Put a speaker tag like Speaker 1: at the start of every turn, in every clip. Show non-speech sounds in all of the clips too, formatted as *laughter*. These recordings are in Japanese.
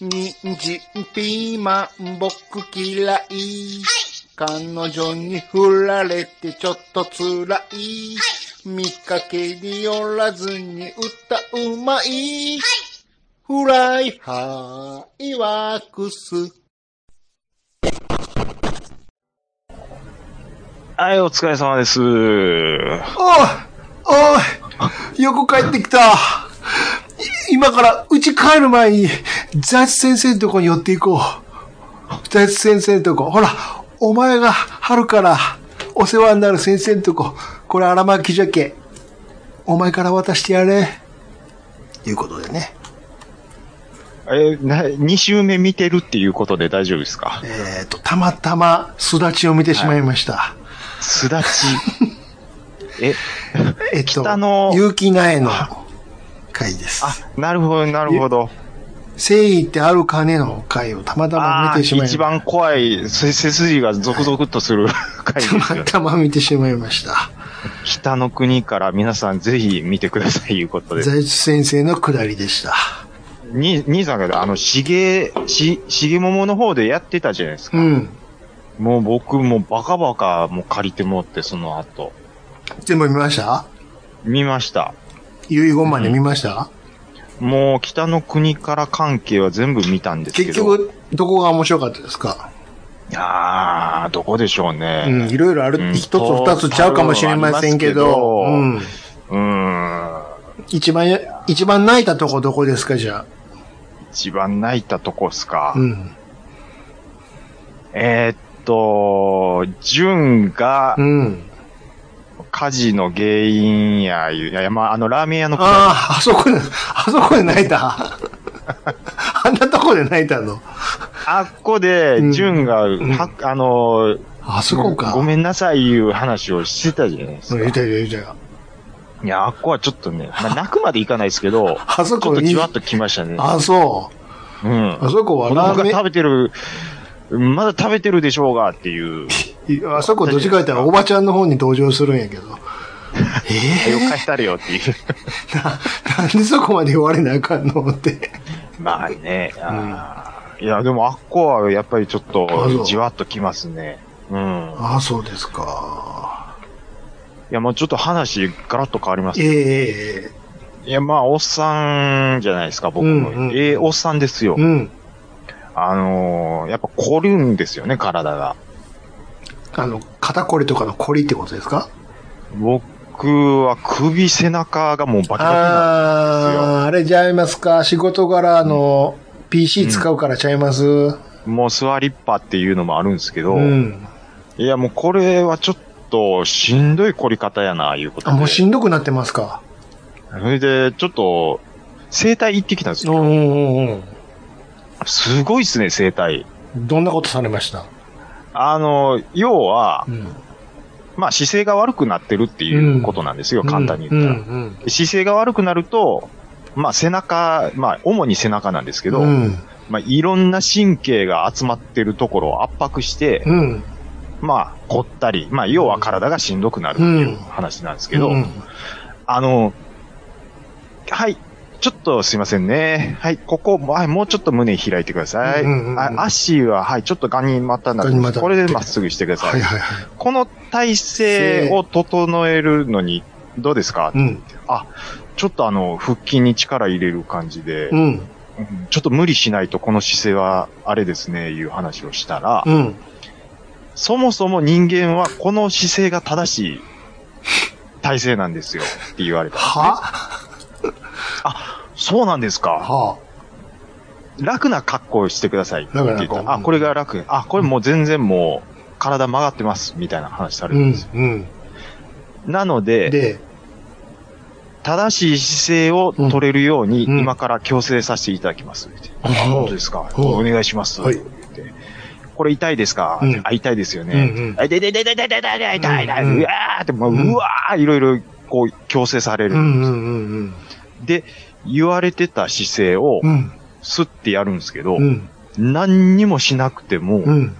Speaker 1: にんじん、ピーマン、僕嫌い。彼女に振られてちょっと辛い。見かけによらずに歌うまい。フライハイワークス。
Speaker 2: はい、お疲れ様です。
Speaker 3: おい横帰ってきたい今から、うち帰る前に、ザチ先生のとこに寄っていこう。ザチ先生のとこ。ほら、お前が春からお世話になる先生のとこ。これ荒巻じゃけ。お前から渡してやれ。ということでね。
Speaker 2: え、な、2週目見てるっていうことで大丈夫ですか
Speaker 3: えっ、と、たまたま、すだちを見てしまいました。
Speaker 2: す
Speaker 3: *laughs*
Speaker 2: だち。え、
Speaker 3: えっと、
Speaker 2: 北の
Speaker 3: 有機苗の回です。
Speaker 2: なるほど、なるほど。
Speaker 3: 誠意ってあるかねの回をたまたま
Speaker 2: ああ
Speaker 3: 見てしまいま
Speaker 2: ー、
Speaker 3: し
Speaker 2: 一
Speaker 3: た。
Speaker 2: 番怖い、せ背筋がゾクゾクっとする回です
Speaker 3: た
Speaker 2: よ
Speaker 3: *laughs* またま見てしまいました。
Speaker 2: 北の国から皆さんぜひ見てくださいいうことで。
Speaker 3: 財津先生の下りでした。
Speaker 2: に、兄さんが、あの、しげ、し、しげももの方でやってたじゃないですか。
Speaker 3: うん。
Speaker 2: もう僕もバカバカもう借りてもって、その後。
Speaker 3: 全部見ました
Speaker 2: 見ました。
Speaker 3: 遺言まで見ました、
Speaker 2: もう北の国から関係は全部見たんですけど。
Speaker 3: 結局、どこが面白かったですか
Speaker 2: いやー、どこでしょう
Speaker 3: うん、
Speaker 2: ね。
Speaker 3: いろいろあ
Speaker 2: うん
Speaker 3: る、一、つ二つちゃうかもしれませんけど、
Speaker 2: あ
Speaker 3: う
Speaker 2: り
Speaker 3: ん
Speaker 2: ま。うーん。
Speaker 3: 一番や、一番泣いたとこどこですか、じゃ
Speaker 2: 一番泣いたとこっすか。
Speaker 3: あ。うん。
Speaker 2: えー、っと、純が
Speaker 3: うん。
Speaker 2: 火事の原因や、いういや、まあ、あの、ラーメン屋のくだり
Speaker 3: ああ、あそこで、あそこで泣いた。
Speaker 2: *laughs*
Speaker 3: あんなとこで泣いたの。
Speaker 2: あっこで
Speaker 3: うん、
Speaker 2: 純が、はあの、
Speaker 3: あそこか。
Speaker 2: ご
Speaker 3: ん。
Speaker 2: めんなさいいう話をしてたじゃないです
Speaker 3: 言
Speaker 2: か。
Speaker 3: うた言うた。
Speaker 2: いや、あっこはちょっとね、まあ、泣くまでいかないですけど、
Speaker 3: *laughs* あそ
Speaker 2: ちょっ
Speaker 3: ことに
Speaker 2: じわっときましたね。
Speaker 3: あ、そう。
Speaker 2: うん。
Speaker 3: あそこは
Speaker 2: 子
Speaker 3: ラ
Speaker 2: 供
Speaker 3: ー
Speaker 2: が
Speaker 3: メン
Speaker 2: 食べてる、まだ食べてるでしょうがっていう。
Speaker 3: いあそこどっちか言ったらおばちゃんの方に登場するんやけど。え
Speaker 2: よ返したれよっていう。
Speaker 3: ー、 *laughs* な、なんでそこまで言われなあかんのって。
Speaker 2: まあね。あーいや、でもあっこはやっぱりちょっ
Speaker 3: あそ
Speaker 2: と
Speaker 3: う
Speaker 2: じわっときますね。うん。
Speaker 3: ああ、そうですか。
Speaker 2: いや、もうちょっと話ガラッと変わります。
Speaker 3: え
Speaker 2: い
Speaker 3: えええ
Speaker 2: や、まあ、おっさんじゃないですか、僕も。
Speaker 3: うんうん
Speaker 2: ええおっさんですよ。
Speaker 3: うん。
Speaker 2: あのーやっぱ凝るんですよね、体が。
Speaker 3: あの、肩こりとかのこりってことですか
Speaker 2: 僕は首、背中がもうバキバキな。
Speaker 3: ああー、あれちゃいますか。仕事柄、あの、PC 使うからちゃいます。
Speaker 2: もう座りっぱっていうのもあるんですけど、
Speaker 3: うん。
Speaker 2: いや、もうこれはちょっとしんどい凝り方やな、いうこと
Speaker 3: あ、
Speaker 2: で。
Speaker 3: もうしんどくなってますか。
Speaker 2: それで、ちょっと、整体行ってきたんです
Speaker 3: うん
Speaker 2: よ。
Speaker 3: うんうん
Speaker 2: すごいっすね、整体。
Speaker 3: うん。どんなことされました
Speaker 2: あの、要は
Speaker 3: う、ん。
Speaker 2: まあ姿勢が悪くなってるっていうことなんですよ、簡単に言ったら、
Speaker 3: うんうん
Speaker 2: 姿勢が悪くなると、まあ背中、まあ主に背中なんですけ
Speaker 3: う
Speaker 2: ど、
Speaker 3: ん。うん。
Speaker 2: まあいろんな神経が集まってるところを圧迫して、
Speaker 3: うん。
Speaker 2: まあ凝ったり、まあ要は体がしんどくなるっていう話なんですけど、
Speaker 3: うん
Speaker 2: あの、はい、ちょっとすいませんね。はい、ここ、はい、もうちょっと胸開いてください。
Speaker 3: うんうんうん
Speaker 2: あ足は、はい、ちょっとガニ股になって
Speaker 3: ガニ
Speaker 2: ま
Speaker 3: 股
Speaker 2: す。これでまっすぐしてください。
Speaker 3: はいはいはい。
Speaker 2: この体勢を整えるのに、どうですか、
Speaker 3: うん。
Speaker 2: ちょっとあの、腹筋に力入れる感じで、
Speaker 3: うん。
Speaker 2: うんちょっと無理しないとこの姿勢はあれですね、いう話をしたら、
Speaker 3: うん。
Speaker 2: そもそも人間はこの姿勢が正しい体勢なんですよ、って言われた。
Speaker 3: は
Speaker 2: そうなんですか
Speaker 3: は
Speaker 2: 楽な格好をしてくださいって言
Speaker 3: 楽
Speaker 2: っ
Speaker 3: な格
Speaker 2: た
Speaker 3: 好
Speaker 2: ら。あ、これが楽。あ、これもう全然もう体曲がってますみたいな話され
Speaker 3: う
Speaker 2: るん
Speaker 3: ん
Speaker 2: ですよ。。
Speaker 3: うん。
Speaker 2: なので、
Speaker 3: で、
Speaker 2: 正しい姿勢を取れるように
Speaker 3: うん今
Speaker 2: 今から矯正させていただきます。言って
Speaker 3: うん
Speaker 2: 本当ですか
Speaker 3: うん
Speaker 2: お願いします。
Speaker 3: はい
Speaker 2: 言ってこれ痛いですか
Speaker 3: うん
Speaker 2: あ、痛いですよ
Speaker 3: うんう
Speaker 2: ね。
Speaker 3: ん。
Speaker 2: あ痛い痛い痛い痛い痛い痛い痛い痛い痛い。
Speaker 3: うん
Speaker 2: うわーって、もう
Speaker 3: うん
Speaker 2: うわーいろいろこう矯正され
Speaker 3: うんうんう
Speaker 2: る。
Speaker 3: ん
Speaker 2: で、言われてた姿勢を
Speaker 3: うん。うん。
Speaker 2: スッてやるんですけど
Speaker 3: う、ん。
Speaker 2: 何にもしなくても
Speaker 3: う、ん。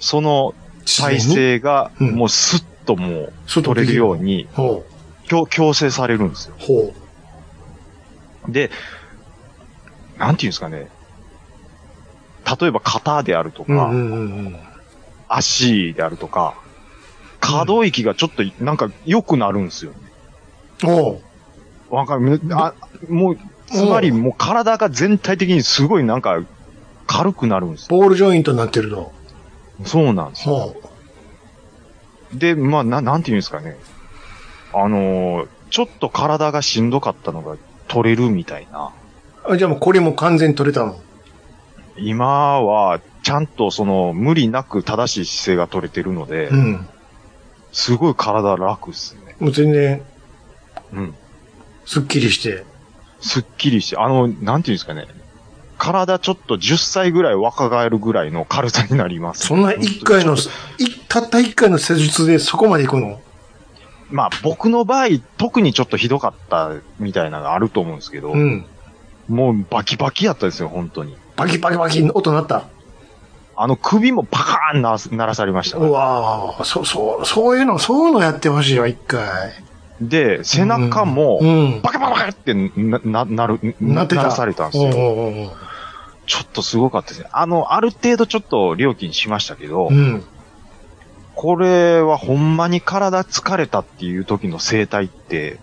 Speaker 2: その体勢が、
Speaker 3: うん
Speaker 2: もうスッともう、取れるように、
Speaker 3: ほ
Speaker 2: 強強制されるんですよ。
Speaker 3: う。ほ
Speaker 2: で、なんていうんですかね。例えば型であると
Speaker 3: うん
Speaker 2: か、
Speaker 3: うんうんうん。
Speaker 2: 足であるとか、可動域がちょっとなんか良くなるんですよね。
Speaker 3: おう
Speaker 2: わかる。あ、もう、つまりもう体が全体的にすごいなんか軽くなるんですよ。
Speaker 3: ボールジョイントになってるの。
Speaker 2: そうなんですよ。
Speaker 3: ほう。
Speaker 2: で、まあ、ななんて言うんですかね。あのーちょっと体がしんどかったのが取れるみたいな。
Speaker 3: あじゃあもうこれも完全に取れたの。
Speaker 2: 今は、ちゃんとその、無理なく正しい姿勢が取れてるので、
Speaker 3: うん。
Speaker 2: すごい体楽っすね。
Speaker 3: もう全然、
Speaker 2: うん。
Speaker 3: すっきりして。
Speaker 2: すっきりして、あの、なんて言うんですかね。体ちょっと10歳ぐらい若返るぐらいの軽さになります。
Speaker 3: そんな一回の、いたった一回の施術でそこまで行くの
Speaker 2: まあ僕の場合、特にちょっとひどかったみたいなのがあると思うんですけど、
Speaker 3: うん。
Speaker 2: もうバキバキやったですよ、本当に。
Speaker 3: バキバキバキ音鳴った。
Speaker 2: あの首もパカーンな鳴らされました。
Speaker 3: うわぁ、そ、そう、そういうの、そういうのやってほしいわ、一回。
Speaker 2: で、背中
Speaker 3: う
Speaker 2: も、
Speaker 3: ん。
Speaker 2: バカバカってな、な、なる、
Speaker 3: なってた。
Speaker 2: 鳴らされたんですよ。
Speaker 3: おうおうおう
Speaker 2: ちょっとすごかったですね。あの、ある程度ちょっと料金しましたけど、
Speaker 3: うん。
Speaker 2: これはほんまに体疲れたっていう時の生態って、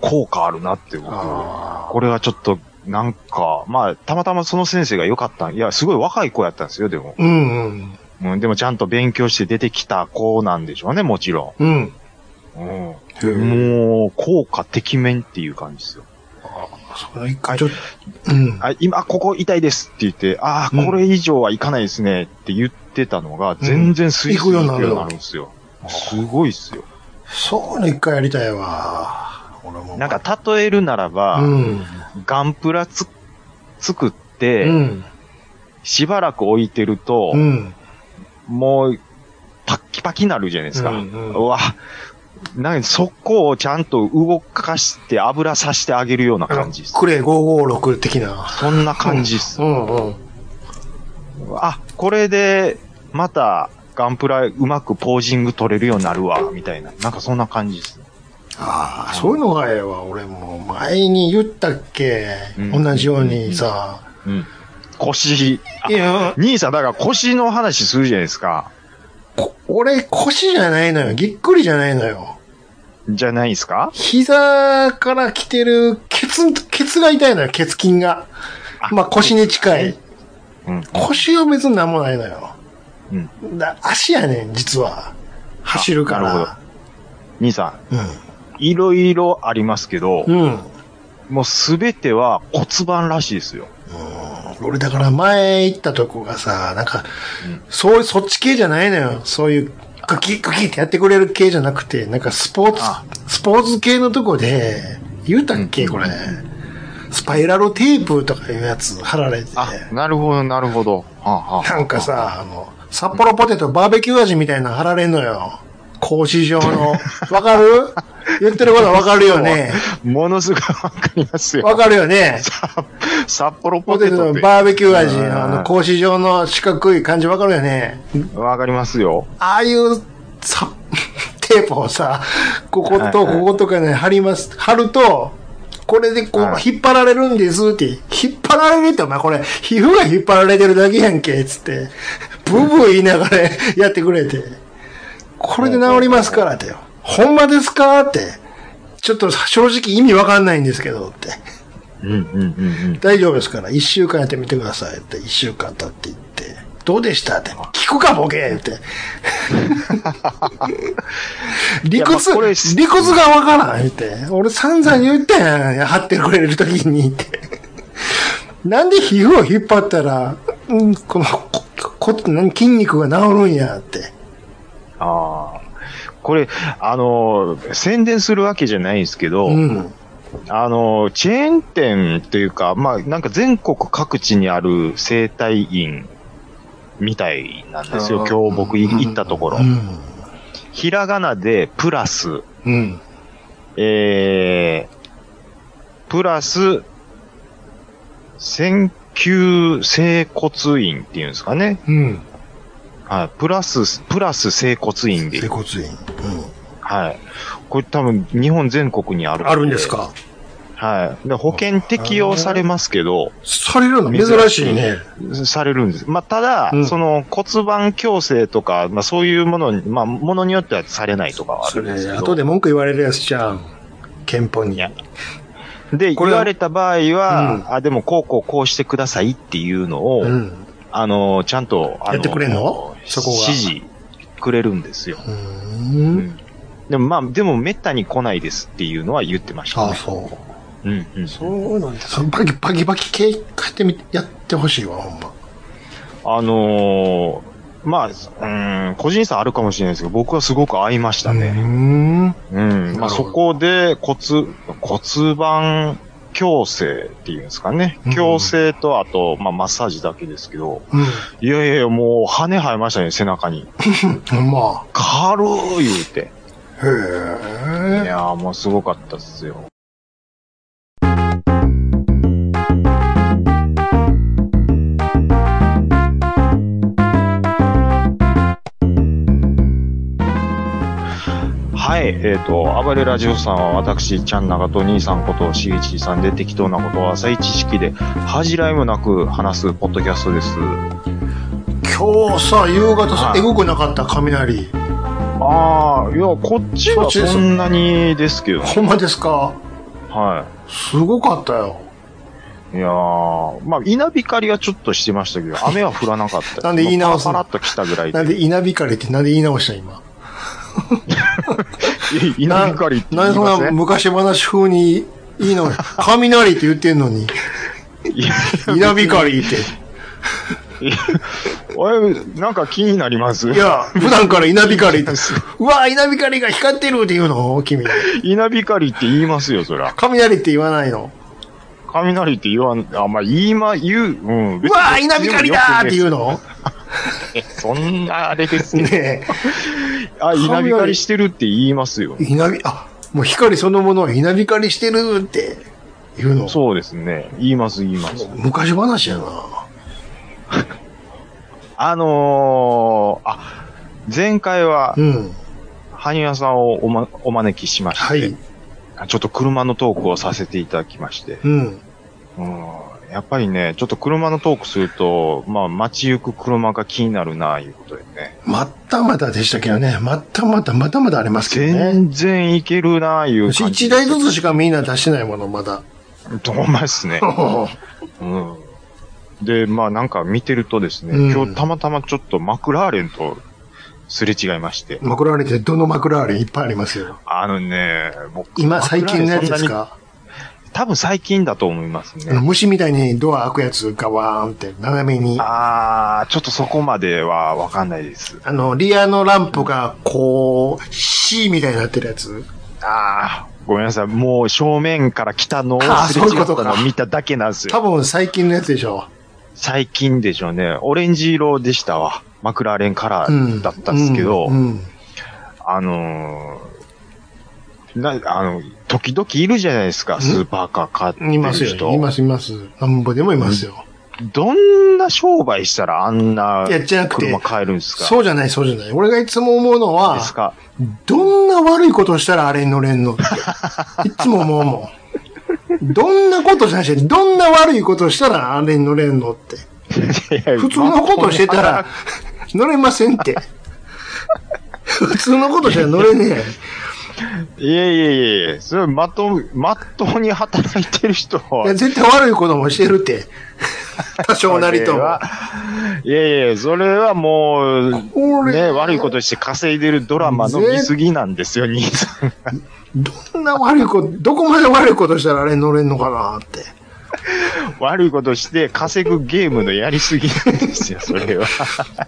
Speaker 2: 効果あるなって僕、
Speaker 3: あ
Speaker 2: これはちょっと、なんか、まあ、たまたまその先生が良かったん。いや、すごい若い子やったんですよ、でも。
Speaker 3: ーうんうん。
Speaker 2: うん、でもちゃんと勉強して出てきた子なんでしょうね、もちろ
Speaker 3: うん。
Speaker 2: ん。う
Speaker 3: へ
Speaker 2: ん。
Speaker 3: え。
Speaker 2: もう、効果てきめんっていう感じですよ。
Speaker 3: それ一回ちょっと、うん。
Speaker 2: あ、今、あここ痛いですって言って、ああ、これ以上はいかないですねって言ってたのが、全然スイスイ行くようになるんですよ。すごいっすよ。
Speaker 3: そういうの一回やりたいわ。俺も。
Speaker 2: なん、か、例えるならば、
Speaker 3: うん。
Speaker 2: ガンプラつ、作っ
Speaker 3: う
Speaker 2: て、
Speaker 3: ん。
Speaker 2: しばらく置いてると、
Speaker 3: うん。
Speaker 2: もう、パッキパキなるじゃないですか。う
Speaker 3: うんうん
Speaker 2: わ、なんかそこをちゃんと動かして油さしてあげるような感じです。
Speaker 3: クレ556的な。
Speaker 2: そんな感じっす。
Speaker 3: うんうん。
Speaker 2: あ、これで、また、ガンプラうまくポージング取れるようになるわ、みたいな。なんかそんな感じですね。
Speaker 3: ああ、そういうのがええわ。俺も前に言ったっけ、
Speaker 2: うん
Speaker 3: 同じようにさ。
Speaker 2: うん。腰、あ
Speaker 3: いや、
Speaker 2: 兄さん、だから腰の話するじゃないですか。
Speaker 3: こ俺腰じゃないのよ。ぎっくりじゃないのよ。
Speaker 2: じゃないですか
Speaker 3: 膝から来てるケツ、ケツが痛いのよ。ケツ筋が。まあ腰に近い。
Speaker 2: うん。
Speaker 3: 腰は別になんもないのよ。
Speaker 2: うん。
Speaker 3: だ足やねん、実は。走るか
Speaker 2: なる
Speaker 3: ら。
Speaker 2: 兄さん、いろいろありますけど
Speaker 3: う、ん。うん。
Speaker 2: もうすべては骨盤らしいですよ。
Speaker 3: 俺だから前行ったとこがさ、なんか、
Speaker 2: うん
Speaker 3: そう、そっち系じゃないのよ。そういう、クキックキッってやってくれる系じゃなくて、なんかスポーツ
Speaker 2: あ、
Speaker 3: スポーツ系のとこで、言うたっけ、これ。スパイラルテープとかいうやつ貼られて。
Speaker 2: あ、なるほど、なるほど。はあはあ
Speaker 3: なんかさ、あの、札幌ポテトバーベキュー味みたいなの貼られんのよ。格子
Speaker 2: *laughs*
Speaker 3: 状の。わかる言ってることわかるよね。
Speaker 2: ものすごいわかりますよ。
Speaker 3: わかるよ
Speaker 2: *laughs*
Speaker 3: ね。
Speaker 2: 札幌ポ
Speaker 3: ポテ
Speaker 2: テ
Speaker 3: ト
Speaker 2: トっ
Speaker 3: の
Speaker 2: て。
Speaker 3: バーベキュー味
Speaker 2: う
Speaker 3: の
Speaker 2: ん
Speaker 3: あの格子状の四角い感じわかるよね。
Speaker 2: わかりますよ。
Speaker 3: ああいうさ、 *laughs* テープをさ、ここと
Speaker 2: はいはい
Speaker 3: こことかね、貼ります。貼ると、これでこう、
Speaker 2: はい
Speaker 3: 引っ張られるんですって、引っ張られるってお前これ、皮膚が引っ張られてるだけやんけ、つって、ブーブー言いながら *laughs* やってくれて、これで治りますからってよ。ほんまですかって。ちょっと正直意味わかんないんですけどって。
Speaker 2: うんうんうんうん。
Speaker 3: 大丈夫ですから、一週間やってみてくださいって、一週間経って言って、どうでしたって、聞くかボケって。
Speaker 2: *laughs*
Speaker 3: 理
Speaker 2: いやまあこれ
Speaker 3: 屈、理屈がわからんって。俺散々言ったやん、貼ってくれるときにって。なんで皮膚を引っ張ったら、うん、この、こ、こ、何筋肉が治るんやって。
Speaker 2: ああ。これ、あのー宣伝するわけじゃないんですけど、
Speaker 3: うん。
Speaker 2: あのーチェーン店というか、まあ、なんか全国各地にある生態院みたいなんですよ。
Speaker 3: あー
Speaker 2: 今日僕い行ったところ
Speaker 3: う。ん。
Speaker 2: ひらがなで、プラス、
Speaker 3: うん。
Speaker 2: えー、プラス、選球整骨院っていうんですかね。
Speaker 3: うん。
Speaker 2: はい。プラス、プラス整骨院で
Speaker 3: 整。骨院。
Speaker 2: はい。これ多分日本全国にある。
Speaker 3: うん。あるんです。か
Speaker 2: はい。で保険適用されますけど、
Speaker 3: されるの珍しいね。
Speaker 2: されるんです。まあ、ただ、
Speaker 3: うん
Speaker 2: その骨盤矯正とか、まあ、そういうものに、まあ、ものによってはされないとかはあ
Speaker 3: そ
Speaker 2: るんですけ
Speaker 3: れ、
Speaker 2: ど。
Speaker 3: 後で文句言われるやつじゃん。憲法に。
Speaker 2: いやで、
Speaker 3: これ
Speaker 2: 言われた場合は、
Speaker 3: う
Speaker 2: あ、でも、こうこうこうしてくださいっていうのを、
Speaker 3: うん。
Speaker 2: あの、ちゃんと、あの、
Speaker 3: やってくれんのそこが
Speaker 2: 指示くれるんですよ。
Speaker 3: うー。
Speaker 2: うんん。でも、まあ、でも、めったに来ないですっていうのは言ってました、
Speaker 3: ああ、
Speaker 2: ね。
Speaker 3: そう。
Speaker 2: うん、うん。
Speaker 3: そうなんだ。そのバキバキバキ系買ってみ、やってほしいわ、ほんま。
Speaker 2: あのーまあ、うーん、個人差あるかもしれないですけど、僕はすごく合いましたね。
Speaker 3: ね。
Speaker 2: うん。ま
Speaker 3: なるほど
Speaker 2: あ、そこで骨、骨盤矯正っていうんですかね。
Speaker 3: うん
Speaker 2: 矯正と、あと、まあ、マッサージだけですけど。
Speaker 3: うん。
Speaker 2: いやいやいや、もう、羽生えましたね、背中に。
Speaker 3: ほんま。
Speaker 2: 軽い言うて。い
Speaker 3: へえ。
Speaker 2: やー、もうすごかったっすよ。はい、えっ、と、暴れラジオさんは私、ちゃんながと兄さんことしげちさんで適当なことを浅い知識で恥じらいもなく話すポッドキャストです。
Speaker 3: 今日さ、夕方さ、
Speaker 2: はい
Speaker 3: エグくなかった、雷。
Speaker 2: ああ、いや、こっち
Speaker 3: そ
Speaker 2: は
Speaker 3: っちです
Speaker 2: そんなにですけどね。
Speaker 3: ほんまですか
Speaker 2: はい。
Speaker 3: すごかったよ。
Speaker 2: いやー、まあ、稲光はちょっとしてましたけ
Speaker 3: *laughs*
Speaker 2: ど、雨は降らなかった。
Speaker 3: なんで言い直すの
Speaker 2: まあパラパラっと来たぐらいで。
Speaker 3: なんで稲光ってなんで言い直した今。
Speaker 2: い *laughs* 稲光って言
Speaker 3: な
Speaker 2: い
Speaker 3: んでそ
Speaker 2: ま
Speaker 3: ん
Speaker 2: せ
Speaker 3: なん昔話風に言い直し、 *laughs* 雷って言ってんのに、
Speaker 2: いや
Speaker 3: 稲光って。
Speaker 2: いや *laughs* おいなんか気になります
Speaker 3: いや、普段から稲光って、うわ、稲光が光ってるって言うの君。
Speaker 2: 稲光って言いますよ、そら。
Speaker 3: 雷って言わないの。
Speaker 2: 雷って言わん、あ、まあ、言いま、言う、うん。
Speaker 3: うわ、稲光だーって言う
Speaker 2: の。
Speaker 3: の
Speaker 2: そんな、あれです
Speaker 3: *laughs*
Speaker 2: ね。
Speaker 3: ね
Speaker 2: あ、稲光してるって言いますよ
Speaker 3: え。。稲光、あ、もう光そのものは稲光してるって言うの。
Speaker 2: そうですね。言います、言います。
Speaker 3: 昔話やな。
Speaker 2: あのー、あ、前回は
Speaker 3: う、ん。
Speaker 2: 羽生さんをお,、ま、お招きしまして、
Speaker 3: はい。
Speaker 2: ちょっと車のトークをさせていただきまして、
Speaker 3: うん。
Speaker 2: うん、やっぱりね、ちょっと車のトークすると、まあ街行く車が気になるな、いうことでね、
Speaker 3: またまたでしたけどね。またまた、またまたありますけどね。
Speaker 2: 全然いけるな、いう感じ。
Speaker 3: 一台ずつしかみんな出してないもの、ま *laughs* だ。
Speaker 2: つ。ほんまですね。うん。で、まあなんか見てるとですね、
Speaker 3: うん
Speaker 2: 今日たまたまちょっとマクラーレンとすれ違いまして、
Speaker 3: マクラーレンってどのマクラーレンいっぱいありますよ。
Speaker 2: あのね、僕、
Speaker 3: 今最近のやつです
Speaker 2: マクラーレンそんな
Speaker 3: か
Speaker 2: に多分最近だと思いますね。
Speaker 3: あの虫みたいにドア開くやつガワーンって斜めに。あ
Speaker 2: ああ、ちょっとそこまではわかんないです。
Speaker 3: の、リアのランプがこう、C みたいになってるやつ。
Speaker 2: ああ、ごめんなさい。もう正面から来たのを
Speaker 3: あー
Speaker 2: すれ違っ
Speaker 3: そういうこと
Speaker 2: たのを
Speaker 3: か
Speaker 2: 見ただけなんです
Speaker 3: 多
Speaker 2: よ。
Speaker 3: 分最近のやつでしょ。
Speaker 2: 最近でしょうね。オレンジ色でしたわ。マクラーレンカラ
Speaker 3: う
Speaker 2: ー
Speaker 3: ん。
Speaker 2: だったんですけど、
Speaker 3: うんうん
Speaker 2: あのーな、あの、時々いるじゃないですか、スーパーカー買って
Speaker 3: い
Speaker 2: る
Speaker 3: ますよ。
Speaker 2: 人。
Speaker 3: います、います。なんぼでもいますよ。
Speaker 2: どんな商売したらあんない
Speaker 3: やじゃなくて
Speaker 2: 車買えるんですか
Speaker 3: そうじゃない、そうじゃない。俺がいつも思うのは
Speaker 2: で、すか
Speaker 3: どんな悪いことをしたらあれに乗れ
Speaker 2: *laughs*
Speaker 3: んのって。いつも思うもん。どんなことじゃないし、どんな悪いことをしたらあれに乗れんのって。普
Speaker 2: 普
Speaker 3: 通のことをしてたら、乗れません
Speaker 2: *laughs*
Speaker 3: って。普通のことしたら乗れね
Speaker 2: いやいやいやいや、それまとう、まっとうに働いてる人
Speaker 3: え。い
Speaker 2: は
Speaker 3: や、絶対悪いこともしてるって。多少なりと
Speaker 2: それ
Speaker 3: も。
Speaker 2: はいやいや、それはもう、
Speaker 3: これ
Speaker 2: ね、悪いことして稼いでるドラマの見過ぎなんですよ、兄さ *laughs* ん。
Speaker 3: どんな悪いこと、どこまで悪いことしたらあれに乗れんのかなって。
Speaker 2: 悪いことして稼ぐゲームのやりすぎなんですよ、それは。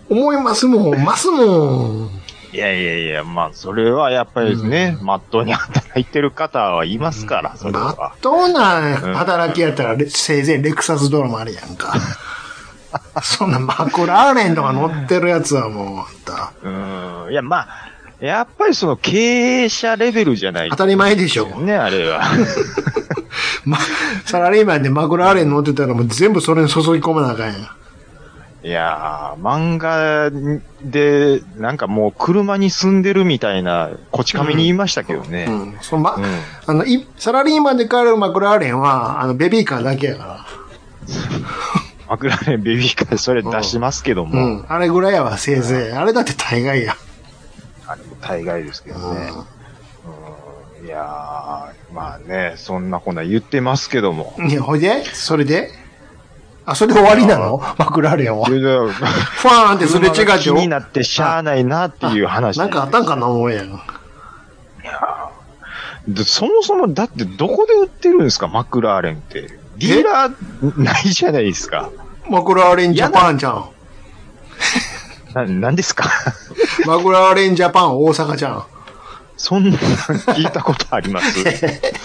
Speaker 3: 思いますもん、ますもん。
Speaker 2: いやいやいや、まあ、それはやっぱりね、まっとうに働いてる方はいますから、それ
Speaker 3: ま
Speaker 2: は
Speaker 3: っ。とうな働きやったら、レせいぜいレクサスドラマあるやんか。そんなマクラーレンとか乗ってるやつはもう、あんた
Speaker 2: うん。いや、まあ、やっぱりその経営者レベルじゃない
Speaker 3: 当たり前でしょ。
Speaker 2: ね、あれは。
Speaker 3: *laughs* ま、サラリーマンでマクラーレン乗ってたらもう全部それに注ぎ込まなあかんやん。
Speaker 2: いやー、漫画で、なんかもう車に住んでるみたいな、こち亀に言いましたけどね。
Speaker 3: うん。そのま、
Speaker 2: うん
Speaker 3: あの、いサラリーマンで帰るマクラーレンは、あの、ベビーカーだけやか
Speaker 2: マクラーレンベビーカー、それ出しますけど
Speaker 3: ら。う
Speaker 2: も、
Speaker 3: ん。あれぐらいやわ、せいぜい。あれだって大概や。
Speaker 2: あれも大概ですけどね。うんいやー、まあね、そんなこんな言ってますけども。
Speaker 3: うん。いや、ほいでそれであ、それで終わりなのマクラーレンは。
Speaker 2: い
Speaker 3: フ
Speaker 2: やいや
Speaker 3: ァーンってすれ違っ
Speaker 2: 車が
Speaker 3: て。
Speaker 2: 気になってしゃあないなっていう話。
Speaker 3: なんかあったんかな、思うやん。
Speaker 2: でそもそも、だってどこで売ってるんですか、マクラーレンって。ディーラーないじゃないですか。
Speaker 3: マクラーレンジャパンじゃん。
Speaker 2: な、なんですか
Speaker 3: マクラーレンジャパン大阪じゃん。
Speaker 2: そんなの聞いたことあります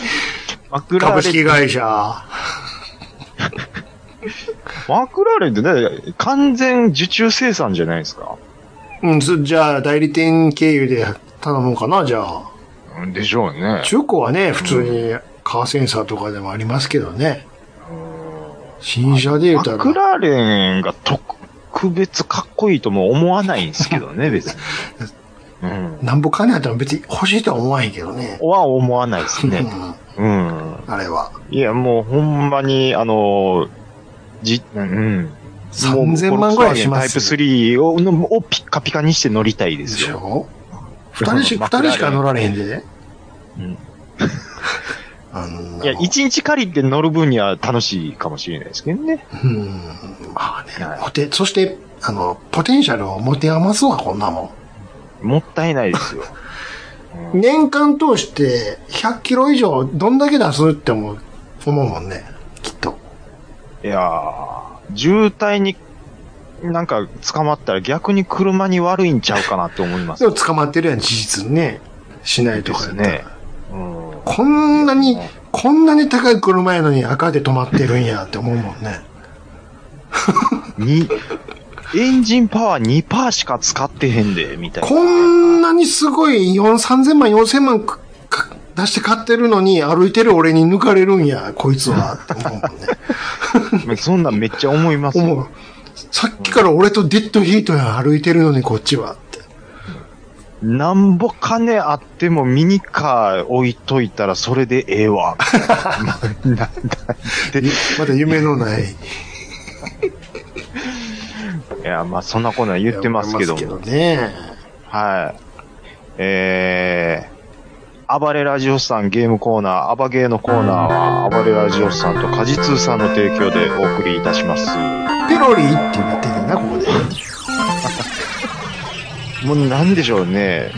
Speaker 3: *laughs*
Speaker 2: マクラ
Speaker 3: 株
Speaker 2: ーレ
Speaker 3: 式
Speaker 2: ン、
Speaker 3: 会社。
Speaker 2: マクラーレンってね、完全受注生産じゃないですか。
Speaker 3: うん、そじゃあ、代理店経由で頼もうかな、じゃあ。
Speaker 2: うんでしょうね。
Speaker 3: 中古はね、普通にカーセンサーとかでもありますけどね。新車で言う
Speaker 2: マ
Speaker 3: た
Speaker 2: ク
Speaker 3: ら、
Speaker 2: ラーレンが特別かっこいいとも思わないんですけど
Speaker 3: *laughs*
Speaker 2: ね、別に。うん。
Speaker 3: なんぼ金あったら別に欲しいとは思わへんけどね。
Speaker 2: は思わないです
Speaker 3: う
Speaker 2: ね。
Speaker 3: ん、
Speaker 2: うん。
Speaker 3: あれは。
Speaker 2: いや、もうほんまに、あの、じ、うん。
Speaker 3: 3000万ぐらい
Speaker 2: もうフォルクスワーゲ
Speaker 3: します
Speaker 2: ンタイプ3をのをピッカピカにして乗りたいで
Speaker 3: ですし
Speaker 2: よ。
Speaker 3: ょ二人し、
Speaker 2: マクラー
Speaker 3: 二
Speaker 2: レン
Speaker 3: 人しか乗られへんでね。
Speaker 2: うん
Speaker 3: *laughs* あんない
Speaker 2: や、一日借りて乗る分には楽しいかもしれないですけどね。
Speaker 3: うん。まあね
Speaker 2: はい。
Speaker 3: ポテ、そして、あの、ポテンシャルを持て余すわ、こんなも
Speaker 2: もったいないです *laughs* よ。
Speaker 3: ん。年間通して100キロ以上どんだけ出すって思う、思うもんね。きっと。
Speaker 2: いやー、渋滞に、なんか捕まったら逆に車に悪いんちゃうかなって思います
Speaker 3: で。も捕まってるやん、事実にね。しない
Speaker 2: で
Speaker 3: とかや
Speaker 2: す
Speaker 3: ったら
Speaker 2: ね。うん。
Speaker 3: こんなに、こんなに高い車やのに赤で止まってるんやって思うもんね。
Speaker 2: に、エンジンパワー2%しか使ってへんで、みたいな。
Speaker 3: こんなにすごい4、3000万、4000万かか出して買ってるのに歩いてる俺に抜かれるんや、こいつはって思う
Speaker 2: *laughs*
Speaker 3: もんね。
Speaker 2: そんなんめっちゃ思いますよ。
Speaker 3: 思う。さっきから俺とデッドヒートやん歩いてるのにこっちはって。
Speaker 2: なんぼ金あってもミニカー置いといたらそれでええわ。みたいななんかでい
Speaker 3: まだ夢のない。
Speaker 2: や、まあそんなことは言ってますけども。
Speaker 3: 思いますね。
Speaker 2: はい。えー、暴れラジオさんゲームコーナー、暴ゲーのコーナーは、暴れラジオさんと果実さんの提供でお送りいたします。
Speaker 3: ペロリってなってるな、ここで。
Speaker 2: もうなんでしょうね。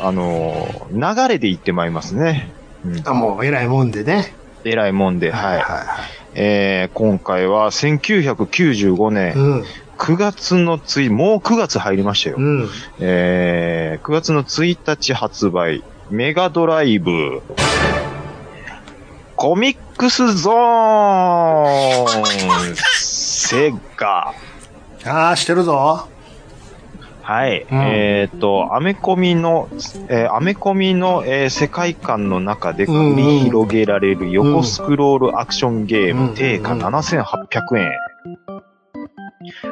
Speaker 2: あのー、流れで行ってまいりますね。うん、
Speaker 3: あ、もう偉いもんでね。
Speaker 2: 偉いもんで、はい。
Speaker 3: は
Speaker 2: えー、今回は1995年、
Speaker 3: い。うん。
Speaker 2: 9月のつい、もう9月入りましたよ。
Speaker 3: うん。
Speaker 2: えー、9月の1日発売、メガドライブ、コミックスゾーン、セガ。
Speaker 3: ああ、してるぞ。
Speaker 2: はい。
Speaker 3: うん
Speaker 2: えっ、と、アメコミの、えーアメコミの、えー世界観の中で繰り広げられる横スクロールアクションゲーム、
Speaker 3: うん
Speaker 2: 定価7800円。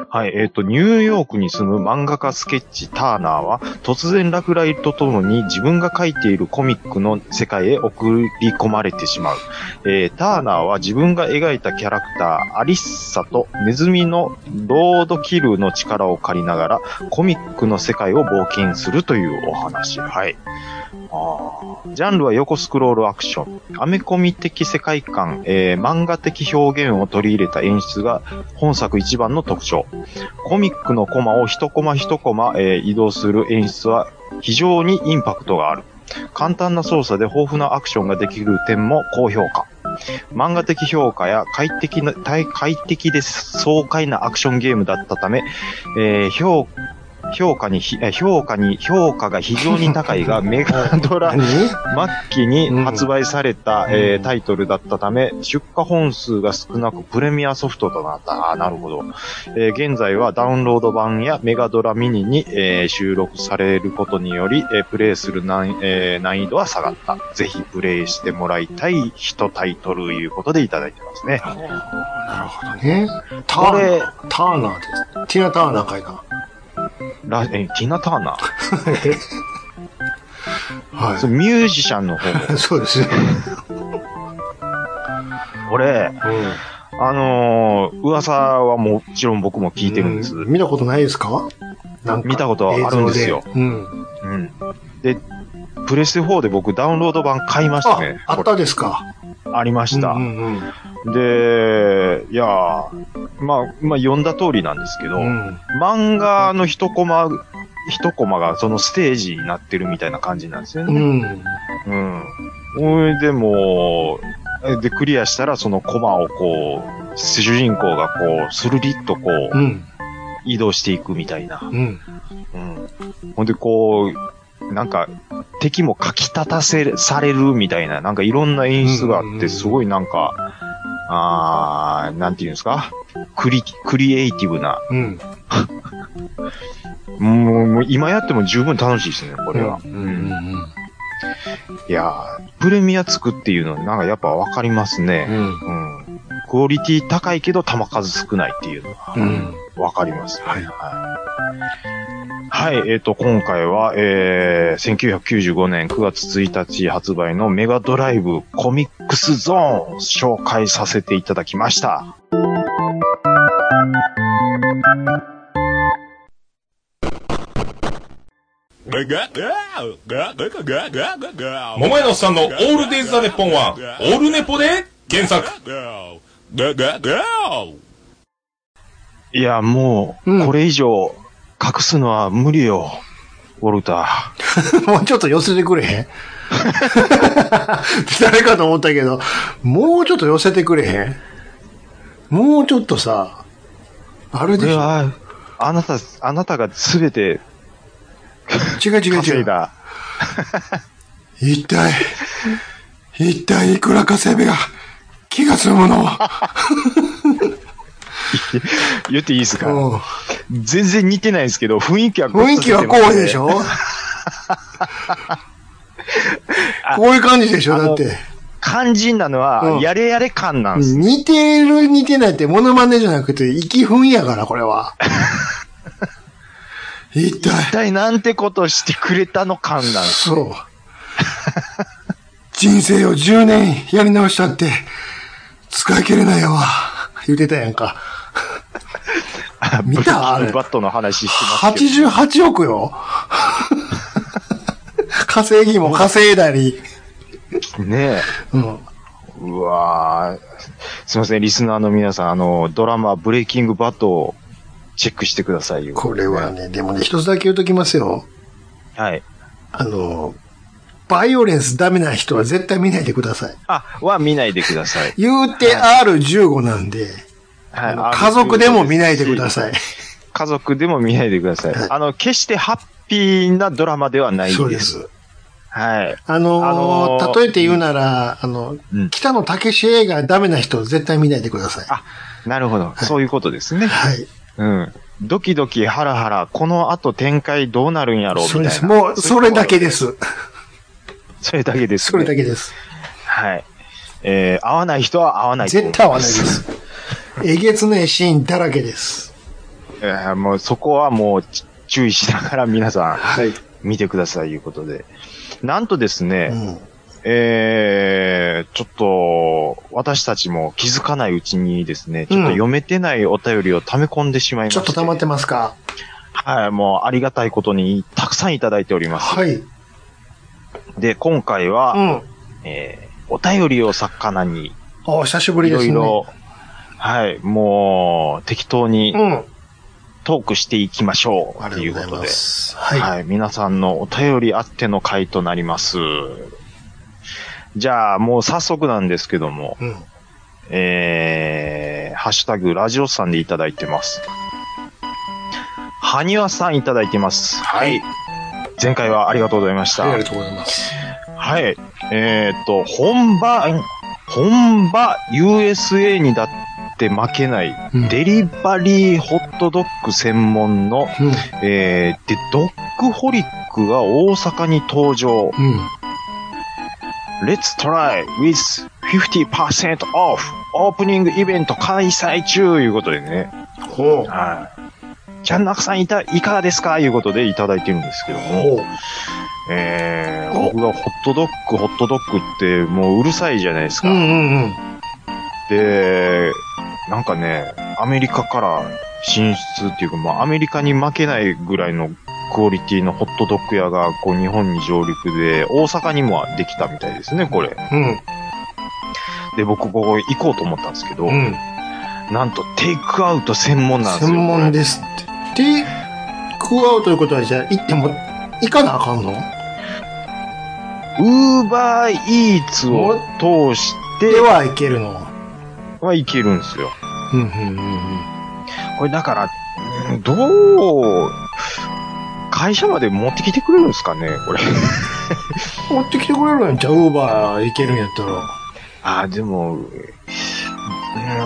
Speaker 2: はい、えっ、と、ニューヨークに住む漫画家スケッチ・ターナーは、突然落雷とともに自分が描いているコミックの世界へ送り込まれてしまう。えーターナーは自分が描いたキャラクター、アリッサとネズミのロードキルの力を借りながら、コミックの世界を冒険するというお話。はい。あージャンルは横スクロールアクション。アメコミ的世界観、えー漫画的表現を取り入れた演出が本作一番の特徴。コミックのコマを一コマ一コマ、えー移動する演出は非常にインパクトがある。簡単な操作で豊富なアクションができる点も高評価。漫画的評価や快適な、快快適で爽快なアクションゲームだったため、えー評評価にひ、え評価に、評価が非常に高いが、メガドラ
Speaker 3: 何
Speaker 2: 末期に発売された、
Speaker 3: うん
Speaker 2: えータイトルだったため、出荷本数が少なくプレミアソフトとなった。あーなるほど、えー現在はダウンロード版やメガドラミニに、えー収録されることにより、えープレイする難,、えー難易度は下がった。ぜひプレイしてもらいたい人タイトルいうことでいただいてますね。
Speaker 3: なるほどね。タ
Speaker 2: こ
Speaker 3: ー
Speaker 2: れ
Speaker 3: ナー。ターナーです。ティナ・ターナーかいな。
Speaker 2: ラえーティナ・ターナー。
Speaker 3: は
Speaker 2: そうミュージシャンの方も。
Speaker 3: い。 *laughs* そうですね。
Speaker 2: これ、あのー噂はもちろん僕も聞いてるんです。
Speaker 3: う見たことないですかなんか
Speaker 2: 見たことあるんですよ
Speaker 3: 映像でうん。
Speaker 2: うん。で、プレステ4で僕ダウンロード版買いました
Speaker 3: あ
Speaker 2: ね。、
Speaker 3: あっ
Speaker 2: こ
Speaker 3: たですか。
Speaker 2: れありました。
Speaker 3: うんうんうん
Speaker 2: で、いやーまあ、まあ読んだ通りなんですけど、
Speaker 3: うん。
Speaker 2: 漫画の一コマ、一コマがそのステージになってるみたいな感じなんですよ
Speaker 3: う
Speaker 2: ね。
Speaker 3: ん。
Speaker 2: うん。ほいでもう、で、クリアしたらそのコマをこう、主人公がこう、スルリッとこう、
Speaker 3: うん。
Speaker 2: 移動していくみたいな。
Speaker 3: うん。
Speaker 2: うん。ほんで、こう、なんか、敵もかき立たせる、されるみたいな、なんかいろんな演出があ
Speaker 3: うんう
Speaker 2: っ
Speaker 3: んうん
Speaker 2: て、すごいなんか、あー、なんていうんですかクリ、クリエイティブな、
Speaker 3: うん。
Speaker 2: もう、もう今やっても十分楽しいですね、こ
Speaker 3: こ
Speaker 2: れは。
Speaker 3: うんうん
Speaker 2: いやー、プレミアつくっていうのはなんかやっぱわかります
Speaker 3: うん。う
Speaker 2: ね。
Speaker 3: ん。
Speaker 2: うん。クオリティ高いけど球数少ないっていうのは、
Speaker 3: うん。
Speaker 2: わかります。
Speaker 3: はい。
Speaker 2: はい、えっ、と、今回は、えー、1995年9月1日発売のメガドライブコミックスゾーンを紹介させていただきました。
Speaker 4: 桃井のおっさんのオールデイズ・ザ・ネッポンは、オールネポで検索。
Speaker 2: いや、も
Speaker 3: う
Speaker 2: う、
Speaker 3: ん
Speaker 2: これ以上隠すのは無理よ、ウォルタ
Speaker 3: *laughs* もうちょっと寄せてくれへん *laughs* 誰かと思ったけど、もうちょっと寄せてくれへんもうちょっとさ、あれ
Speaker 2: ー。こ
Speaker 3: で
Speaker 2: れ
Speaker 3: しょ
Speaker 2: は、あなた、あなたがすべて
Speaker 3: 違う違う違。
Speaker 2: 稼いうだ。
Speaker 3: 一体、一体いくら稼べが気が済
Speaker 2: *laughs*
Speaker 3: むの
Speaker 2: 言っていいですか、
Speaker 3: うん
Speaker 2: 全然似てないですけど、雰囲気は
Speaker 3: 雰囲気はこうでしょこういう感じでしょだって。
Speaker 2: 肝心なのは、
Speaker 3: うん
Speaker 2: やれやれ感なんです。
Speaker 3: 似てる似てないってモノマネじゃなくて、意気分やから、これ
Speaker 2: *laughs*
Speaker 3: は。一体。
Speaker 2: 一体なんてことしてくれたの感なんです。
Speaker 3: そう。 *laughs* 人生を10年やり直したって、使い切れないやわ。言うてたやんか。 *laughs* 見たあ
Speaker 2: ブレイキン。グ
Speaker 3: れ
Speaker 2: バットの話してますけど。
Speaker 3: 88億よ。 *laughs* 稼ぎも稼いだり。
Speaker 2: ね
Speaker 3: うん。
Speaker 2: え。うわーすいません、リスナーの皆さん、あの、ドラマ、ブレイキングバットをチェックしてくださいよ。
Speaker 3: これはね、でもね、一つだけ言うときますよ。
Speaker 2: はい。
Speaker 3: あの、バイオレンスダメな人は絶対見ないでください。
Speaker 2: あ、は見ないでください。
Speaker 3: 言うて R15 なんで、
Speaker 2: はい。
Speaker 3: あの家族でも見ないでくだ
Speaker 2: い。
Speaker 3: さい。
Speaker 2: 家族でも見ないでください。
Speaker 3: はい
Speaker 2: あの、決してハッピーなドラマではないです。
Speaker 3: そうです。。
Speaker 2: はい。
Speaker 3: あのー
Speaker 2: あのー
Speaker 3: 例えて言うなら、あの、
Speaker 2: うん
Speaker 3: 北野武史映画ダメな人絶対見ないでください。
Speaker 2: あなるほど。そういうことですね。
Speaker 3: はい。
Speaker 2: うん。ドキドキ、ハラハラ、この後展開どうなるんやろうみた
Speaker 3: そ
Speaker 2: いうな。
Speaker 3: です。もう、それだけ
Speaker 2: で。
Speaker 3: です。
Speaker 2: それだけです、ね。
Speaker 3: それだけです。
Speaker 2: はい。えー、合わない人は合わないと思
Speaker 3: 絶
Speaker 2: い
Speaker 3: 対合わ
Speaker 2: ま
Speaker 3: ないで。す。えげつないシーンだらけです。
Speaker 2: えーもうそこはもうち注意しながら皆さ
Speaker 3: はい。
Speaker 2: ん見てくださいということで。なんとですね、
Speaker 3: うん。
Speaker 2: えー、ちょっと、私たちも気づかないうちにですね、ちょっと読めてないお便りを溜め込んでしまいまし
Speaker 3: ち
Speaker 2: て、
Speaker 3: ょっと溜まってますか
Speaker 2: はい、もうありがたいことにたくさんいただいております。
Speaker 3: はい。う
Speaker 2: で、今回は、
Speaker 3: ん。
Speaker 2: えー、お便りを魚に、
Speaker 3: お、久しぶ
Speaker 2: い
Speaker 3: りで
Speaker 2: ろ
Speaker 3: すね。
Speaker 2: いろ、はい、もう、適当に
Speaker 3: うん。あ
Speaker 2: トークしていきましょう。
Speaker 3: りが
Speaker 2: と
Speaker 3: と
Speaker 2: いうう
Speaker 3: ござい
Speaker 2: こと
Speaker 3: ま
Speaker 2: で。
Speaker 3: す。
Speaker 2: はい、
Speaker 3: はい。
Speaker 2: 皆さんのお便りあっての回となります。じゃあ、もう早速なんですけども、
Speaker 3: うん。
Speaker 2: えー、ハッシュタグ、ラジオさんでいただいてます。羽生さんいただいてます。
Speaker 3: はい。
Speaker 2: 前回はありがとうございました。
Speaker 3: ありがとうございます。
Speaker 2: はい。えーっと、本場、ん本場 USA にだって負けない、
Speaker 3: うん
Speaker 2: デリバリーホットドッグ専門の、
Speaker 3: うん。
Speaker 2: えー、で、ドッグホリックが大阪に登場。
Speaker 3: うん。
Speaker 2: Let's try with 50% off オープニングイベント開催中いうことでね。
Speaker 3: ほう。
Speaker 2: はい。ちゃんなくさんいた、いかがですかいうことでいただいてるんですけども。
Speaker 3: ほう。
Speaker 2: えー、
Speaker 3: お
Speaker 2: 僕がホットドッグ、ホットドッグってもううるさいじゃないです
Speaker 3: う
Speaker 2: か。
Speaker 3: んうんうん。
Speaker 2: で、なんかね、アメリカから進出っていうか、まあアメリカに負けないぐらいのクオリティのホットドッグ屋が、こう日本に上陸で、大阪にもできたみたいですね、これ。
Speaker 3: うん。
Speaker 2: で、僕、ここ行こうと思ったんですけど、
Speaker 3: うん。
Speaker 2: なんとテイクアウト専門なんですよ。
Speaker 3: 専門
Speaker 2: で。
Speaker 3: ですって。で、クーアウトということは、じゃあ、行っても、行かなあかんの
Speaker 2: ウーバーイーツを通し
Speaker 3: で
Speaker 2: て
Speaker 3: は行けるの。
Speaker 2: はいけるんですよ。
Speaker 3: うんうんうん
Speaker 2: これだから、うんどう、会社まで持ってきてくれるんですかね、これ。
Speaker 3: うん。持ってきてくれるんちゃうウーバー行けるんやったら。
Speaker 2: ああ、でも、うん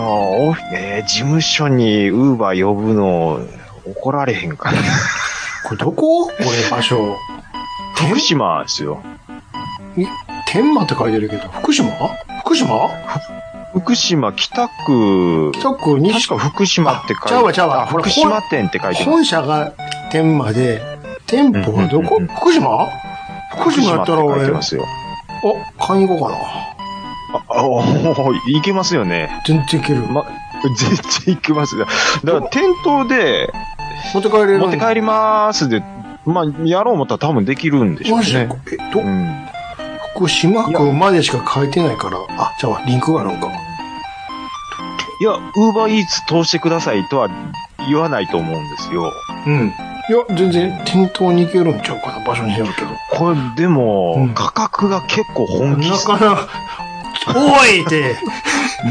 Speaker 2: おえー事務所にウーバー呼ぶの怒られへんか
Speaker 3: *laughs*
Speaker 2: な。
Speaker 3: これどここれ
Speaker 2: *laughs*
Speaker 3: 場所。
Speaker 2: 福島ですよ。
Speaker 3: 天満って書いてるけど、福島福島
Speaker 2: 福島北区、
Speaker 3: 北区に
Speaker 2: 確か福島って書いて
Speaker 3: あちゃうわちゃうわ
Speaker 2: あ
Speaker 3: これ
Speaker 2: 福島店って書いてます。
Speaker 3: 本社が天満で、店舗はどこ、
Speaker 2: うんうんうんうん
Speaker 3: 福島福島やったら
Speaker 2: 福島って書い
Speaker 3: 俺、
Speaker 2: て
Speaker 3: お
Speaker 2: ますよ。
Speaker 3: 買いに行こうかな。
Speaker 2: あ、あおーいけますよね。 *laughs*
Speaker 3: 全然行ける。
Speaker 2: ま、絶対いけますよ。だから店頭で、
Speaker 3: 持って帰れる
Speaker 2: 持って帰りまーすで、まあ、やろう思ったら多分できるんでしょう
Speaker 3: マジで
Speaker 2: ね。
Speaker 3: えど
Speaker 2: うん。
Speaker 3: 福島区までしか書いてないから、あ、じゃあリンクがあるんか。
Speaker 2: いや、ウーバーイーツ通してくださいとは言わないと思うんですよ。
Speaker 3: うん。いや、全然店頭に行けるんちゃうかな、場所によるけど。
Speaker 2: これ、でも、
Speaker 3: うん
Speaker 2: 価格が結構本気っ
Speaker 3: な
Speaker 2: す
Speaker 3: かなか、おいって、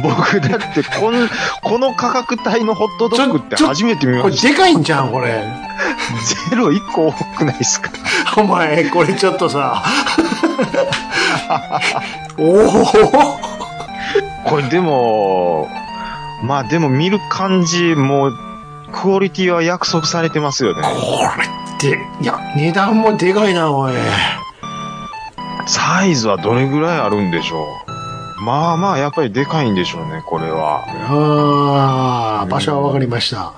Speaker 2: 僕だって、この、この価格帯のホットドッグって
Speaker 3: ちょちょ
Speaker 2: 初めて見
Speaker 3: *laughs* こ
Speaker 2: ま
Speaker 3: れ
Speaker 2: した。
Speaker 3: でかいんじゃん、これ。
Speaker 2: ゼロ1個多くないですか
Speaker 3: *laughs* お前、これちょっとさ。 *laughs* おお
Speaker 2: これでも、まあでも見る感じ、もう、クオリティは約束されてますよね。
Speaker 3: で、いや、値段もでかいな、おい。
Speaker 2: サイズはどれぐらいあるんでしょうまあまあ、やっぱりでかいんでしょうね、これは。
Speaker 3: ああ、場所はわかりました。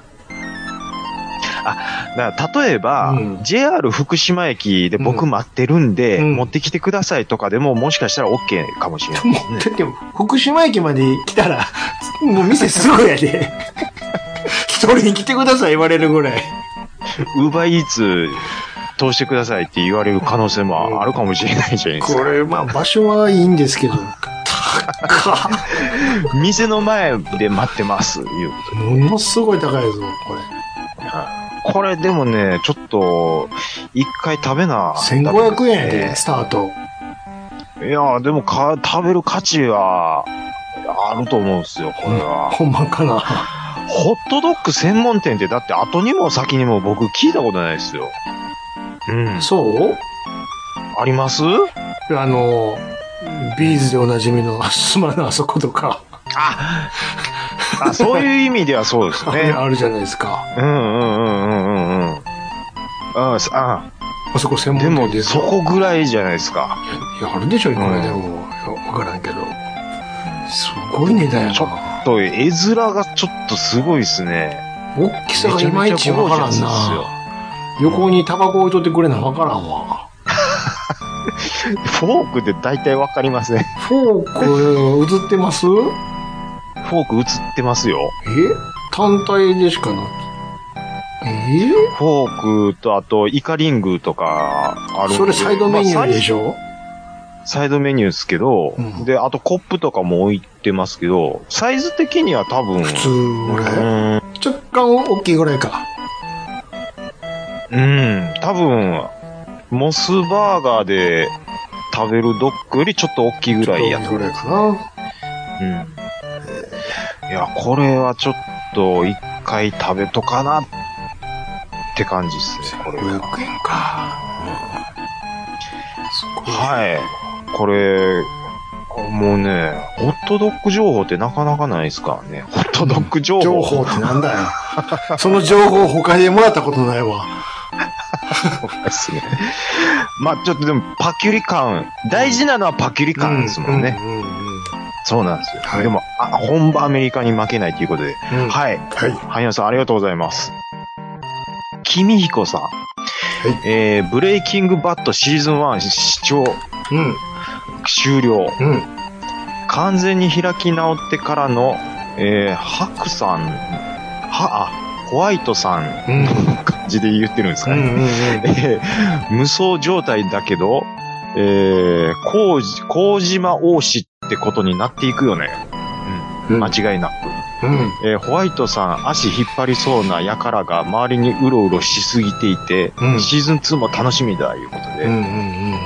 Speaker 2: だから例えば、
Speaker 3: うん
Speaker 2: JR 福島駅で僕
Speaker 3: うん
Speaker 2: 待ってるんで、
Speaker 3: うん
Speaker 2: 持ってきてくださいとかでももしかしたら OK かもしれない
Speaker 3: も
Speaker 2: です
Speaker 3: う、
Speaker 2: ね。
Speaker 3: だって、福島駅まで来たら、もう店すぐや *laughs* で。一人に来てください、言われるぐらい。
Speaker 2: ウーバーイーツ通してくださいって言われる可能性もあるかもしれないじゃないです
Speaker 3: こ
Speaker 2: か。
Speaker 3: れ、まあ、場所はいいんですけど、高っ
Speaker 2: 店の前で待ってます、いうこ
Speaker 3: ものすごい高いぞ、これ。
Speaker 2: とねはいこれでもね、ちょっと、一回食べな。
Speaker 3: 1500円やで、スタート。
Speaker 2: いや、でもか、食べる価値は、あると思うんですよ、これは。
Speaker 3: ほんまかな。
Speaker 2: ホットドッグ専門店ってだって後にも先にも僕聞いたことないですよ。うん。
Speaker 3: そう
Speaker 2: あります
Speaker 3: あの、ビーズでおなじみのすまなあそことか、
Speaker 2: ああ、そういう意味ではそうです
Speaker 3: あれ *laughs*
Speaker 2: ね。
Speaker 3: あるじゃないですか。
Speaker 2: うんうんうんうんうんうん。あすあ
Speaker 3: あそこ専門
Speaker 2: で
Speaker 3: 店
Speaker 2: も、
Speaker 3: です
Speaker 2: そこぐらいじゃないですか。
Speaker 3: いや、あるでしょ、こ
Speaker 2: う
Speaker 3: れ
Speaker 2: ん
Speaker 3: でも。いやわからんけど。すごい値段や
Speaker 2: ちょ
Speaker 3: な。
Speaker 2: と、絵面がちょっとすごいですね。
Speaker 3: 大きさ
Speaker 2: め
Speaker 3: が
Speaker 2: ち
Speaker 3: い
Speaker 2: ゃ
Speaker 3: ま
Speaker 2: め
Speaker 3: い
Speaker 2: ち
Speaker 3: ち
Speaker 2: ゃゴ
Speaker 3: わ
Speaker 2: ー
Speaker 3: か
Speaker 2: ジャ
Speaker 3: らん
Speaker 2: スで
Speaker 3: な。横にタバコ置いとってくれなわからんわ。
Speaker 2: すよ。フォークで大体わかりますね。
Speaker 3: フォーク、映ってますえ
Speaker 2: フォーク映ってますよ。
Speaker 3: 単体でしかなえ
Speaker 2: フォークと、あと、イカリングとか、あるんで
Speaker 3: それサイドメニューでしょ、
Speaker 2: サイドメニューですけど、
Speaker 3: うん
Speaker 2: で、あとコップとかも置いてますけど、サイズ的には多分、
Speaker 3: 普通ぐ
Speaker 2: う
Speaker 3: らい。
Speaker 2: ん、
Speaker 3: 若干大きいぐらいか。
Speaker 2: うん、多分、モスバーガーで食べるドッグよりちょっと大きいぐらいや
Speaker 3: ちょ
Speaker 2: と
Speaker 3: っと大きいぐらいかな。
Speaker 2: うん。いや、これはちょっと一回食べとかなっって感じですね、これが。
Speaker 3: 500円か。すごい。
Speaker 2: はい。これ、もうね、ホットドッグ情報ってなかなかないですからね。ホットドッグ情報。
Speaker 3: 情報ってなんだよ。その情報他でもらったことないわ。
Speaker 2: ですね。まあちょっとでもパキュリ感、大事なのはパキュリ感ですもんね。
Speaker 3: うんうんうんうん
Speaker 2: そうなんですよ。
Speaker 3: はい
Speaker 2: でもあ、本場アメリカに負けないということで。
Speaker 3: うん
Speaker 2: はい。
Speaker 3: はい。
Speaker 2: 萩野さん、ありがとうございます。君彦さん。えー、ブレイキングバットシーズン1視聴
Speaker 3: うん。
Speaker 2: 終了。
Speaker 3: うん。
Speaker 2: 完全に開き直ってからの、えー、ハクさん、は、あ、ホワイトさん
Speaker 3: うん。
Speaker 2: の感じで言ってるんです
Speaker 3: う
Speaker 2: かね。
Speaker 3: ん。うん。
Speaker 2: えー無双状態だけど、えー、こうじ、こうじま王子ってことになっていくよね。
Speaker 3: うん。
Speaker 2: 間違いなく。
Speaker 3: うん。
Speaker 2: えーホワイトさん、足引っ張りそうな輩が周りにうろうろしすぎていて、
Speaker 3: うん
Speaker 2: シーズン2も楽しみだ、いうことで。
Speaker 3: うん。うん。うん。うん。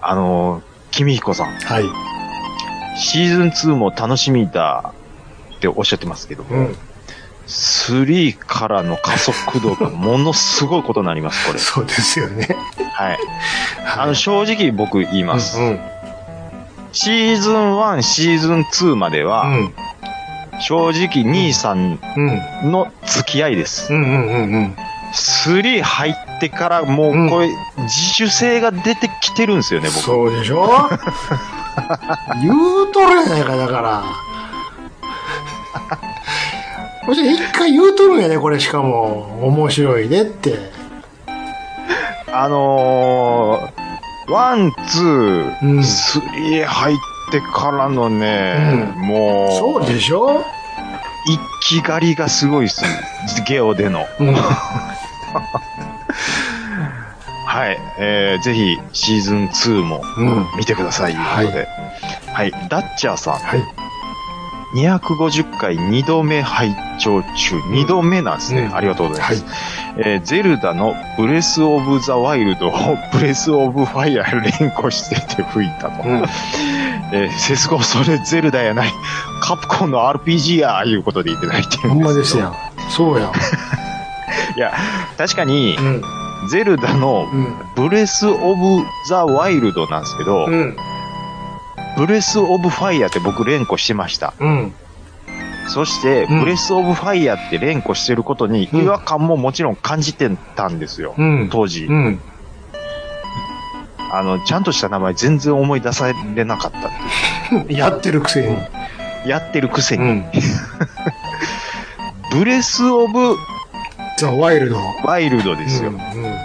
Speaker 2: あのー、君彦さん、
Speaker 3: はい。
Speaker 2: シーズン2も楽しみだ、っておっしゃってますけども、
Speaker 3: うん。
Speaker 2: 3からの加速度がものすごいことになります、
Speaker 3: *laughs*
Speaker 2: これ。
Speaker 3: そうですよね。
Speaker 2: はい。あの、正直僕言います。
Speaker 3: うん。
Speaker 2: シーズン1、シーズン2まで
Speaker 3: う
Speaker 2: は、
Speaker 3: ん。
Speaker 2: 正直兄さん
Speaker 3: うん。
Speaker 2: の付き合いです
Speaker 3: う。ん。うん。うん。うん。
Speaker 2: 3入ってからもうこれ、自主性が出てきてるんですよね、僕。
Speaker 3: そうでしょ
Speaker 2: *laughs*
Speaker 3: 言うとるやないか、だから。もし一回言うとるんやね、これしかも。面白いねって。
Speaker 2: あのー、ワン、ツ
Speaker 3: う
Speaker 2: ー、
Speaker 3: ん
Speaker 2: スリー入ってからのね、も
Speaker 3: そうでしょ
Speaker 2: う、一気狩りがすごいっす。ゲオでの。
Speaker 3: うん。
Speaker 2: はい。えー、ぜひ、シーズン2も
Speaker 3: うん。
Speaker 2: 見てください、いうことで。はい、ダッチャーさん。
Speaker 3: はい。
Speaker 2: 250回2度目拝聴中、2度目なんですね。
Speaker 3: うん
Speaker 2: ありがとうございます。
Speaker 3: は
Speaker 2: えーゼルダのブレスオブザワイルドを *laughs* ブレスオブファイア連呼してて吹いたと。
Speaker 3: うん。
Speaker 2: えーセスコそれゼルダやない。カプコンの RPG や、いうことでいただいてるんですけど
Speaker 3: ほんまですや。ん。そうやん。
Speaker 2: いや、確かに
Speaker 3: う、ん。
Speaker 2: ゼルダの
Speaker 3: うん。
Speaker 2: ブレスオブザワイルドなんですけど、
Speaker 3: うん。
Speaker 2: ブレスオブファイアって僕連呼してました。
Speaker 3: うん。
Speaker 2: そして、
Speaker 3: うん
Speaker 2: ブレスオブファイヤーって連呼してることに
Speaker 3: うん
Speaker 2: 違和感ももちろん感じてたんですよ。
Speaker 3: うん。
Speaker 2: 当時
Speaker 3: う。ん。
Speaker 2: あの、ちゃんとした名前全然思い出されなかったって
Speaker 3: やってるくせに。
Speaker 2: いう。やってるくせ
Speaker 3: う
Speaker 2: に。
Speaker 3: ん。
Speaker 2: ブレスオブ
Speaker 3: ザ・ワイルド。
Speaker 2: ワイルドですよ。
Speaker 3: うん。うん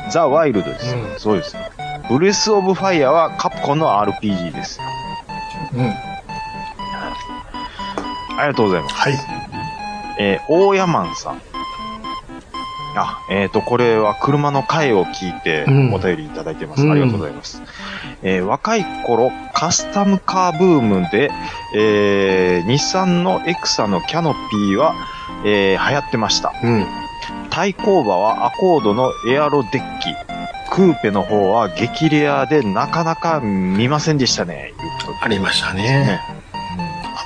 Speaker 2: ザ・ワイルドですよ。
Speaker 3: うん
Speaker 2: そうです。ブレスオブファイヤーはカプコンの RPG ですよ。
Speaker 3: うん。
Speaker 2: ありがとうございます。
Speaker 3: はい。
Speaker 2: えー、大山さん。あ、えっ、と、これは車の会を聞いて
Speaker 3: うん
Speaker 2: お便りいただいてます。
Speaker 3: うん
Speaker 2: ありがとうございます。えー若い頃、カスタムカーブームで、えー日産のエクサのキャノピーは、えー流行ってました。
Speaker 3: うん。
Speaker 2: 対抗馬はアコードのエアロデッキ。クーペの方は激レアでなかなか見ませんでしたね。いうことで
Speaker 3: ありましたね。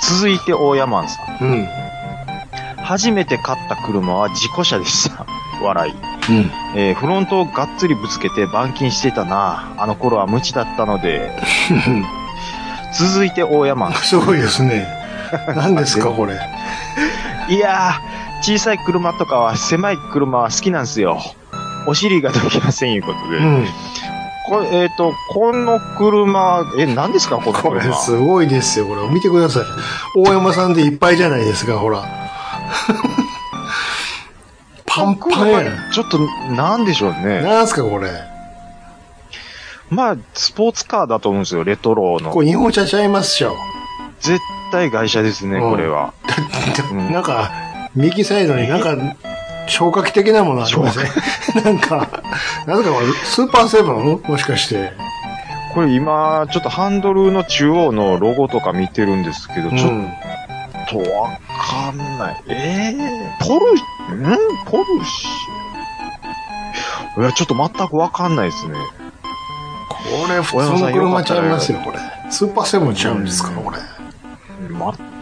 Speaker 2: 続いて大山さん。
Speaker 3: うん。うん。
Speaker 2: 初めて買った車は事故車でした。 *laughs* 笑い。えーフロントをがっつりぶつけて板金してたな。あの頃は無知だったので。
Speaker 3: *laughs*
Speaker 2: 続いて大山。
Speaker 3: すごいですね。何ですか、これ。
Speaker 2: いやー、小さい車とかは狭い車は好きなんすよ。お尻がどきませんいうことで。
Speaker 3: うん。
Speaker 2: これえっ、と、この車、え、何ですかこの
Speaker 3: こ
Speaker 2: 車。
Speaker 3: れすごいですよ、これ。見てください。大山さんでいっぱいじゃないですか、ほら。 *laughs* パンパンやな。
Speaker 2: ちょっと、なんでしょうね。
Speaker 3: なんすか、これ。
Speaker 2: まあ、スポーツカーだと思うんですよ、レトロの
Speaker 3: こ。れ日本車ちゃいますしょ。
Speaker 2: 絶対外車ですね、
Speaker 3: うん
Speaker 2: これ
Speaker 3: *laughs*
Speaker 2: は。うん
Speaker 3: なんか、右サイドになんか、消火器的なものありません *laughs* なんか、なぜかこれ、スーパーセブンもしかして。
Speaker 2: これ今、ちょっとハンドルの中央のロゴとか見てるんですけど、
Speaker 3: う
Speaker 2: ちょっ
Speaker 3: ん。
Speaker 2: とわかんない。ええー、ポルシ、んポルシいや、ちょっと全くわかんないですね。
Speaker 3: これ、普通の車ちゃいますよ、これ。スーパーセブンちゃうんですか、
Speaker 2: うん
Speaker 3: これ。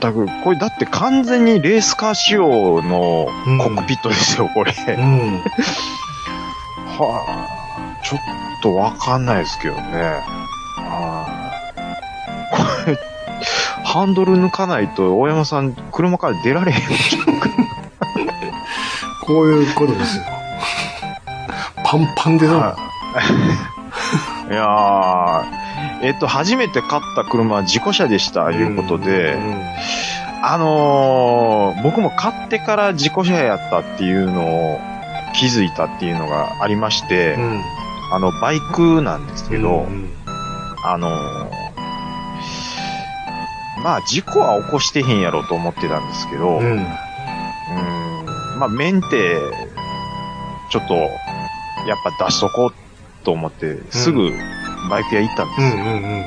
Speaker 2: 全く。これだって完全にレースカー仕様のコックピットですよ、これ。
Speaker 3: うん。
Speaker 2: はあ、ちょっとわかんないですけどね。はいこれ、ハンドル抜かないと、大山さん、車から出られへん。
Speaker 3: こういうことですよ。パンパンでな。
Speaker 2: はい。いやー、えっと、初めて買った車は事故車でした、いうことで、あのー、僕も買ってから事故車やったっていうのを気づいたっていうのがありまして、
Speaker 3: うん。うん。
Speaker 2: あの、バイクなんですけど、
Speaker 3: うん
Speaker 2: あのーまあ、事故は起こしてへんやろと思ってたんですけど、
Speaker 3: う
Speaker 2: うん
Speaker 3: ん。
Speaker 2: まあ、メンテ、ちょっと、やっぱ出しとこうと思って、すぐバイク屋行ったんで
Speaker 3: う
Speaker 2: すよ。
Speaker 3: ん。うん。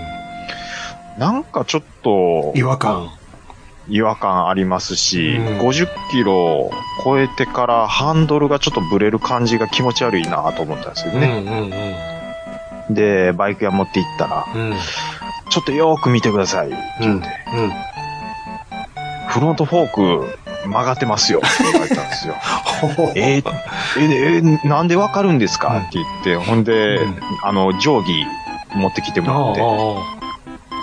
Speaker 2: なんかちょっと
Speaker 3: 違和感。
Speaker 2: 違和感ありますし、
Speaker 3: うん
Speaker 2: 50キロ超えてからハンドルがちょっとブレる感じが気持ち悪いなと思ったんですよ
Speaker 3: うん。
Speaker 2: ね。
Speaker 3: うん。うん
Speaker 2: で、バイク屋持って行ったら、
Speaker 3: うん。
Speaker 2: ちょっとよーく見てください。
Speaker 3: うん。
Speaker 2: フロントフォーク曲がってますよって言われたんですよ。
Speaker 3: ほ
Speaker 2: *laughs* えーえーえーなんでわかるんですかって言って、ほんで、
Speaker 3: うん
Speaker 2: あの、定規持ってきてもらって、
Speaker 3: ほ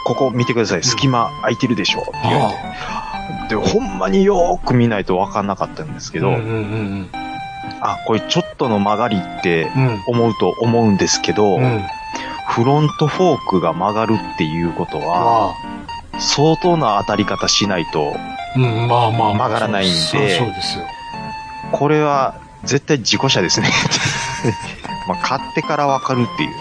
Speaker 2: ここ見てください。隙間空いてるでしょって言われて、で、ほんまによーく見ないとわかんなかったんですけ
Speaker 3: け
Speaker 2: ど、
Speaker 3: うんうんうん
Speaker 2: あ、これちょっとの曲がりって
Speaker 3: うん。
Speaker 2: 思うと思うんですけど、
Speaker 3: うん。
Speaker 2: フロントフォークが曲がるっていうことは、
Speaker 3: あ
Speaker 2: 相当な当たり方しないと、
Speaker 3: あ。うん、まあまあ。
Speaker 2: 曲がらないんで
Speaker 3: そうそうですよ。
Speaker 2: これは絶対事故車ですね。 *laughs* まあ買ってからわかるっていう。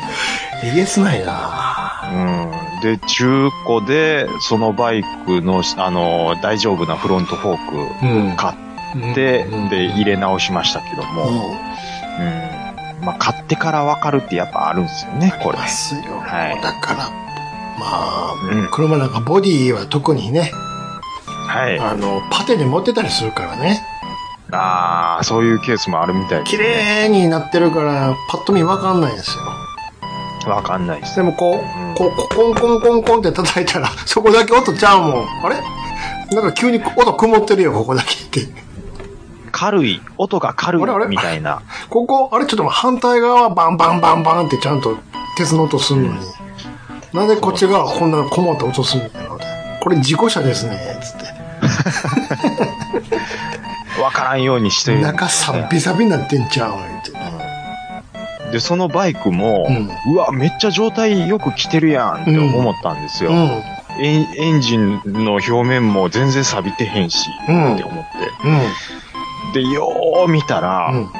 Speaker 3: えげつないな
Speaker 2: うん、で、中古で、そのバイクの、あの、大丈夫なフロントフォーク
Speaker 3: うん
Speaker 2: 買で、で、入れ直しましたけども、うん。まあ、買ってからわかるってやっぱあるんですよね、これ。
Speaker 3: ますよ。
Speaker 2: はい
Speaker 3: だから、まあ、
Speaker 2: うん
Speaker 3: 車なんかボディは特にね、
Speaker 2: はい。
Speaker 3: あの、パテで持ってたりするからね、
Speaker 2: ああ、そういうケースもあるみたいです
Speaker 3: 綺
Speaker 2: ね
Speaker 3: 麗になってるから、パッと見わかんないんですよ。
Speaker 2: わかんないです
Speaker 3: で
Speaker 2: ね。
Speaker 3: もこ
Speaker 2: うん
Speaker 3: う、こう、コンコンコンコンって叩いたら、 *laughs* そこだけ音ちゃうもん。あれなんか急に音曇ってるよ、ここだけって。
Speaker 2: 軽い、音が軽い
Speaker 3: あれあれ
Speaker 2: みたいな。
Speaker 3: ここ、あれちょっと反対側はバンバンバンバンってちゃんと鉄の音するのに。なんでこっち側はこんなこもった音するんだろうねこれ事故車ですね、つって。
Speaker 2: わからんようにしてる。
Speaker 3: 中さっびさびになってんちゃう言うて。
Speaker 2: で、そのバイクも、うわ、めっちゃ状態よく来てるやんって思ったんですよ。
Speaker 3: うん。
Speaker 2: エンエンジンの表面も全然錆びてへんし、
Speaker 3: うん
Speaker 2: って思っ
Speaker 3: うん。
Speaker 2: て。で、よー見たら、
Speaker 3: うん。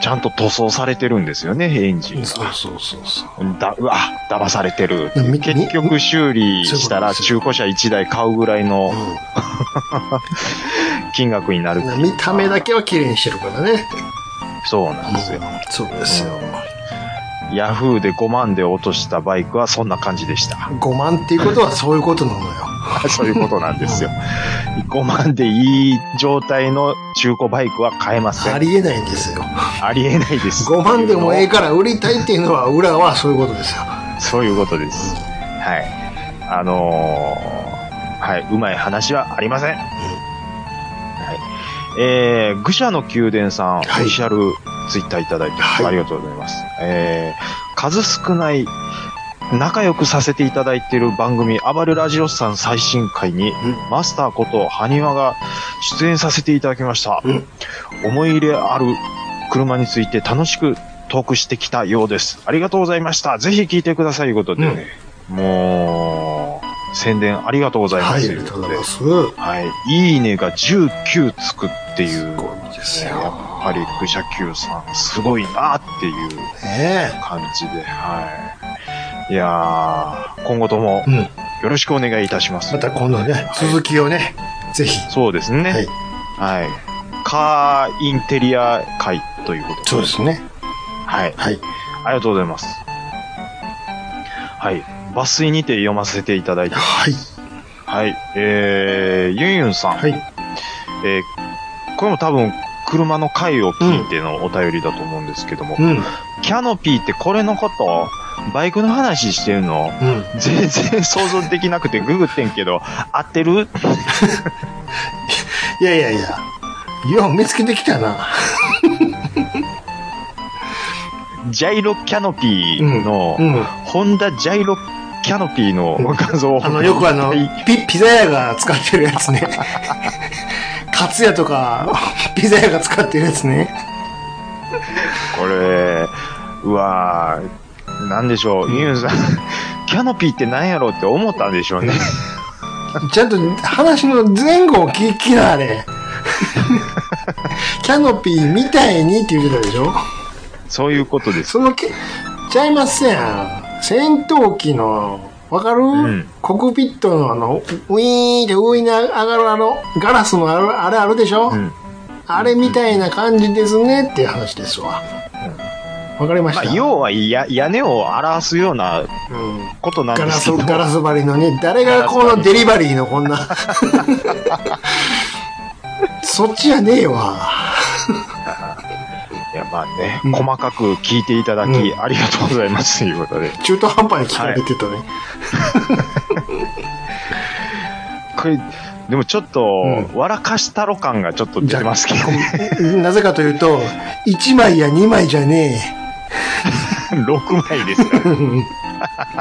Speaker 2: ちゃんと塗装されてるんですよね、エンジン
Speaker 3: そう
Speaker 2: が。
Speaker 3: そうそうそう。
Speaker 2: だ、うわ、騙されてる。
Speaker 3: みみ
Speaker 2: 結局修理したら
Speaker 3: そうい
Speaker 2: 中
Speaker 3: うこ
Speaker 2: 古車1台買うぐらいの
Speaker 3: う
Speaker 2: 金額になる。
Speaker 3: ん。見た目だけは綺麗にしてるからね。
Speaker 2: そうなんですよ。
Speaker 3: そうですよ。
Speaker 2: ヤフーで5万で落としたバイクはそんな感じでした。 *laughs*
Speaker 3: 5万っていうことはそういうことなのよ。
Speaker 2: そういうことなんですよ。5万でいい状態の中古バイクは買えません。
Speaker 3: あ
Speaker 2: あり
Speaker 3: りえないんですよ。
Speaker 2: えないです。
Speaker 3: 5万でもええから売りたいっていうのは裏はそういうことですよ。
Speaker 2: そういうことです。はい。あのーはい、うまい話はありません。はい。えー、愚者の宮殿さん、オ
Speaker 3: はい
Speaker 2: フィシャルツイッターいただいてます、
Speaker 3: はい
Speaker 2: ありがとうございます。えー、数少ない、仲良くさせていただいている番組、暴れラジオスさん最新回に、マスターこと、ハニワが出演させていただきました。
Speaker 3: うん
Speaker 2: 思い入れある車について楽しくトークしてきたようです。ありがとうございました。ぜひ聞いてくださいということで、
Speaker 3: うん
Speaker 2: もう、宣伝ありがとうございま
Speaker 3: はい、
Speaker 2: す。
Speaker 3: ありがとうございます。
Speaker 2: はい。いいねが19つくっていう、
Speaker 3: すごいです
Speaker 2: や
Speaker 3: よ。
Speaker 2: っぱりクシャ Q さん、すごいなっていう
Speaker 3: ね
Speaker 2: 感じで、はい。いやー、今後とも
Speaker 3: え。うん。
Speaker 2: よろしくお願いいたします。
Speaker 3: また今度ね、続きをね、ぜひ。
Speaker 2: そうですね。
Speaker 3: はい。
Speaker 2: はい。カーインテリア会ということで。
Speaker 3: そうですね。
Speaker 2: はい。
Speaker 3: はい。
Speaker 2: ありがとうございます。はい。抜粋にて読ませていただいて。
Speaker 3: はい。
Speaker 2: はい。えー、ユンユンさん。
Speaker 3: はい。
Speaker 2: えーこれも多分、車の回を聞いてのお便りだと思うんですけども、
Speaker 3: うん。うん。
Speaker 2: キャノピーってこれのことバイクの話してるの全然想像できなくてググってんけど、合ってる
Speaker 3: いやいやいや。よう見つけてきたな。
Speaker 2: ジャイロキャノピーの、
Speaker 3: うん。
Speaker 2: ホンダジャイロキャノピーの画像を
Speaker 3: あの、よくあの
Speaker 2: はい、
Speaker 3: ピ、ピザ屋が使ってるやつ *laughs* ね。カツヤと *laughs* か、ピザ屋が使ってるやつね。
Speaker 2: これ、うわーなんでしょう、ユンさん、 *laughs* キャノピーってなんやろうって思ったんでしょ *laughs* うね。
Speaker 3: ちゃんと話の前後を聞きなあれ。 *laughs* キャノピーみたいにって言ってたでしょ
Speaker 2: そういうことです。
Speaker 3: そのけ、ちゃいますやん。戦闘機の、わかる、
Speaker 2: ん
Speaker 3: コクピットのあの、ウィーンって上に上がるあの、ガラスのあるあれあるでしょ、
Speaker 2: うん
Speaker 3: あれみたいな感じですねっていう話ですわ。わかりまし
Speaker 2: まあ
Speaker 3: た、、
Speaker 2: 要はや屋根を表すような
Speaker 3: うん
Speaker 2: ことなん
Speaker 3: ガ
Speaker 2: で
Speaker 3: ラ
Speaker 2: すけ
Speaker 3: ス、
Speaker 2: ど、
Speaker 3: ガラス張りのね、誰がこのデリバリーのこんな。 *laughs* そっちやねえわ。
Speaker 2: いやまあね、細かく聞いていただき、ありがとうございますということで。
Speaker 3: 中途半端に聞かれてたね。
Speaker 2: これ、でもちょっと、
Speaker 3: う
Speaker 2: 笑かしたろ感がちょっと出てますけど *laughs* ね、
Speaker 3: なぜかというと、1枚や2枚じゃねえ。
Speaker 2: 6枚です *laughs* から、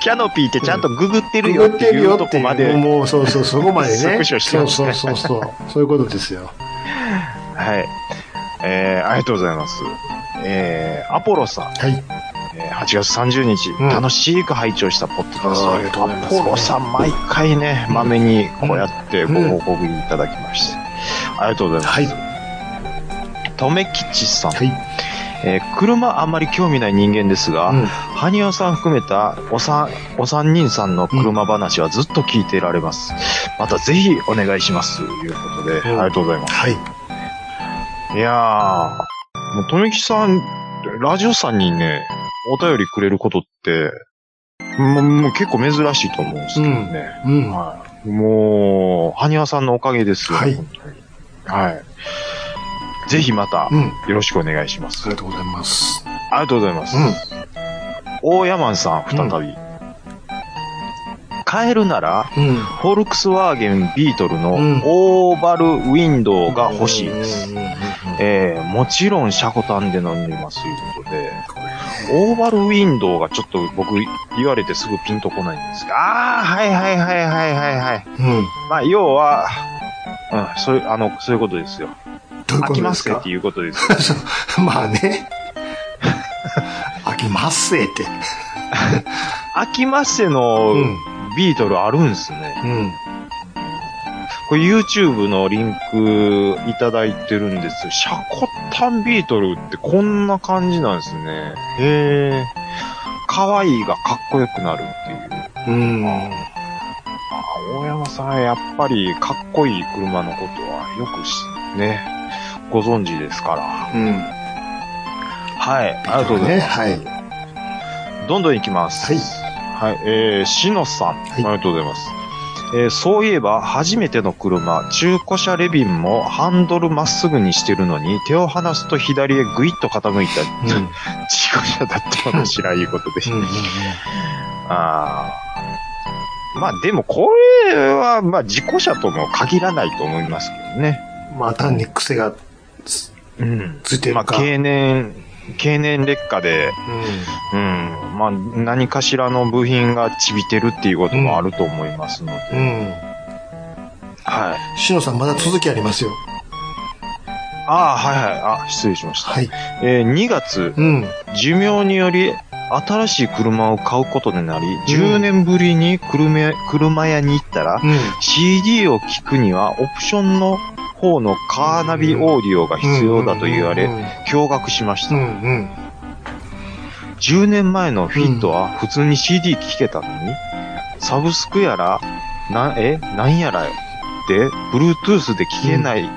Speaker 2: キャノピーってちゃんとググってるよっていうとこまで、
Speaker 3: もうそうそう、そこまでね。
Speaker 2: *laughs* スクショしてます
Speaker 3: そう
Speaker 2: ね
Speaker 3: そうそうそう。そういうことですよ。
Speaker 2: はい。えー、ありがとうございます。えー、アポロさん、
Speaker 3: はい。
Speaker 2: えー8月30日、
Speaker 3: ん
Speaker 2: 楽しく拝聴したポッドキャスト。
Speaker 3: あーありがとうございます
Speaker 2: アポロさん、毎回ね、まめにこうやってご
Speaker 3: うん
Speaker 2: 報告いただきまして、ありがとうございます。
Speaker 3: はい。
Speaker 2: とめきちさん、
Speaker 3: はい。
Speaker 2: えー車あんまり興味ない人間ですが、
Speaker 3: うん
Speaker 2: 羽生さん含めたおさん、お三人さんの車話はずっと聞いてられます。またぜひお願いします。ということで、
Speaker 3: ん
Speaker 2: ありがとうございます。
Speaker 3: はい。
Speaker 2: いやー、もう、とめきさん、ラジオさんにね、お便りくれることって、もうもう結構珍しいと思うんですけどね。
Speaker 3: うん。は
Speaker 2: はい、もう、はにわさんのおかげですよ。
Speaker 3: はい
Speaker 2: 本当に。はい。ぜひまた
Speaker 3: う、ん。あ
Speaker 2: よろしくお願いします。
Speaker 3: りがとうございます。
Speaker 2: ありがとうございます。
Speaker 3: うん
Speaker 2: 大山さん、再び。買えるなら、
Speaker 3: うん。
Speaker 2: フォルクスワーゲンビートルの
Speaker 3: うん
Speaker 2: オーバルウィンドウが欲しいです。
Speaker 3: うんうんうんうん
Speaker 2: ええもちろんシャコタンで飲んでますということで、オーバルウィンドウがちょっと僕言われてすぐピンとこないんですが、ああ、はいはいはいはいはいはい。
Speaker 3: うん。
Speaker 2: まあ、要は、うん、そういう、あの、そういうことですよ。
Speaker 3: どういう
Speaker 2: 飽
Speaker 3: こ
Speaker 2: き
Speaker 3: と
Speaker 2: ま
Speaker 3: ですす
Speaker 2: かっ
Speaker 3: か
Speaker 2: ていうことですよ。 *laughs*
Speaker 3: *laughs* まあね。飽きますせって。
Speaker 2: 飽きませ
Speaker 3: う
Speaker 2: の
Speaker 3: ん。
Speaker 2: ビートルあるんですね。
Speaker 3: うん。
Speaker 2: これ YouTube のリンクいただいてるんです。シャコタンビートルってこんな感じなんですね。へえ。可愛いがかっこよくなるっていう。
Speaker 3: うん。
Speaker 2: 大山さん、やっぱりかっこいい車のことはよくしね、ご存知ですから。
Speaker 3: うん。
Speaker 2: はい、ありがとうござい
Speaker 3: ね、
Speaker 2: ます。
Speaker 3: はい。
Speaker 2: どんどん行きます。
Speaker 3: は
Speaker 2: は
Speaker 3: い
Speaker 2: い。えー、しのさん、あり
Speaker 3: い
Speaker 2: がとうございます。えー、そういえば、初めての車、中古車レビンもハンドルまっすぐにしてるのに、手を離すと左へぐいっと傾いた、
Speaker 3: うん。うん。
Speaker 2: 中古車だったの知らんいうことで。
Speaker 3: うんうん
Speaker 2: ああ。まあでもこれは、まあ事故車とも限らないと思いますけどね。
Speaker 3: まあ単に癖がつ
Speaker 2: うん。
Speaker 3: ついてる
Speaker 2: まあ
Speaker 3: か。
Speaker 2: 経年、経年劣化で、
Speaker 3: う
Speaker 2: うん。まあ何かしらの部品がちびてるっていうこともあると思いますので。
Speaker 3: ん。うん。
Speaker 2: はい。
Speaker 3: しのさんまだ続きありますよ。
Speaker 2: ああ、はいはい。あ、失礼しました。
Speaker 3: はい。
Speaker 2: えー2月、
Speaker 3: うん。
Speaker 2: 寿命により、新しい車を買うことになり、10年ぶりに車屋車屋に行ったら、
Speaker 3: うん。
Speaker 2: CD を聴くにはオプションの方のカーナビオーディオが必要だと言わ
Speaker 3: う
Speaker 2: れ、
Speaker 3: ん
Speaker 2: 驚愕しまし
Speaker 3: う
Speaker 2: た。
Speaker 3: んうん。
Speaker 2: 10年前のフィットは普通に CD 聴けたのに、サブスクやら、な、え、なんやらで、Bluetooth で聴けない、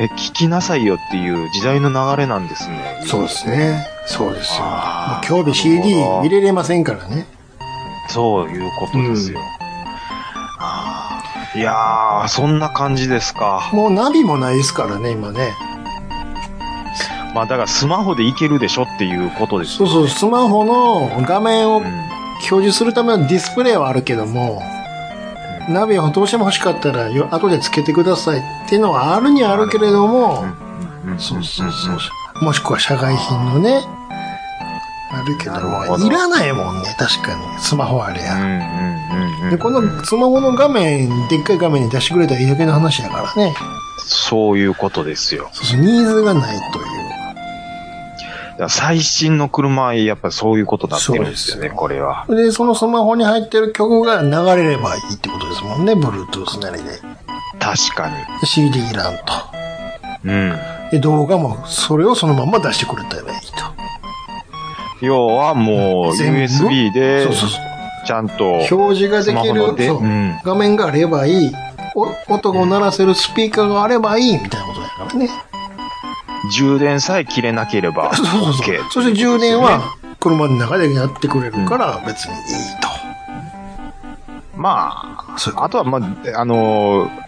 Speaker 2: え、聴きなさいよっていう時代の流れなんですね。
Speaker 3: そうですね。そうですよ。も
Speaker 2: あ
Speaker 3: う
Speaker 2: ー
Speaker 3: 興味 CD
Speaker 2: なるほど
Speaker 3: 入れれませんからね。
Speaker 2: そういうことですよ。
Speaker 3: うん
Speaker 2: あーいやー、そんな感じですか。
Speaker 3: もうナビもないですからね、今ね。
Speaker 2: まあだからスマホでいけるでしょっていうことです
Speaker 3: そうそう、スマホの画面を
Speaker 2: うん
Speaker 3: 表示するためのディスプレイはあるけども、ナビをどうしても欲しかったらよ後でつけてくださいっていうのはあるにはあるけれども、そうそうそう。もしくは社外品のね、あるけど、
Speaker 2: なるほど
Speaker 3: いらないもんね、確かに。スマホあれ
Speaker 2: うん
Speaker 3: や。
Speaker 2: うんうんうん
Speaker 3: で、こ
Speaker 2: うん
Speaker 3: のスマホの画面、でっかい画面に出してくれたらいいだけの話やからね。
Speaker 2: そういうことですよ。
Speaker 3: そうそう、ニーズがないという。
Speaker 2: だから最新の車はやっぱりそういうことになってるんですよ
Speaker 3: そう
Speaker 2: ね、
Speaker 3: ですよ
Speaker 2: これは。
Speaker 3: で、そのスマホに入ってる曲が流れればいいってことですもんね、Bluetooth なりで。
Speaker 2: 確か
Speaker 3: CD いらんと。
Speaker 2: に。うん。
Speaker 3: で、動画もそれをそのまま出してくれたらいいと。
Speaker 2: 要はもう、
Speaker 3: 全部
Speaker 2: USB で
Speaker 3: そう、そうそう。
Speaker 2: ちゃんと、
Speaker 3: 表示がで
Speaker 2: スマ
Speaker 3: き
Speaker 2: ホ
Speaker 3: る、
Speaker 2: ので、
Speaker 3: そう
Speaker 2: うん。
Speaker 3: 画面があればいい。お音を鳴らせるスピーカーがあればいいみたいなことだからね。
Speaker 2: 充電さえ切れなければ、
Speaker 3: そうそうそう。
Speaker 2: OK。
Speaker 3: そして充電は車の中でやってくれるから別にいいと。
Speaker 2: ま
Speaker 3: そういう
Speaker 2: あ、
Speaker 3: こ
Speaker 2: あとは、まあ、あのー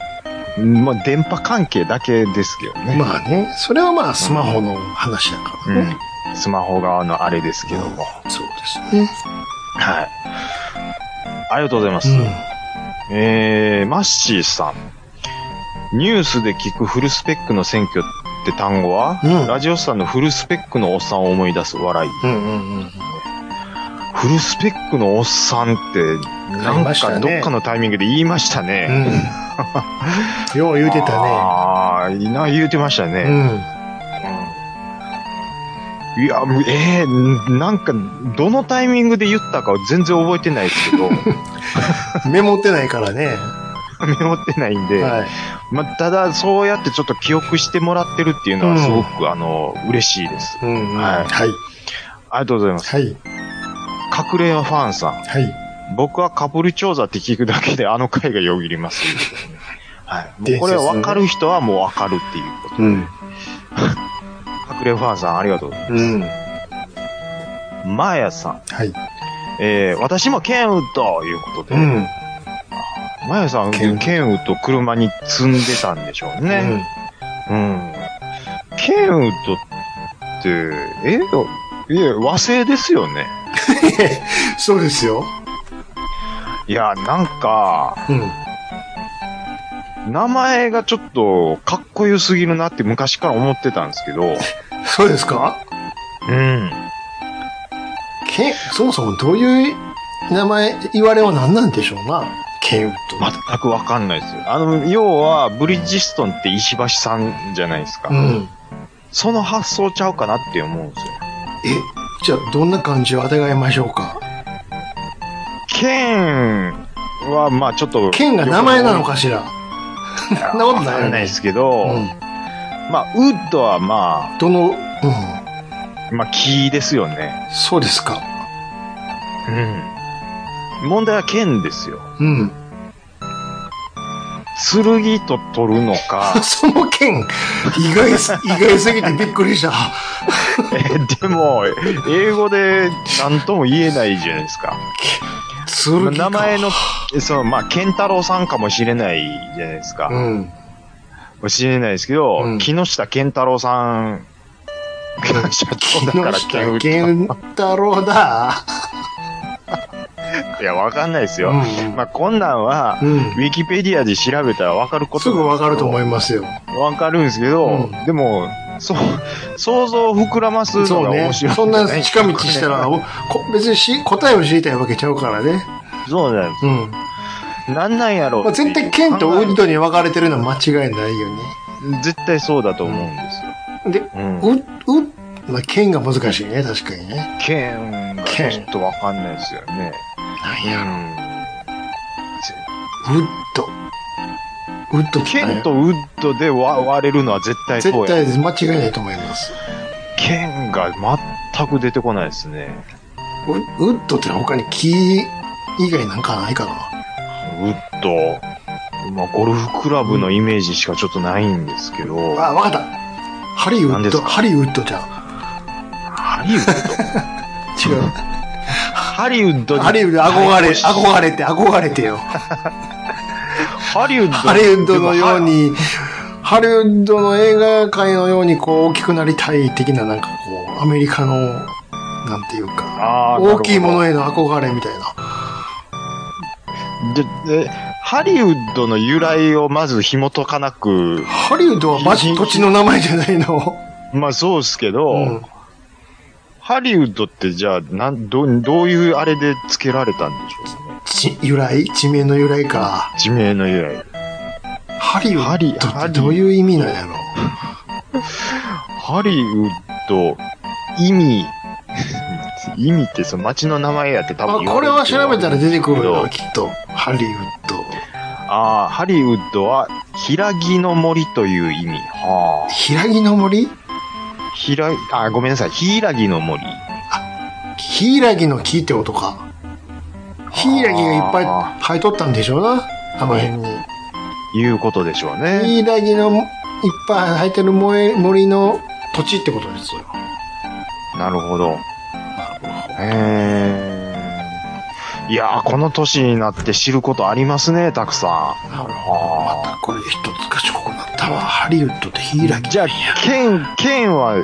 Speaker 2: まあ、電波関係だけですけど
Speaker 3: と。
Speaker 2: ね。
Speaker 3: まあね、それはまあスマホの話だからね。
Speaker 2: うん。スマホ側のあれですけども。
Speaker 3: そうですね。
Speaker 2: はい。ありがとうございます。
Speaker 3: う
Speaker 2: えー、マッシーさん。ニュースで聞くフルスペックの選挙って単語は、
Speaker 3: うん
Speaker 2: ラジオさんのフルスペックのおっさんを思い出す笑い。
Speaker 3: ん。うんうんうん。
Speaker 2: フルスペックのおっさんって、
Speaker 3: あ
Speaker 2: な
Speaker 3: り
Speaker 2: ん
Speaker 3: ました
Speaker 2: か
Speaker 3: ね
Speaker 2: どっかのタイミングで言いましたね。
Speaker 3: うん。よう言うてたね。
Speaker 2: ああ、いな、言うてました
Speaker 3: う
Speaker 2: ね。
Speaker 3: ん。
Speaker 2: いや、もうええなんか、どのタイミングで言ったかは全然覚えてないです
Speaker 3: *laughs*
Speaker 2: けど、
Speaker 3: メモってないからね。
Speaker 2: メモってないんで、
Speaker 3: はい。
Speaker 2: まあ、ただ、そうやってちょっと記憶してもらってるっていうのはすごく、あの、嬉しいです。
Speaker 3: うんうん。
Speaker 2: はい
Speaker 3: はい。
Speaker 2: ありがとうございます。
Speaker 3: はい。
Speaker 2: 隠れ家ファンさん。
Speaker 3: はい。
Speaker 2: 僕はカプル調査って聞くだけであの回がよぎります。はい。もうこれは分かる人はもう分かるっていうこと。
Speaker 3: うん。
Speaker 2: 隠れファンさんありがとうございま
Speaker 3: うん。は
Speaker 2: す。マーヤさん、
Speaker 3: い。
Speaker 2: えー、私もケンウッドということで、
Speaker 3: うん。
Speaker 2: マーヤさん、
Speaker 3: ケ
Speaker 2: ケ
Speaker 3: ン
Speaker 2: ン
Speaker 3: ウッド
Speaker 2: ウッド車に積んでたんでしょうね。うん。ケンウッドって、えいや、和製ですよね。
Speaker 3: うん。 *laughs* そうですよ。
Speaker 2: いや、なんか、
Speaker 3: うん。
Speaker 2: 名前がちょっとかっこよすぎるなって昔から思ってたんですけど、
Speaker 3: そうですか
Speaker 2: うん。
Speaker 3: けそもそもどういう名前、言われは何なんでしょうな。ケンウッド。
Speaker 2: 全くわかんないですよ。あの、要は、ブリヂストンって石橋さんじゃないですか。
Speaker 3: うん。
Speaker 2: その発想ちゃうかなって思うんですよ。
Speaker 3: え、じゃあどんな感じをあてがいましょうか。
Speaker 2: ケンは、まあちょっと。
Speaker 3: ケンが名前なのかし *laughs* ら。
Speaker 2: そ
Speaker 3: んなことないよね
Speaker 2: ないですけど、
Speaker 3: うん。
Speaker 2: まあ、ウッドはま
Speaker 3: どの、うん。
Speaker 2: あ、まあ木ですよね。
Speaker 3: そうですか。
Speaker 2: うん。問題は剣ですよ。
Speaker 3: うん。、
Speaker 2: 剣と取るのか
Speaker 3: *laughs* その剣、意外す、意外すぎてびっくり *laughs* した。
Speaker 2: え *laughs* でも、英語で何とも言えないじゃないですか。まあ
Speaker 3: 剣か。
Speaker 2: 名前の、その、まあ、ケンタロウさんかもしれないじゃないですか。
Speaker 3: うん。
Speaker 2: もしれないですけど、
Speaker 3: うん
Speaker 2: 木下健太郎さんが社長だから
Speaker 3: 木
Speaker 2: ケンウ
Speaker 3: 下
Speaker 2: ッ
Speaker 3: 健太郎だ。
Speaker 2: ドいや、わかんないですよ。
Speaker 3: うん
Speaker 2: まあ、こんなんは、
Speaker 3: うん
Speaker 2: ウィキペディアで調べたらわかること
Speaker 3: すぐわかると思
Speaker 2: い
Speaker 3: いますよ。
Speaker 2: ます。わかるんですけど、
Speaker 3: うん
Speaker 2: でも、そう、想像を膨らますの
Speaker 3: そう
Speaker 2: が
Speaker 3: ね。
Speaker 2: 面白い。
Speaker 3: そんな近道し
Speaker 2: *laughs*
Speaker 3: たら、おこ別にし答えを知りたいわけちゃうからね。
Speaker 2: そうなんで
Speaker 3: うん。
Speaker 2: す。なんなんやろう
Speaker 3: まあ、
Speaker 2: っていう
Speaker 3: 絶対、剣とウッドに分かれてるのは間違いないよね。
Speaker 2: 絶対そうだと思うんですよ。
Speaker 3: で、
Speaker 2: うん。
Speaker 3: ウッ、ウッ、まあ、剣が難しいね、確かにね。
Speaker 2: ケンがちょっとわかんないですよね。
Speaker 3: なん
Speaker 2: う
Speaker 3: や
Speaker 2: ん。
Speaker 3: ろ、ウッド。ウッドって
Speaker 2: ケ
Speaker 3: 何や
Speaker 2: ンとウッドで割割れるのは絶対そう
Speaker 3: 絶
Speaker 2: や。
Speaker 3: 対間違いないと思います。
Speaker 2: 剣が全く出てこないですね。
Speaker 3: ウウッドって他に木以外なんかないかな。
Speaker 2: ウッド。まあ、ゴルフクラブのイメージしかちょっとないんですけど。
Speaker 3: あ、わかった。ハリウ
Speaker 2: 何
Speaker 3: ッ
Speaker 2: です
Speaker 3: ド、
Speaker 2: か
Speaker 3: ハリウッドじゃん。
Speaker 2: ハリウッド
Speaker 3: 違う。
Speaker 2: ハリウッドに
Speaker 3: ハリウッド憧れ、
Speaker 2: 対抗し
Speaker 3: 憧れて、憧れてよ。
Speaker 2: ハリウッド。
Speaker 3: ハリウッドのよう。に、ハリウッドの映画界のようにこう大きくなりたい的ななんかこう、アメリカの、なんていうか
Speaker 2: あ、ーなるほど
Speaker 3: 大きいものへの憧れみたいな。
Speaker 2: ででハリウッドの由来をまず紐解かなく、
Speaker 3: ハリウッドはマジ土地の名前じゃないの。
Speaker 2: まあそうですけど、
Speaker 3: うん
Speaker 2: ハリウッドってじゃあ、なん、どう、どういうあれで付けられたんでしょうね。
Speaker 3: ち由来地名の由来か。
Speaker 2: 地名の由来。
Speaker 3: ハリウ
Speaker 2: ハリ
Speaker 3: ッド
Speaker 2: ハ
Speaker 3: っ
Speaker 2: リ
Speaker 3: てどういう意味なんやろ
Speaker 2: ハリウッド、意味、 *laughs* 意味ってその街の名前やって多分
Speaker 3: あ、
Speaker 2: 言
Speaker 3: こ
Speaker 2: わ
Speaker 3: れ
Speaker 2: る
Speaker 3: は調べたら出てくるよ、
Speaker 2: けど
Speaker 3: きっと。ハリウッド。
Speaker 2: ああ、ハリウッドは、平木の森という意味。は
Speaker 3: 平木の森
Speaker 2: あ。ひら、あ、ごめんなさい。ヒイラギの森。
Speaker 3: ヒイラギの木ってことか。ヒイラギがいっぱい
Speaker 2: あ
Speaker 3: 生えとったんでしょうな。あの辺に。
Speaker 2: いうことでしょうね。
Speaker 3: ヒイラギのいっぱい生えてる森森の土地ってことですよ。
Speaker 2: なるほど。えー。いやー、この年になって知ることありますね、たくさん。
Speaker 3: なるほど。
Speaker 2: あ
Speaker 3: またこれ一つ賢くなったわ。ハリウッドってヒイラギ。
Speaker 2: じゃあ、剣、剣は、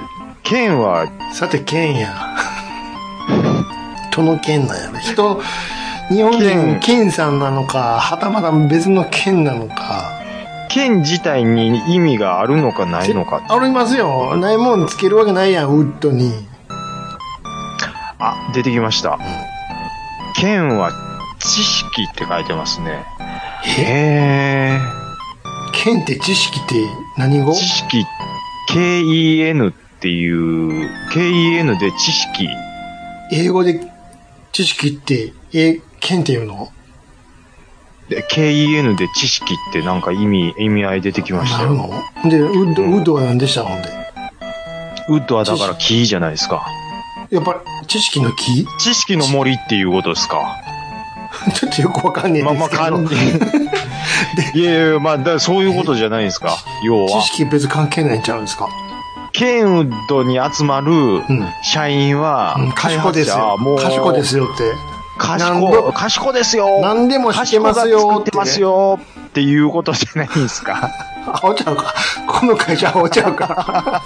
Speaker 2: 剣は、
Speaker 3: さて、剣や。人の剣なんやね。人、日本人
Speaker 2: 剣
Speaker 3: 剣さんなのか、はたまた別の剣なのか。
Speaker 2: 剣自体に意味があるのかないのか。
Speaker 3: ありますよ。ないもんつけるわけないやん、ウッドに。
Speaker 2: あ、出てきました。剣は、知識って書いてますね。へー。
Speaker 3: 剣って知識って何語
Speaker 2: 知識、KEN っていう、KEN で知識、
Speaker 3: 英語で知識って、え、剣っていうの
Speaker 2: で KEN で知識ってなんか意味、意味合い出てきまし
Speaker 3: な
Speaker 2: た
Speaker 3: る
Speaker 2: よ。
Speaker 3: ので、ウッド、
Speaker 2: うん
Speaker 3: ウッドは何でしたほんで。
Speaker 2: ウッドはだから木じゃないですか。
Speaker 3: やっぱり、知識の木
Speaker 2: 知識の森っていうことですか。
Speaker 3: *laughs* ちょっとよくわかんねえん
Speaker 2: まあ
Speaker 3: で
Speaker 2: まあ、
Speaker 3: すけど。
Speaker 2: *laughs* 感じ。いやいや、まあ、だからそういうことじゃないですか。要
Speaker 3: 知
Speaker 2: は、
Speaker 3: 識別に関係ないんちゃうんですか
Speaker 2: ケンウッドに集まる
Speaker 3: うん
Speaker 2: 社員は
Speaker 3: うん、
Speaker 2: 開
Speaker 3: 賢い
Speaker 2: 発
Speaker 3: です
Speaker 2: 者
Speaker 3: よ
Speaker 2: はもう、。
Speaker 3: 賢いですよって。
Speaker 2: 賢
Speaker 3: 何度
Speaker 2: い、賢いですよ。
Speaker 3: 何でも知ってます
Speaker 2: 賢が
Speaker 3: よ
Speaker 2: 作ってますよっていうことじゃないんですか。
Speaker 3: *laughs* あおちゃうか。この会社あおちゃ
Speaker 2: *laughs*
Speaker 3: うか。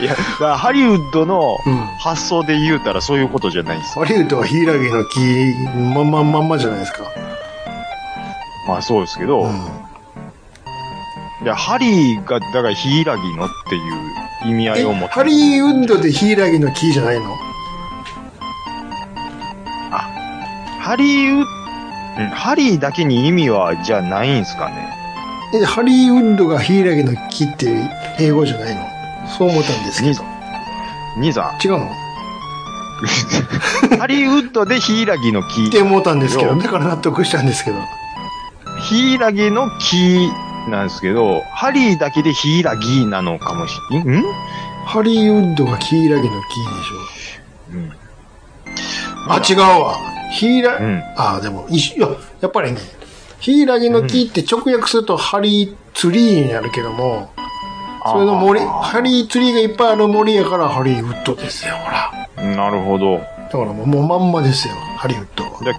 Speaker 2: いや、だからハリウッドの
Speaker 3: うん
Speaker 2: 発想で言うたらそういうことじゃないんですよ。
Speaker 3: ハリウッドはヒイラギの木、まんまんまんまじゃないですか。
Speaker 2: まあそうですけど、
Speaker 3: うん。
Speaker 2: いや、ハリーが、だからヒイラギのっていう意味合いを持っ
Speaker 3: え
Speaker 2: て。
Speaker 3: ハリウッドでヒイラギの木じゃないの
Speaker 2: ハリウッうんハリーだけに意味は、じゃあないんですかね。
Speaker 3: え、ハリウッドがヒイラギの木って英語じゃないのそう思ったんですけ
Speaker 2: 兄
Speaker 3: ど
Speaker 2: さ。ん。兄さ
Speaker 3: 違うのっ
Speaker 2: ん。
Speaker 3: *laughs*
Speaker 2: ハリウッドでヒイラギの木。
Speaker 3: て思ったんですけど、
Speaker 2: よ
Speaker 3: だから納得したんですけど。
Speaker 2: ヒイラギの木なんですけど、ハリーだけでヒイラギなのかもし、んん
Speaker 3: ハリウッドがヒイラギの木でし
Speaker 2: うん。
Speaker 3: ょ。あ、違うわ。ヒイラ、
Speaker 2: うん
Speaker 3: あ、でも、一緒いや、やっぱりね、ヒイラギの木って直訳するとハリーツリーになるけども、それの森、ハリーツリーがいっぱいある森やからハリーウッドですよ、ほら。
Speaker 2: なるほど。
Speaker 3: だからもうもうまんまですよ、ハリウッドは。
Speaker 2: で、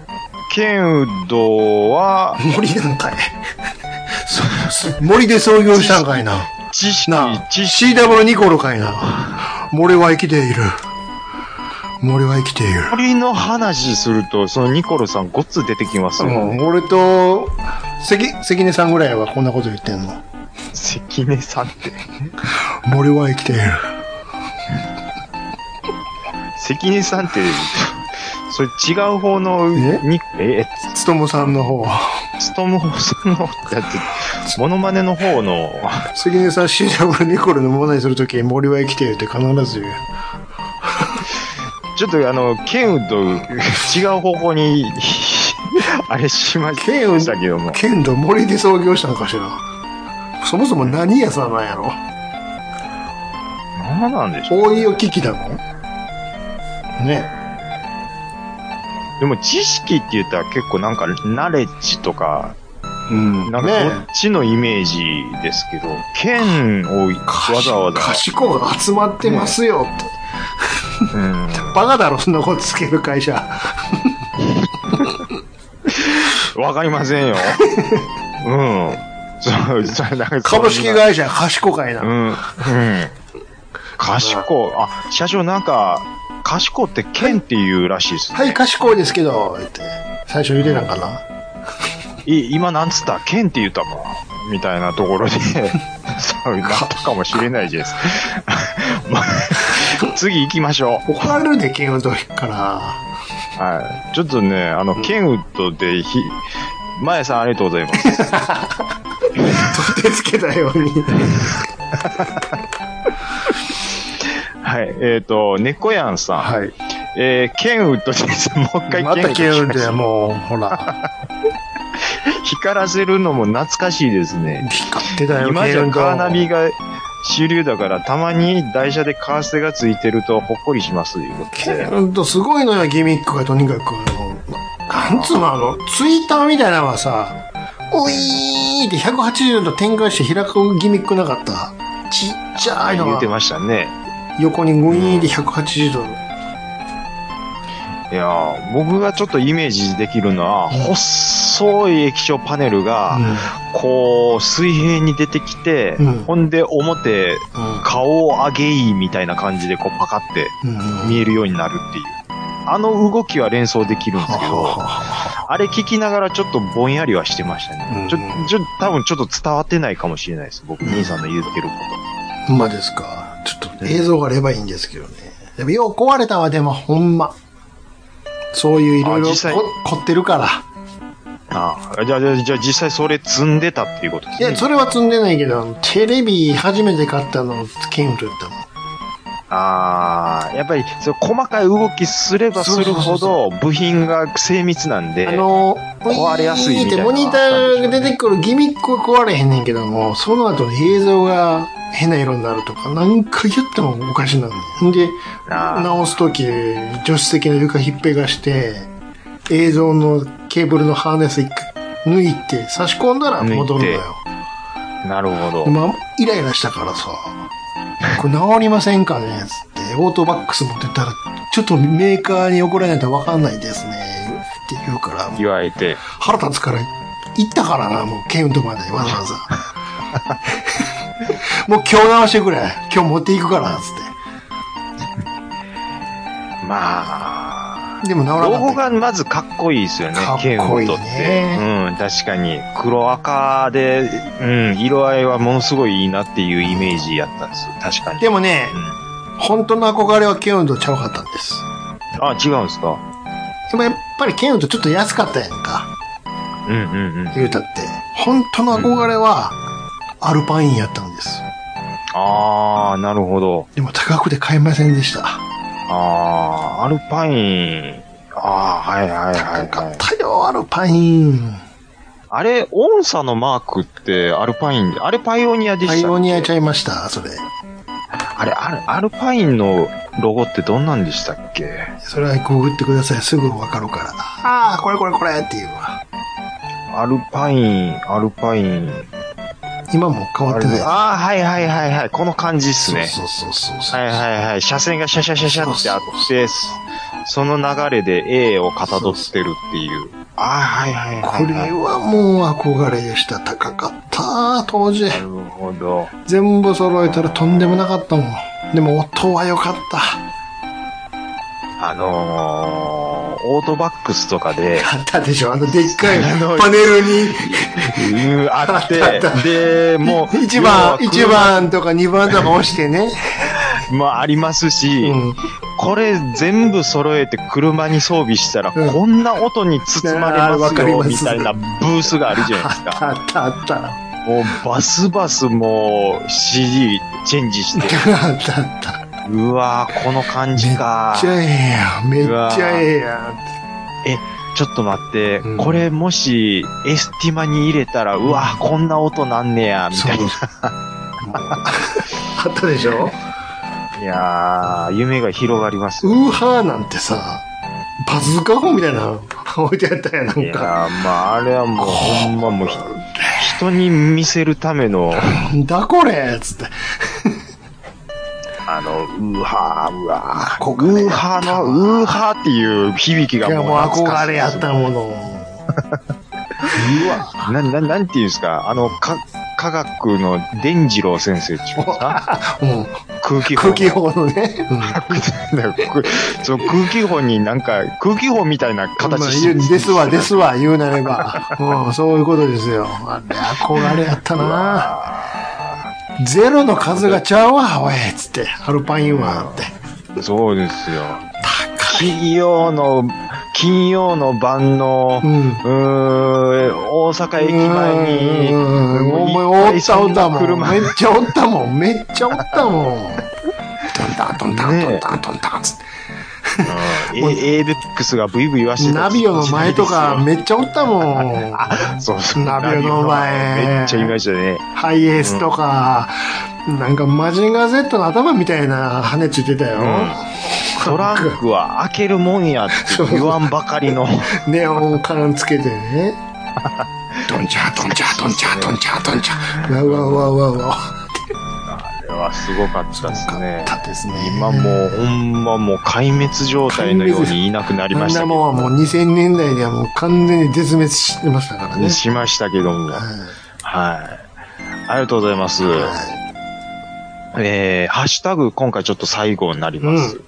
Speaker 2: ケンウッドは、
Speaker 3: 森なんかい。 *laughs* そそ森で創業したんかいな。
Speaker 2: 知識
Speaker 3: なあ、、
Speaker 2: 知識、
Speaker 3: CW ニコロかいな。森は生きている。森は生きている。
Speaker 2: 森の話すると、そのニコルさんごっつ出てきますよ
Speaker 3: う
Speaker 2: ね。
Speaker 3: ん、俺と、関、関根さんぐらいはこんなこと言ってんの。
Speaker 2: 関根さんって。
Speaker 3: 森は生きている。
Speaker 2: 関根さんって、それ違う方の
Speaker 3: え
Speaker 2: に、え、
Speaker 3: つともさんの方。
Speaker 2: ストムホさんの、だって、モノマネの方の、
Speaker 3: 関根さん CW ニコロのものにするとき、森は生きているって必ず言う。
Speaker 2: ちょっとあの、ケンウッド、違う方向に、 *laughs* あれしまし
Speaker 3: 剣を
Speaker 2: たけども。
Speaker 3: 剣道森で創業したのかしら。そもそも何屋さんなんやろ
Speaker 2: 何なんでしょう
Speaker 3: 大井を聞きだのね。
Speaker 2: でも知識って言ったら結構なんか、ナレッジとか、
Speaker 3: うん
Speaker 2: なんか
Speaker 3: ね
Speaker 2: そっちのイメージですけど、剣をわざわざ、
Speaker 3: 賢いが集まってますよって。
Speaker 2: うん、
Speaker 3: バカだろ、そんなことつける会社。
Speaker 2: わかりま
Speaker 3: *laughs*
Speaker 2: せんよ。うん。そう、それなんか
Speaker 3: 株式
Speaker 2: が
Speaker 3: 会社賢いかいな。
Speaker 2: うん。うん。賢い。あ、社長なんか、賢って剣っていうらしいですね。
Speaker 3: はい、賢いですけど、って。最初言うてたんかな。
Speaker 2: い今なんつった剣って言ったか。みたいなところで、 *laughs* そうなったかもしれないです。 *laughs* まあ次行きましょう。
Speaker 3: 怒られるで、ケンウッドから。
Speaker 2: はい。ちょっとね、あの、ケンウッドでひ、まえさんありがとうございます。
Speaker 3: 取ってつけたように。
Speaker 2: はい。えっ、と、猫やんさん。
Speaker 3: はい。
Speaker 2: えー、ケンウッドです。もう一回
Speaker 3: また
Speaker 2: ケ
Speaker 3: ケ
Speaker 2: ン
Speaker 3: ン
Speaker 2: ウ
Speaker 3: ウ
Speaker 2: ッド
Speaker 3: ッ
Speaker 2: で
Speaker 3: ド
Speaker 2: す
Speaker 3: や、もう、ほら。
Speaker 2: *laughs* 光らせるのも懐かしいですね。
Speaker 3: 光ってたよ、
Speaker 2: 今じゃ
Speaker 3: ケンウッド
Speaker 2: カーナビが主流だから、たまに台車でカーステがついてるとほっこりします、いうこと
Speaker 3: ケ
Speaker 2: で。
Speaker 3: ンウッドすごいのよ、ギミックがとにかく。なんつうの、あの、ツイッターみたいなのはさ、ういーって180度展開して開くギミックなかった。ちっちゃいの
Speaker 2: 言って
Speaker 3: が
Speaker 2: ましたね。
Speaker 3: 横にグイーンって180度。
Speaker 2: いやー僕がちょっとイメージできるのは、細い液晶パネルが、こう、水平に出てきて、
Speaker 3: うん
Speaker 2: ほんで表、
Speaker 3: うん
Speaker 2: 顔を上げいみたいな感じで、こう、パカって
Speaker 3: うんうん
Speaker 2: 見えるようになるっていう。あの動きは連想できるんですけど、あれ聞きながらちょっとぼんやりはしてましたね。ちょ
Speaker 3: うん、
Speaker 2: ちょ、多分ちょっと伝わってないかもしれないです。僕、兄さんの言ってるこ
Speaker 3: ほんまですか。ちょっと映像があればいいんですけどね。でもよう壊れたわ、でもほんま。そういういろい
Speaker 2: あ
Speaker 3: ろ
Speaker 2: 実際
Speaker 3: 凝ってるから。
Speaker 2: と。ああ。じゃあ、じゃあ、じゃあ実際それ積んでたっていうことです
Speaker 3: い
Speaker 2: ね。
Speaker 3: や、それは積んでないけど、テレビ初めて買ったの、ケンウッドだったもん。
Speaker 2: ああ、やっぱり、そう細かい動きすればするほど、部品が精密なんで、
Speaker 3: あの、
Speaker 2: 壊れやすいみたいな
Speaker 3: モニターが出てくるギミックは壊れへんねんけども、その後の映像が変な色になるとか、何回やってもおかしなんねん。んで、
Speaker 2: あー
Speaker 3: 直すとき、助手席の床ひっぺがして、映像のケーブルのハーネス一回抜いて、差し込んだら戻るのよ。
Speaker 2: なるほど。
Speaker 3: まあ、イライラしたから
Speaker 2: *laughs*
Speaker 3: さ、これ治りませんかねつって、オートバックス持ってったら、ちょっとメーカーに怒られないとわかんないですね。って言うから、
Speaker 2: 言われて。
Speaker 3: 腹立つから、行ったからな、もう、ケウントまで、わざわ
Speaker 2: *laughs*
Speaker 3: ざ。もう今日直してくれ。今日持っていくから、つっ
Speaker 2: まあ、
Speaker 3: て。でも直ら
Speaker 2: ロ
Speaker 3: なか
Speaker 2: ゴ
Speaker 3: った
Speaker 2: がまずかっこいいですよね、
Speaker 3: かっこい
Speaker 2: ケンウッ
Speaker 3: いね
Speaker 2: ドって。うん、確かに。黒赤で、うん、色合いはものすごいいいなっていうイメージやったんですよ確かに。
Speaker 3: でもね、
Speaker 2: うん
Speaker 3: 本当の憧れはケウントちゃうかったんです。
Speaker 2: あ、違うんですか
Speaker 3: でもやっぱりケウントちょっと安かったやんか、
Speaker 2: うんうんうん。
Speaker 3: 言うたって。本当の憧れは、アルパインやったんです。
Speaker 2: あー、なるほど。
Speaker 3: でも高くて買えませんでした。
Speaker 2: あー、アルパイン。あー、はいはいはい、
Speaker 3: 高か
Speaker 2: は
Speaker 3: っ
Speaker 2: い。
Speaker 3: たよ、アルパイン。
Speaker 2: あれ、音差のマークってアルパイン、あれパイオニアでした
Speaker 3: パ
Speaker 2: っけ
Speaker 3: イオニアちゃいました、それ。
Speaker 2: あれ、あれ、アルパインのロゴってどんなんでしたっけ
Speaker 3: それはググってください。すぐわかるから。ああ、これこれこれっていうわ。
Speaker 2: アルパイン、アルパイン。
Speaker 3: 今も変わ
Speaker 2: あ
Speaker 3: ってない。
Speaker 2: あー、はいはいはいはい。この感じっすね。
Speaker 3: そうそうそうそう。
Speaker 2: はいはいはい。車線がシャシャシャシャってあって、その流れで A をかたどってるっていう。ああー、はいはいは
Speaker 3: こ
Speaker 2: い、
Speaker 3: れ
Speaker 2: はい。
Speaker 3: はもう憧れでした。高かった、当時。
Speaker 2: なるほど。
Speaker 3: 全部揃えたらとんでもなかったもん。でも音は良かった。
Speaker 2: あのー、オートバックスとかで、
Speaker 3: あったでしょあのでっかい
Speaker 2: あの
Speaker 3: パネル
Speaker 2: うんあっ
Speaker 3: *laughs* あってたあっ、
Speaker 2: で、もう、
Speaker 3: に1
Speaker 2: 要は車
Speaker 3: 番、一番とか2番とか押してね。
Speaker 2: もありますし、
Speaker 3: うん
Speaker 2: これ全部揃えて車に装備したら、
Speaker 3: うん
Speaker 2: こんな音に包まれ
Speaker 3: あーわ
Speaker 2: ます
Speaker 3: かり
Speaker 2: よ、
Speaker 3: ます
Speaker 2: みたいなブースがあるじゃない
Speaker 3: *laughs*
Speaker 2: ですか。
Speaker 3: あったあったあ
Speaker 2: もうバスバスもう CD チェンジ
Speaker 3: *laughs*
Speaker 2: して、
Speaker 3: った。あったあった。
Speaker 2: うわー、この感じか
Speaker 3: めっ。ちゃええやん。めっちゃええやん。
Speaker 2: ちょっと待って、
Speaker 3: うん
Speaker 2: これもしエスティマに入れたら、うわー、こんな音なんねや、み
Speaker 3: そ
Speaker 2: た
Speaker 3: う
Speaker 2: いな。。
Speaker 3: *laughs* あったでしょ
Speaker 2: いやー、夢が広がりますよ。
Speaker 3: ウーハーなんてさ、バズーカ砲みたいなの *laughs* 置いてあったやん、ないん
Speaker 2: やー、
Speaker 3: か。
Speaker 2: まああれはもう、ほんまもうひ、人に見せるための、
Speaker 3: なんだこれつって。
Speaker 2: あの、ウーハー、うわー。
Speaker 3: 憧れ
Speaker 2: ウー
Speaker 3: やった
Speaker 2: ハーの、ウーハーっていう響きが
Speaker 3: いや、
Speaker 2: もう
Speaker 3: もう
Speaker 2: 懐かし
Speaker 3: 憧
Speaker 2: い
Speaker 3: れやったもの。うわ。
Speaker 2: な、な、なんていうんですか、あの、か、科学の伝次郎先生っていうんですか
Speaker 3: もう、
Speaker 2: 空気砲
Speaker 3: 空
Speaker 2: の。
Speaker 3: 気砲のね。うん
Speaker 2: だからく *laughs* その空気砲になんか、空気砲みたいな形
Speaker 3: まあ
Speaker 2: して
Speaker 3: 言
Speaker 2: る
Speaker 3: うですわ、ですわ、言うなれば。うん、そういうことですよ。あれ、憧れやったなゼロの数がちゃうわ、おい、つって。ハルパン言うわ、って。
Speaker 2: そうですよ。金曜の、金曜の晩の、
Speaker 3: う
Speaker 2: うんーん、大阪駅前に、
Speaker 3: うん
Speaker 2: もういぱ
Speaker 3: お前、お
Speaker 2: い
Speaker 3: ったおったもん。
Speaker 2: 車
Speaker 3: *laughs* めっちゃおったもん。めっちゃおったもん。トンタン、トンタン、
Speaker 2: ね
Speaker 3: トンタン、トンタン、つって。
Speaker 2: うんエエーベックスがブイブイ言わして
Speaker 3: ナビオの前とか
Speaker 2: 時代
Speaker 3: めっちゃおったもん。
Speaker 2: ですよ、そうそう
Speaker 3: ナビオの前
Speaker 2: めっちゃ言いましたね。
Speaker 3: ハイエースとか、なんかマジンガー Z の頭みたいな羽ついてたよ。
Speaker 2: トランクは開けるもんやって言わんばかり
Speaker 3: *laughs*
Speaker 2: の。
Speaker 3: ネオン缶つけてね。ドンチャードンチャードンチャードンチャードンチャー。わわわわわ。
Speaker 2: あれはすごかったですね。
Speaker 3: たですね。
Speaker 2: 今もう、ほんまもう壊滅状態のようにいなくなり
Speaker 3: あ
Speaker 2: ま
Speaker 3: ん
Speaker 2: した
Speaker 3: な
Speaker 2: け
Speaker 3: も
Speaker 2: ど。
Speaker 3: んはもう2000年代ではもう完全に絶滅してましたからね。
Speaker 2: しましたけども。
Speaker 3: は
Speaker 2: はいい。ありがとうございます。えー、ハッシュタグ、今回ちょっと最後になります。
Speaker 3: う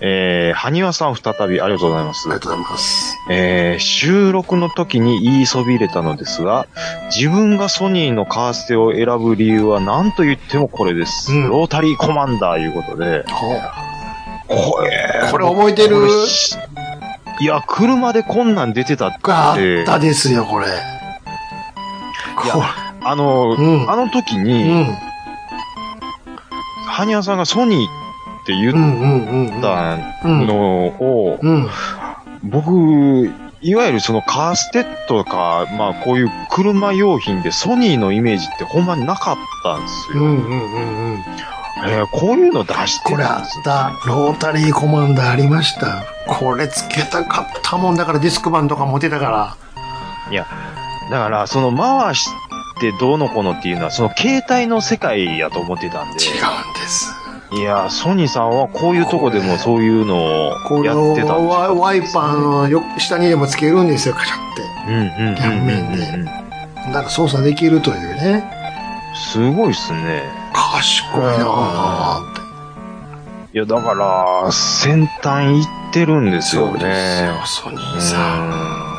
Speaker 2: えー、はにわさん再びありがとうございます
Speaker 3: あり。がとうございます。
Speaker 2: えー収録の時に言いそびれたのですが、自分がソニーのカーステを選ぶ理由は何と言ってもこれです。
Speaker 3: うん
Speaker 2: ロータリーコマンダーいうことで。これ
Speaker 3: これ覚えてる
Speaker 2: これしいや、車でこんなん出てたって。
Speaker 3: があったですよ、これ。こ
Speaker 2: あの、
Speaker 3: うん
Speaker 2: あの時
Speaker 3: う
Speaker 2: に、
Speaker 3: ん。
Speaker 2: ハニヤさんがソニーって
Speaker 3: う
Speaker 2: 言っ
Speaker 3: んうんうんうん。
Speaker 2: た
Speaker 3: うん。
Speaker 2: のを、
Speaker 3: うん。
Speaker 2: 僕、いわゆるそのカーステとか、まあこういう車用品でソニーのイメージってほんまになかったんです
Speaker 3: う
Speaker 2: よ。
Speaker 3: んうんうんうん。
Speaker 2: えーこういうの出して
Speaker 3: これ
Speaker 2: た
Speaker 3: あ
Speaker 2: んです
Speaker 3: っ
Speaker 2: よ
Speaker 3: た。ロータリーコマンダーありました。これつけたかったもんだからディスク版とか持てたから。
Speaker 2: だから、その回してどうのこうのっていうのは、その携帯の世界やと思ってたんで。
Speaker 3: 違うんです。
Speaker 2: いや、ソニーさんはこういうとこでもそういうの
Speaker 3: こ
Speaker 2: を
Speaker 3: れ
Speaker 2: や
Speaker 3: を
Speaker 2: ってたん
Speaker 3: ワワイパーのよ下にでもつけるんですよ、カチャって。
Speaker 2: ですよ。うんうんうんうんうん。
Speaker 3: だから操作できるというね。
Speaker 2: すごいっすね。
Speaker 3: 賢いなぁって。
Speaker 2: いや、だから、先端行ってるんですよね。
Speaker 3: そうですよソニ
Speaker 2: う
Speaker 3: ーさん。
Speaker 2: ーん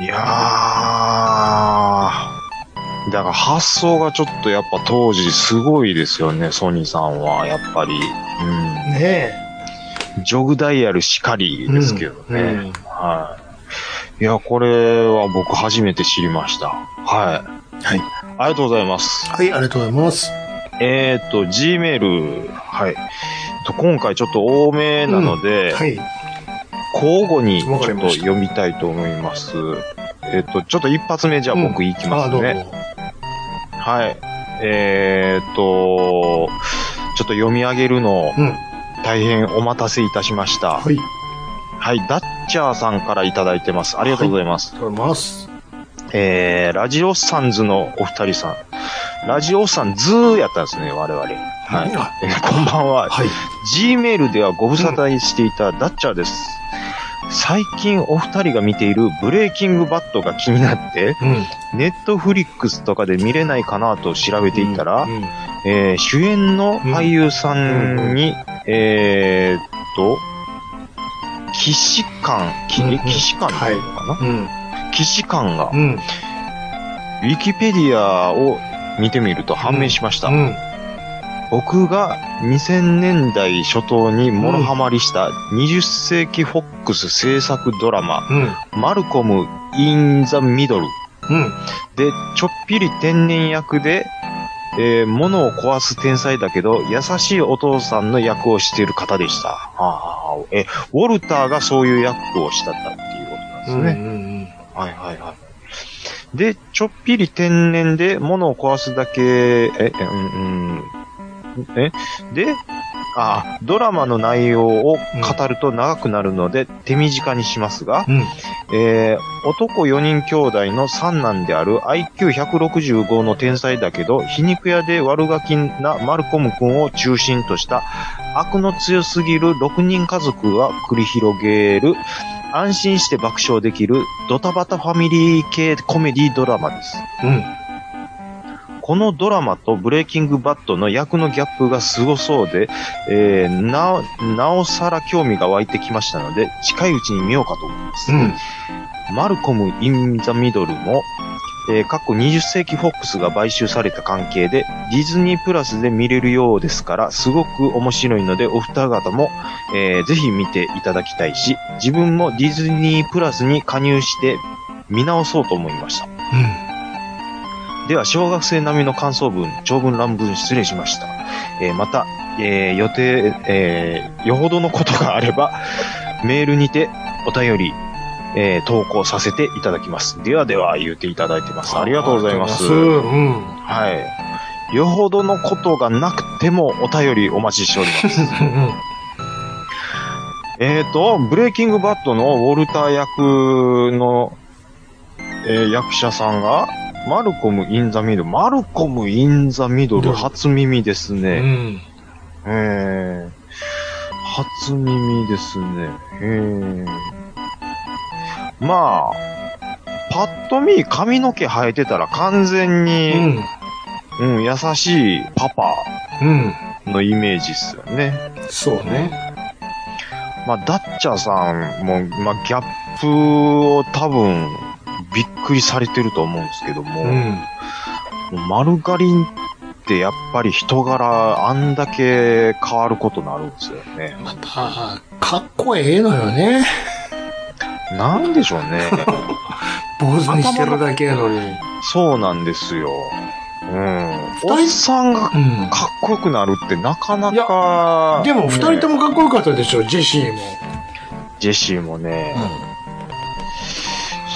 Speaker 2: いやー、だから発想がちょっとやっぱ当時すごいですよね、ソニーさんは、やっぱり。
Speaker 3: ね
Speaker 2: うん。ジョグダイヤルしかり
Speaker 3: え。
Speaker 2: ですけどね。
Speaker 3: うんうん
Speaker 2: はい。いや、これは僕初めて知りました。はい。
Speaker 3: はい。
Speaker 2: ありがとうございます。
Speaker 3: はい、ありがとうございます。
Speaker 2: えっ、ー、と、Gmail。はい。と今回ちょっと多めなので、
Speaker 3: はい。
Speaker 2: 交互にちょ
Speaker 3: わかり
Speaker 2: っ
Speaker 3: ま
Speaker 2: と
Speaker 3: した
Speaker 2: 読みたいと思います。えっ、と、ちょっと一発目じゃあ僕いき
Speaker 3: あ
Speaker 2: ま
Speaker 3: あ、
Speaker 2: す
Speaker 3: どう
Speaker 2: ね。
Speaker 3: も。
Speaker 2: はい。えっ、と、ちょっと読み上げるの
Speaker 3: うん。
Speaker 2: 大変お待たせいたしました。
Speaker 3: はい。あり
Speaker 2: はい、ダッチャーさんからいただいてます。ありがとうございます。
Speaker 3: がとうございます。
Speaker 2: えー、ラジオサンズのお二人さん。ラジオサンズーやったんですね、我々。はい。
Speaker 3: は
Speaker 2: えーこんばんは。
Speaker 3: はい。
Speaker 2: Gmail ではご無沙汰していたダッチャーです。最近お二人が見ているブレイキングバットが気になって、
Speaker 3: うん。
Speaker 2: ネットフリックスとかで見れないかなと調べていたら、
Speaker 3: うん
Speaker 2: えー主演の俳優さんに、えーっと、騎士官、騎
Speaker 3: うんうん
Speaker 2: 騎士官っていうのかな、
Speaker 3: うん。
Speaker 2: 騎士官が
Speaker 3: う、ん。
Speaker 2: ウィキペディアを見てみると判明しました。
Speaker 3: うん。
Speaker 2: 僕が2000年代初頭にモロハマりした20世紀フォックス制作ドラマ、
Speaker 3: うん。
Speaker 2: マルコム・イン・ザ・ミドル
Speaker 3: うん。
Speaker 2: で、ちょっぴり天然役で、えー物を壊す天才だけど、優しいお父さんの役をしている方でした。あーえ、ウォルターがそういう役をしたったっていうことなんですね。
Speaker 3: うん
Speaker 2: はいはいはい。で、ちょっぴり天然で物を壊すだけ、え、えうん、うん、え、で、あ、ドラマの内容を語ると長くなるので手短にしますが、
Speaker 3: うん。
Speaker 2: えー男4人兄弟の三男である IQ165 の天才だけど、皮肉屋で悪ガキなマルコム君を中心とした、悪の強すぎる6人家族が繰り広げる、安心して爆笑できるドタバタファミリー系コメディドラマです。
Speaker 3: うん。
Speaker 2: このドラマとブレイキングバットの役のギャップがすごそうで、えーなお、なおさら興味が湧いてきましたので、近いうちに見ようかと思います。
Speaker 3: うん。
Speaker 2: マルコム・イン・ザ・ミドルも、えー、過去20世紀フォックスが買収された関係で、ディズニープラスで見れるようですから、すごく面白いので、お二方も、えーぜひ見ていただきたいし、自分もディズニープラスに加入して、見直そうと思いました。では、小学生並みの感想文、長文乱文失礼しました。えーまた、えー予定、えーよほどのことがあれば、メールにてお便り、えー投稿させていただきます。ではでは言うていただいてます。ありがとうございます。
Speaker 3: うん。うん。
Speaker 2: はい。よほどのことがなくてもお便りお待ちしております。えっと、ブレイキングバットのウォルター役の、えー役者さんが、マルコム・イン・ザ・ミドル。マルコム・イン・ザ・ミドル、初耳です
Speaker 3: う
Speaker 2: ね。
Speaker 3: ん。
Speaker 2: えー、初耳ですね。えー、まあ、パッと見髪の毛生えてたら完全
Speaker 3: う
Speaker 2: に、
Speaker 3: ん。
Speaker 2: うん、優しいパパ
Speaker 3: うん。
Speaker 2: のイメージっすよね。
Speaker 3: そうね。
Speaker 2: まあ、ダッチャーさんも、まあ、ギャップを多分、びっくりされてると思うんですけども、
Speaker 3: うん。
Speaker 2: マルガリンってやっぱり人柄あんだけ変わることになるんですよね。
Speaker 3: また、かっこええのよね。
Speaker 2: なんでしょうね。
Speaker 3: 坊主にしてるだけやのに。
Speaker 2: *laughs* そうなんですよ。うん。
Speaker 3: 人
Speaker 2: おっさんがか
Speaker 3: うん。
Speaker 2: っこよくなるってなかないか、
Speaker 3: でも、
Speaker 2: ね
Speaker 3: 二人ともかっこよかったでしょ、ジェシーも。
Speaker 2: ジェシーもね、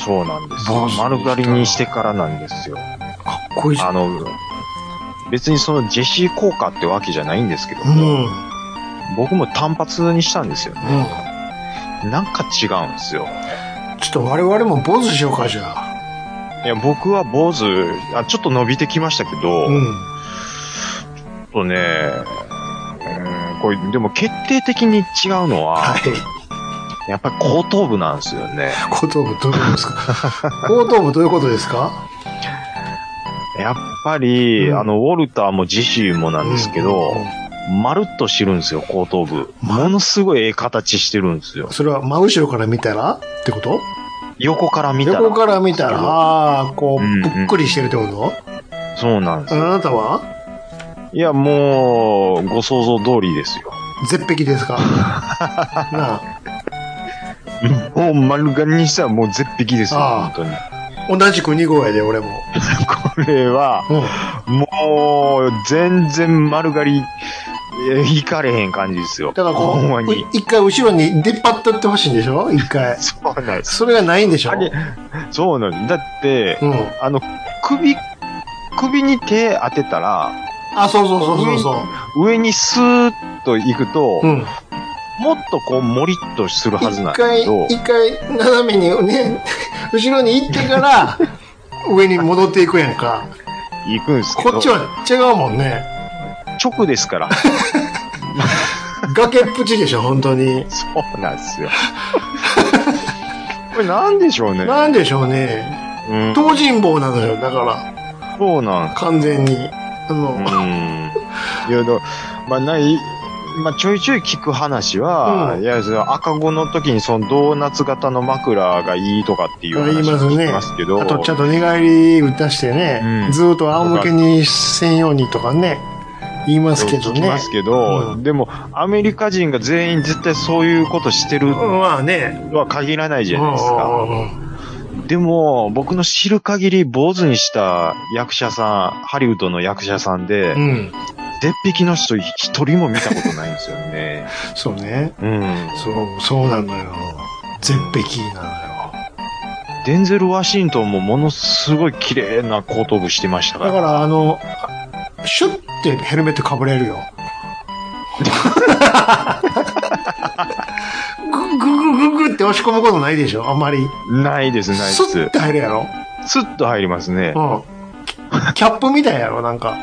Speaker 2: そうなんです
Speaker 3: ど
Speaker 2: よ
Speaker 3: う。する
Speaker 2: 丸刈りにしてからなんですよ。
Speaker 3: かっこいいし
Speaker 2: あの、別にそのジェシー効果ってわけじゃないんですけど
Speaker 3: う
Speaker 2: も、
Speaker 3: ん。うん。
Speaker 2: 僕も単発にしたんですよ。なんか違うんですよ。
Speaker 3: ちょっと我々も坊主しようか、じゃあ。
Speaker 2: いや、僕は坊主、あちょっと伸びてきましたけど、
Speaker 3: うん。
Speaker 2: ちょっとね、うんこれ、でも決定的に違うのは、 *laughs*
Speaker 3: はい。
Speaker 2: やっぱり後頭部なんですよね。
Speaker 3: 後頭部どういうことですか後頭部どういうことですか
Speaker 2: やっぱり、
Speaker 3: うん
Speaker 2: あの、ウォルターもジェシーもなんですけど、
Speaker 3: うん
Speaker 2: まるっとしてるんですよ、後頭部。ものすごいええ形してるんですよ。
Speaker 3: それは真後ろから見たらってこと
Speaker 2: 横から見たら。
Speaker 3: 横から見たら、ああ、こ
Speaker 2: うんう
Speaker 3: う、
Speaker 2: ん
Speaker 3: ぷっくりしてるってこと、
Speaker 2: そうなんです
Speaker 3: あ
Speaker 2: よ。
Speaker 3: なたはい
Speaker 2: や、もう、ご想像通りですよ。
Speaker 3: 絶壁で
Speaker 2: *laughs*
Speaker 3: すかなあ
Speaker 2: もう丸刈りにしたらもう絶壁ですよ、
Speaker 3: ああ
Speaker 2: 本当に。
Speaker 3: 同じく2号やで、俺も。
Speaker 2: これは、
Speaker 3: うん。
Speaker 2: もう、全然丸刈り、えー、いかれへん感じですよ。
Speaker 3: だからこ
Speaker 2: ほんま
Speaker 3: う、う
Speaker 2: に。
Speaker 3: 一回後ろに出っ張ってってほしいんでしょ一回。
Speaker 2: そうなんです。
Speaker 3: それがないんでしょ
Speaker 2: あれ、そうなんです。だって、
Speaker 3: うん。
Speaker 2: あの、首、首に手当てたら、
Speaker 3: あ、そうそうそうそうそ
Speaker 2: 上にスーッと行くと、
Speaker 3: う。うん。
Speaker 2: もっとこう、もりっとするはずなんで
Speaker 3: 一
Speaker 2: す
Speaker 3: 回
Speaker 2: けど、、
Speaker 3: 一回、斜めにね、後ろに行って
Speaker 2: *laughs*
Speaker 3: から、上に戻っていくやんか。
Speaker 2: 行くんですけど、
Speaker 3: こっちは違うもんね。
Speaker 2: 直ですから。 *laughs*
Speaker 3: 崖っぷちでしょ、本当に。
Speaker 2: そうなんですよ。これなんでし
Speaker 3: *laughs*
Speaker 2: ょうね。
Speaker 3: なんでしょうね。
Speaker 2: うん、
Speaker 3: 東尋坊なのよ、だから、
Speaker 2: そう
Speaker 3: *laughs*
Speaker 2: なんか。
Speaker 3: 完全に。あ
Speaker 2: うん。い
Speaker 3: の、
Speaker 2: や、だまあ、ない、まあ、ちょいちょい聞く話は、
Speaker 3: うん
Speaker 2: いや、その赤子の時にそのドーナツ型の枕がいいとかっていう
Speaker 3: 言い
Speaker 2: 話
Speaker 3: ま
Speaker 2: を
Speaker 3: すね
Speaker 2: 聞きますけど、
Speaker 3: あとちゃんと寝返り打たしてね、
Speaker 2: うん
Speaker 3: ずーっと仰向けにせんようにとかね、言いますけど
Speaker 2: 聞き
Speaker 3: ね
Speaker 2: ま。すけど、
Speaker 3: うん
Speaker 2: でも、アメリカ人が全員絶対そういうことしてると
Speaker 3: まあね。
Speaker 2: は限らないじゃないです
Speaker 3: う
Speaker 2: か。
Speaker 3: んうんうん
Speaker 2: でも、僕の知る限り坊主にした役者さん、ハリウッドの役者さんで、
Speaker 3: うん。
Speaker 2: 絶壁の人一人も見たことないんですよね。
Speaker 3: そうね。
Speaker 2: うん。
Speaker 3: そう、そうなのよ。絶壁なのよ。
Speaker 2: デンゼル・ワシントンもものすごい綺麗な後頭部してましたか
Speaker 3: だ
Speaker 2: ら。
Speaker 3: から、あの、シュッてヘルメットかぶれるよ。ぐぐぐぐぐって押し込むことないでしょあんまり。
Speaker 2: ないです、ないです。
Speaker 3: スッて入るやろ
Speaker 2: スッと入りますね。
Speaker 3: うん。キキャップみたいやろなんか。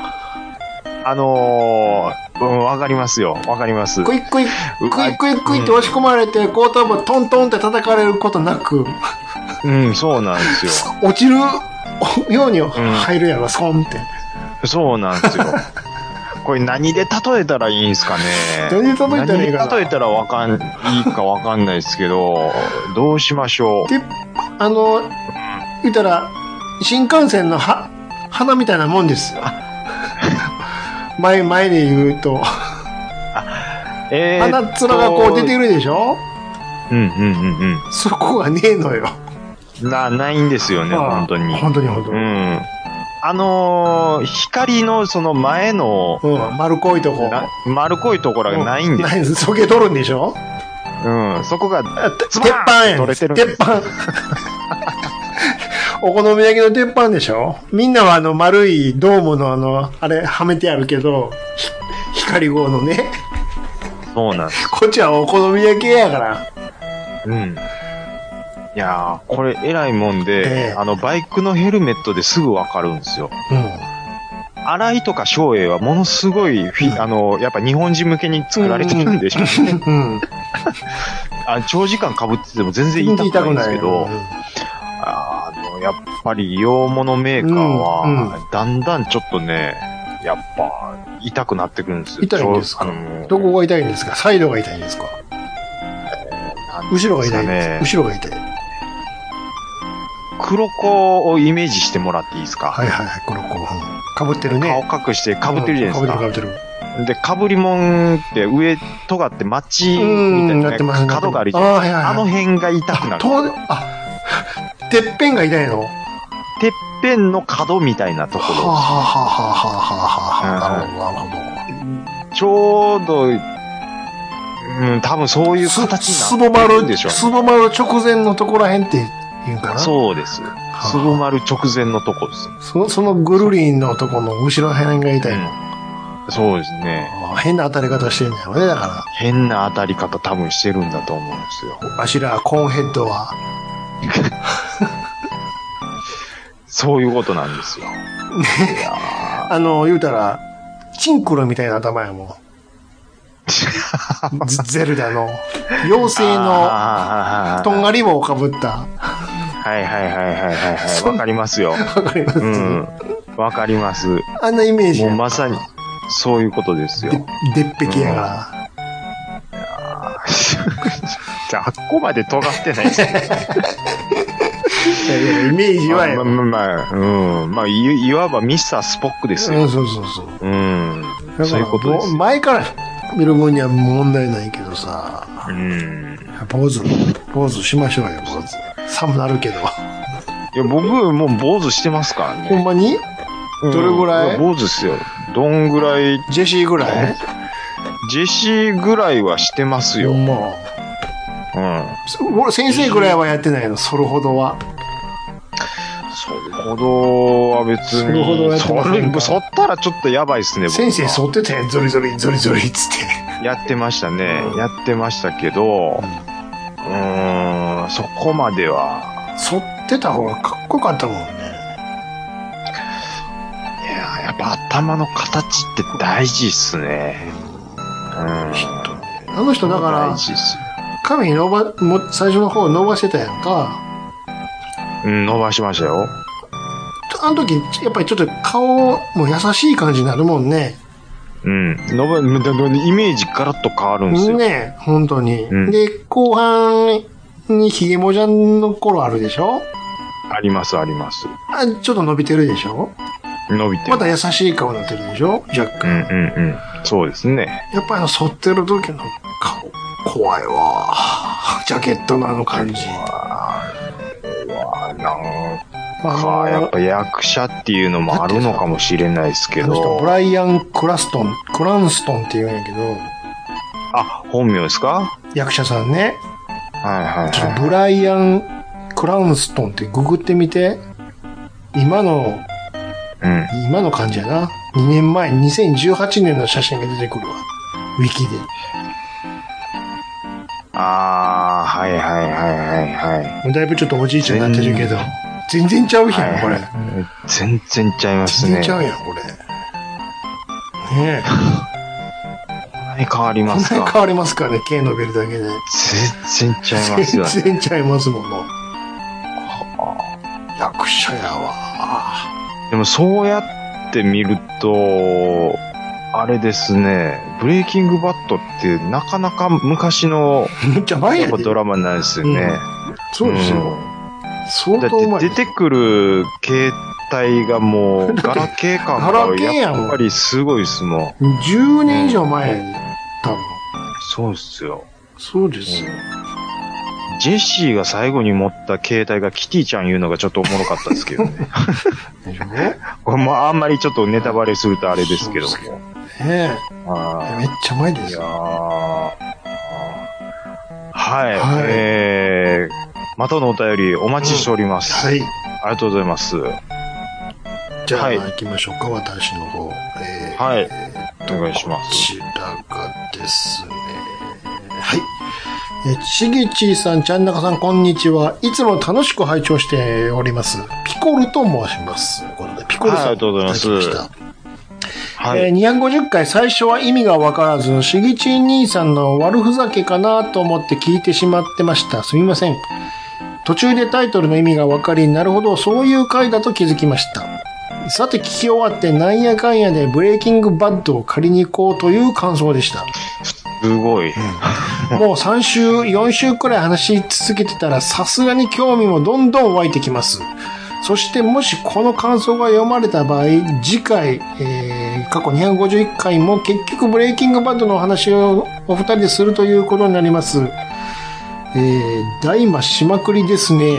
Speaker 2: あのー、うん、わかりますよ。わかります。
Speaker 3: クイックイッ
Speaker 2: う
Speaker 3: クイックイックイって押し込まれて、後頭部トントンって叩かれることなく、
Speaker 2: うん、そうなんですよ。
Speaker 3: 落ちるように入るやろ、スコンって。
Speaker 2: そうなんです
Speaker 3: *laughs*
Speaker 2: よ。これ何で例えたらいいんすかね
Speaker 3: 何で例えたらいいかな
Speaker 2: 何で例えたらわかん、いいかわかんないですけど、どうしましょ
Speaker 3: で、あの、言ったら、新幹線のは花みたいなもんですよ。前、前に言うと。
Speaker 2: う。え
Speaker 3: 花っ面がこう出て
Speaker 2: る。
Speaker 3: るでしょ
Speaker 2: うんうんうん
Speaker 3: そこがねえのよ。
Speaker 2: うん。な、ないんですよね、
Speaker 3: ああ
Speaker 2: 本当に。
Speaker 3: 本当に本当
Speaker 2: う
Speaker 3: に。
Speaker 2: ん。あのー光のその前の、
Speaker 3: うん、丸っこいとこ。
Speaker 2: な丸っこいところがないんで
Speaker 3: う
Speaker 2: す。
Speaker 3: ないです。そげ取るんでしょ
Speaker 2: うん。そこが、ズ
Speaker 3: 鉄
Speaker 2: バーン
Speaker 3: 板やん
Speaker 2: 取れてるんで
Speaker 3: 鉄
Speaker 2: す
Speaker 3: 板。 *laughs* お好み焼きの鉄板でしょみんなはあの丸いドームのあの、あれはめてあるけど、ひ光号のね、
Speaker 2: そうなんです。
Speaker 3: こっちはお好み焼き屋やから。
Speaker 2: うん。いやー、これ偉いもん
Speaker 3: え
Speaker 2: で、
Speaker 3: え
Speaker 2: あの、バイクのヘルメットですぐわかるんですよ。
Speaker 3: う
Speaker 2: 荒井とか照英はものすごいフィ、あの、やっぱ日本人向けに作られてるんでしょうね。 *laughs*
Speaker 3: ん。うん。
Speaker 2: あ長時間被ってても全然痛くないんですけど、
Speaker 3: う
Speaker 2: あの、やっぱり洋物メーカー
Speaker 3: うん
Speaker 2: は、だんだんちょっとね、やっぱ、痛くなってくるんですよ。
Speaker 3: 痛いんですか
Speaker 2: あの
Speaker 3: んどこが痛いんですかサイドが痛いんですか後ろが痛いんです
Speaker 2: なんですかね
Speaker 3: 後ろが痛い。は
Speaker 2: 黒子をイメージしてもらっていいですか、
Speaker 3: いはいはい、この子。かぶってるね。
Speaker 2: 顔隠して被ってるじゃないですか。
Speaker 3: かぶってるかぶってる。
Speaker 2: で、被りもんって上、尖って町みたい
Speaker 3: うん、
Speaker 2: な
Speaker 3: なってます。
Speaker 2: ね、角があるじゃん。
Speaker 3: あーはいはいは
Speaker 2: あ
Speaker 3: い
Speaker 2: の辺が痛くなる。
Speaker 3: とあ、てっぺんが痛いのは
Speaker 2: てっぺんの角みたいなと
Speaker 3: あ
Speaker 2: こ
Speaker 3: は
Speaker 2: ろ。
Speaker 3: あはあはあはあはあ。なるほど、なるほど。
Speaker 2: ちょうど、うん、多分そういう形
Speaker 3: す
Speaker 2: にな
Speaker 3: ぼ
Speaker 2: って
Speaker 3: ま
Speaker 2: るん
Speaker 3: る
Speaker 2: でしょうね
Speaker 3: すぼまる直前のとこらへんって言うかなう。
Speaker 2: そうです。すぼまる直前のとこです。
Speaker 3: そそのぐるりんのとこの後ろ辺が痛いの。
Speaker 2: うんそうですね。
Speaker 3: あー変な当たり方してんだよね。だか
Speaker 2: 変な当たり方多分してるんだと思うんですよ。
Speaker 3: ら、わしらコーンヘッドは、
Speaker 2: そういうことなんですよ。いや
Speaker 3: あの、言うたら、チンクルみたいな頭や
Speaker 2: *laughs*
Speaker 3: もん。ゼゼルダの、妖精の、
Speaker 2: の
Speaker 3: とんがり棒をかぶった。
Speaker 2: はいはいはいはいはいはい。
Speaker 3: そん
Speaker 2: わかりますよ。
Speaker 3: わかります、
Speaker 2: うん。わかります。も
Speaker 3: あんなイメージや
Speaker 2: うん
Speaker 3: か
Speaker 2: まさに、そういうことですよ。
Speaker 3: *laughs* で、でっぺきやから。
Speaker 2: じゃあ、あっこまで尖ってないですね。
Speaker 3: いやいやイメージ
Speaker 2: ま
Speaker 3: はよ。
Speaker 2: あ
Speaker 3: う
Speaker 2: まあまあ、うん。まあ、いいわばミスタースポックですよ。
Speaker 3: ん、そうそうそう。
Speaker 2: うん。そういうことです
Speaker 3: もう
Speaker 2: よ。
Speaker 3: 前から見る分には問題ないけどさ、
Speaker 2: うん。
Speaker 3: ポーズ、ポーズしましょうよ、ポーズ。寒なるけど。
Speaker 2: いや、僕、もう坊主してますから
Speaker 3: ほん
Speaker 2: ね。
Speaker 3: まに
Speaker 2: うん
Speaker 3: どれぐらい
Speaker 2: や坊主っすよ。どんぐらい、
Speaker 3: ジェシーぐらい
Speaker 2: ジェシーぐらいはしてます
Speaker 3: ほ
Speaker 2: よ。
Speaker 3: んま。
Speaker 2: うん。
Speaker 3: そ俺、先生ぐらいはやってないの、それほどは。
Speaker 2: それほどは別
Speaker 3: それほどは
Speaker 2: に、
Speaker 3: やって
Speaker 2: そ
Speaker 3: ませんか
Speaker 2: れ、そったらちょっとやばいっすね、僕は
Speaker 3: 先生剃ってたやん、ゾリゾリ、ゾリゾリっつって。
Speaker 2: やってましたね
Speaker 3: う。ん
Speaker 2: やってましたけど、うーん、そこまでは。
Speaker 3: 剃ってた方がかっこよかったもんね。
Speaker 2: いや、やっぱ頭の形って大事っすね。うん。
Speaker 3: あの人だから
Speaker 2: 大、事っす。
Speaker 3: 髪伸ば、もう最初の方伸ばしてたやんか。
Speaker 2: うん、伸ばしましたよ。
Speaker 3: あの時、やっぱりちょっと顔も優しい感じになるもんね。
Speaker 2: うん。伸ば、だからイメージガラッと変わるんですよ。
Speaker 3: ねえ、本当に。
Speaker 2: うん
Speaker 3: で、後半にヒゲもじゃんの頃あるでしょ
Speaker 2: あります、あります。
Speaker 3: あちょっと伸びてるでしょ
Speaker 2: 伸びて
Speaker 3: ま
Speaker 2: る。
Speaker 3: た優しい顔になってるでしょ若
Speaker 2: う
Speaker 3: 干。
Speaker 2: んうんうん。そうですね。
Speaker 3: やっぱりあの、反ってる時の顔、怖いわ。 *laughs* ジャケットのあの感じ。
Speaker 2: あなん
Speaker 3: ま
Speaker 2: か、やっぱ
Speaker 3: り
Speaker 2: 役者っていうのもあるのかもしれないですけ
Speaker 3: あの人、
Speaker 2: ど
Speaker 3: ブ。ライアン・クラストン、クランストンって言うんやけど、
Speaker 2: あ、本名ですか
Speaker 3: 役者さんね。
Speaker 2: はいはい
Speaker 3: ちょっと
Speaker 2: は
Speaker 3: ブライアン・クランストンってググってみて。今の、
Speaker 2: い。うん。
Speaker 3: 今の感じやな。2年前、2018年の写真が出てくるわ。ウィキで。
Speaker 2: ああ、はいはいはいはいはい。
Speaker 3: だいぶちょっとおじいちゃんになってるけど。全然ちゃうやん、これ。
Speaker 2: 全然ちゃいます
Speaker 3: 全
Speaker 2: ね
Speaker 3: 然。ちゃうやん、これ。 *laughs* ねえ。
Speaker 2: 何変わり
Speaker 3: こ
Speaker 2: ま
Speaker 3: ん
Speaker 2: す
Speaker 3: なに
Speaker 2: か
Speaker 3: 変わりますかね、毛伸びるだけで。
Speaker 2: 全然ちゃいますよね。
Speaker 3: 全然ちゃいますもの。役者やわ。
Speaker 2: でもそうやっってみると、あれですね、ブレイキングバットってなかなか昔の
Speaker 3: むっちゃ
Speaker 2: *laughs*
Speaker 3: 前
Speaker 2: やっ
Speaker 3: や
Speaker 2: ぱ
Speaker 3: で。
Speaker 2: ドラマなんですよね。
Speaker 3: そうですよ。
Speaker 2: うん
Speaker 3: 相
Speaker 2: だ
Speaker 3: 当うま
Speaker 2: って
Speaker 3: いで
Speaker 2: 出
Speaker 3: す。
Speaker 2: てくる携帯がもう、ガラケー感
Speaker 3: ガラ
Speaker 2: が
Speaker 3: ケーやん
Speaker 2: やっぱりすごいですもん。
Speaker 3: 10年以上前だもん。
Speaker 2: そうっすよ。
Speaker 3: そうですよ。
Speaker 2: ジェシーが最後に持った携帯がキティちゃん言うのがちょっとおもろかったですけどね。 *laughs*
Speaker 3: でしょね
Speaker 2: これもあんまりちょっとネタバレするとあれですけど
Speaker 3: そうで
Speaker 2: も。
Speaker 3: え。
Speaker 2: あ
Speaker 3: めっちゃ前で
Speaker 2: ーい
Speaker 3: す
Speaker 2: やー
Speaker 3: よ。
Speaker 2: はい。
Speaker 3: はい
Speaker 2: えー、またのお便りお待ちしております。
Speaker 3: はい。
Speaker 2: ありがとうございます。は
Speaker 3: じゃあ、
Speaker 2: はい
Speaker 3: 行きましょうか、私の方。えー
Speaker 2: い。お願いしま
Speaker 3: こ
Speaker 2: す。
Speaker 3: ちらがですね。はい。え、ちぎちーさん、ちゃんなかさん、こんにちは。いつも楽しく拝聴しております。ピコルと申します。ということで、ピコルさん、
Speaker 2: はいありがとうございます
Speaker 3: ただきした
Speaker 2: は
Speaker 3: え
Speaker 2: い。
Speaker 3: ー250回最初は意味がわからず、しぎち兄さんの悪ふざけかなと思って聞いてしまってました。すみません。途中でタイトルの意味がわかり、なるほど、そういう回だと気づきました。さて聞き終わってなんやかんやでブレイキングバッドを借りに行こうという感想でした。
Speaker 2: すごい。
Speaker 3: もう3週、4週くらい話し続けてたら、さすがに興味もどんどん湧いてきます。そしてもしこの感想が読まれた場合、次回、えー過去251回も結局ブレイキングバッドのお話をお二人でするということになります。えー、大麻しまくりですね。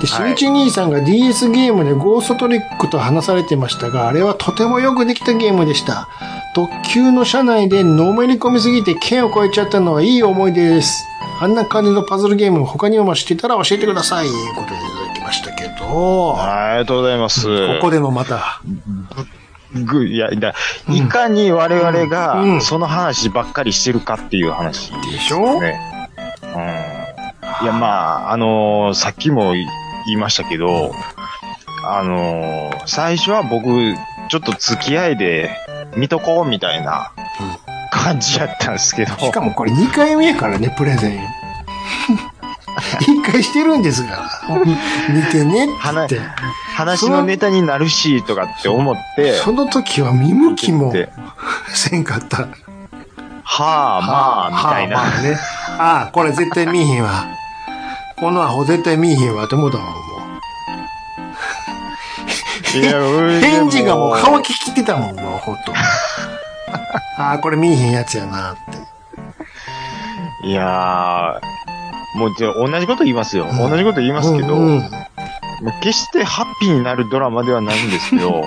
Speaker 3: で、し
Speaker 2: はい
Speaker 3: みち兄さんが DS ゲームでゴーストトリックと話されてましたが、あれはとてもよくできたゲームでした。特急の車内でのめり込みすぎて剣を越えちゃったのはいい思い出です。あんな感じのパズルゲーム他にも知ってたら教えてください。ということでいただきましたけど、こ
Speaker 2: ありがとうございます。
Speaker 3: こでもまた、
Speaker 2: ぐいや、だいかに我々
Speaker 3: うんう
Speaker 2: が
Speaker 3: ん
Speaker 2: その話ばっかりしてるかっていう話で
Speaker 3: でしょ
Speaker 2: ね。うん。いや、まあ、あのーさっきも言いましたけど、あのー最初は僕、ちょっと付き合いで見とこうみたいな感じやったんですけど、
Speaker 3: しかもこれ2回目やからね、プ
Speaker 2: *laughs*
Speaker 3: レゼン。1回してるんですから。見てねって言っ。
Speaker 2: 話のネタになるし、とかって思ってて、
Speaker 3: その時は見向きも
Speaker 2: で
Speaker 3: せんかった。
Speaker 2: はあ、まあ、みたいな。
Speaker 3: はあまあね。ああ、これ絶対見えへんわ。このアホ絶対見えへんわって思ったもん、も
Speaker 2: いや
Speaker 3: う。
Speaker 2: 俺で
Speaker 3: 返事がもう乾ききってたもん、もう、ほんと。ああ、これ見えへんやつやなって。
Speaker 2: いやー、もうじゃあ同じこと言いますよ。同じこと言いますけど、
Speaker 3: うんうん
Speaker 2: もう決してハッピーになるドラマではないんですけ
Speaker 3: *laughs*
Speaker 2: ど、